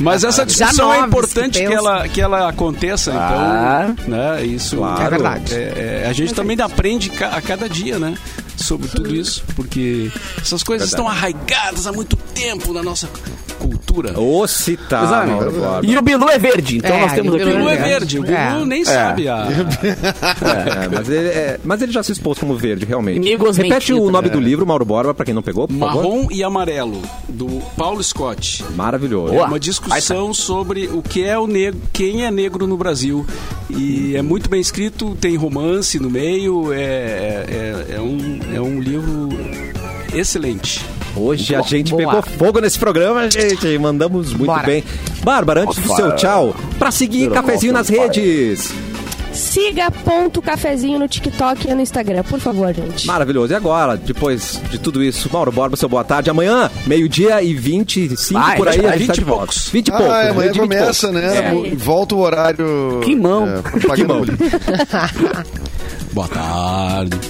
[SPEAKER 4] Mas essa discussão é
[SPEAKER 2] novos que
[SPEAKER 4] importante que,
[SPEAKER 2] pensam.
[SPEAKER 4] ela, que ela aconteça,
[SPEAKER 3] Claro.
[SPEAKER 4] então, né? Isso
[SPEAKER 2] É verdade.
[SPEAKER 4] É, é, a gente também aprende ca- a cada dia, né? Sobre tudo isso, porque essas coisas estão arraigadas há muito tempo na nossa cultura.
[SPEAKER 8] Ô, se tá,
[SPEAKER 4] Exato.
[SPEAKER 8] Mauro Borba.
[SPEAKER 3] E o Bilu é verde, então
[SPEAKER 2] É,
[SPEAKER 3] nós temos
[SPEAKER 2] e o
[SPEAKER 4] O
[SPEAKER 3] aqui.
[SPEAKER 2] Bilu
[SPEAKER 4] Bilu é
[SPEAKER 2] verdade.
[SPEAKER 4] verde, o Bilu
[SPEAKER 2] É.
[SPEAKER 4] nem sabe a...
[SPEAKER 8] É, mas, ele, é, mas ele já se expôs como verde, realmente.
[SPEAKER 3] Amigos,
[SPEAKER 8] Repete
[SPEAKER 3] mentira.
[SPEAKER 8] o nome do livro, Mauro Borba, pra quem não pegou, por favor.
[SPEAKER 4] Marrom e Amarelo, do Paulo Scott.
[SPEAKER 8] Maravilhoso.
[SPEAKER 3] Boa.
[SPEAKER 4] É Uma discussão sobre o que é o negro, quem é negro no Brasil. E é muito bem escrito, tem romance no meio, é, é, é um, é um livro excelente.
[SPEAKER 8] Hoje a gente pegou
[SPEAKER 3] boa.
[SPEAKER 8] fogo nesse programa, gente. Mandamos muito
[SPEAKER 2] Bora.
[SPEAKER 8] bem.
[SPEAKER 1] Bárbara, antes do seu tchau, pra seguir cafezinho nas redes.
[SPEAKER 5] Siga ponto cafezinho no TikTok e no Instagram, por favor, gente.
[SPEAKER 1] Maravilhoso. E agora, depois de tudo isso, Mauro Borba, seu boa tarde. Amanhã, meio-dia e 25
[SPEAKER 3] Vai,
[SPEAKER 1] por aí,
[SPEAKER 3] vai,
[SPEAKER 1] a gente tá
[SPEAKER 4] 20
[SPEAKER 1] de
[SPEAKER 4] e
[SPEAKER 1] volta.
[SPEAKER 4] poucos.
[SPEAKER 3] né?
[SPEAKER 1] 20 e poucos.
[SPEAKER 7] Ah, é,
[SPEAKER 1] meio-dia
[SPEAKER 7] amanhã
[SPEAKER 1] e 20 e
[SPEAKER 7] começa,
[SPEAKER 1] poucos.
[SPEAKER 7] né? Volta o horário.
[SPEAKER 3] É. Que mão.
[SPEAKER 7] É, propaganda
[SPEAKER 1] Que mão.
[SPEAKER 7] pública.
[SPEAKER 4] Boa tarde.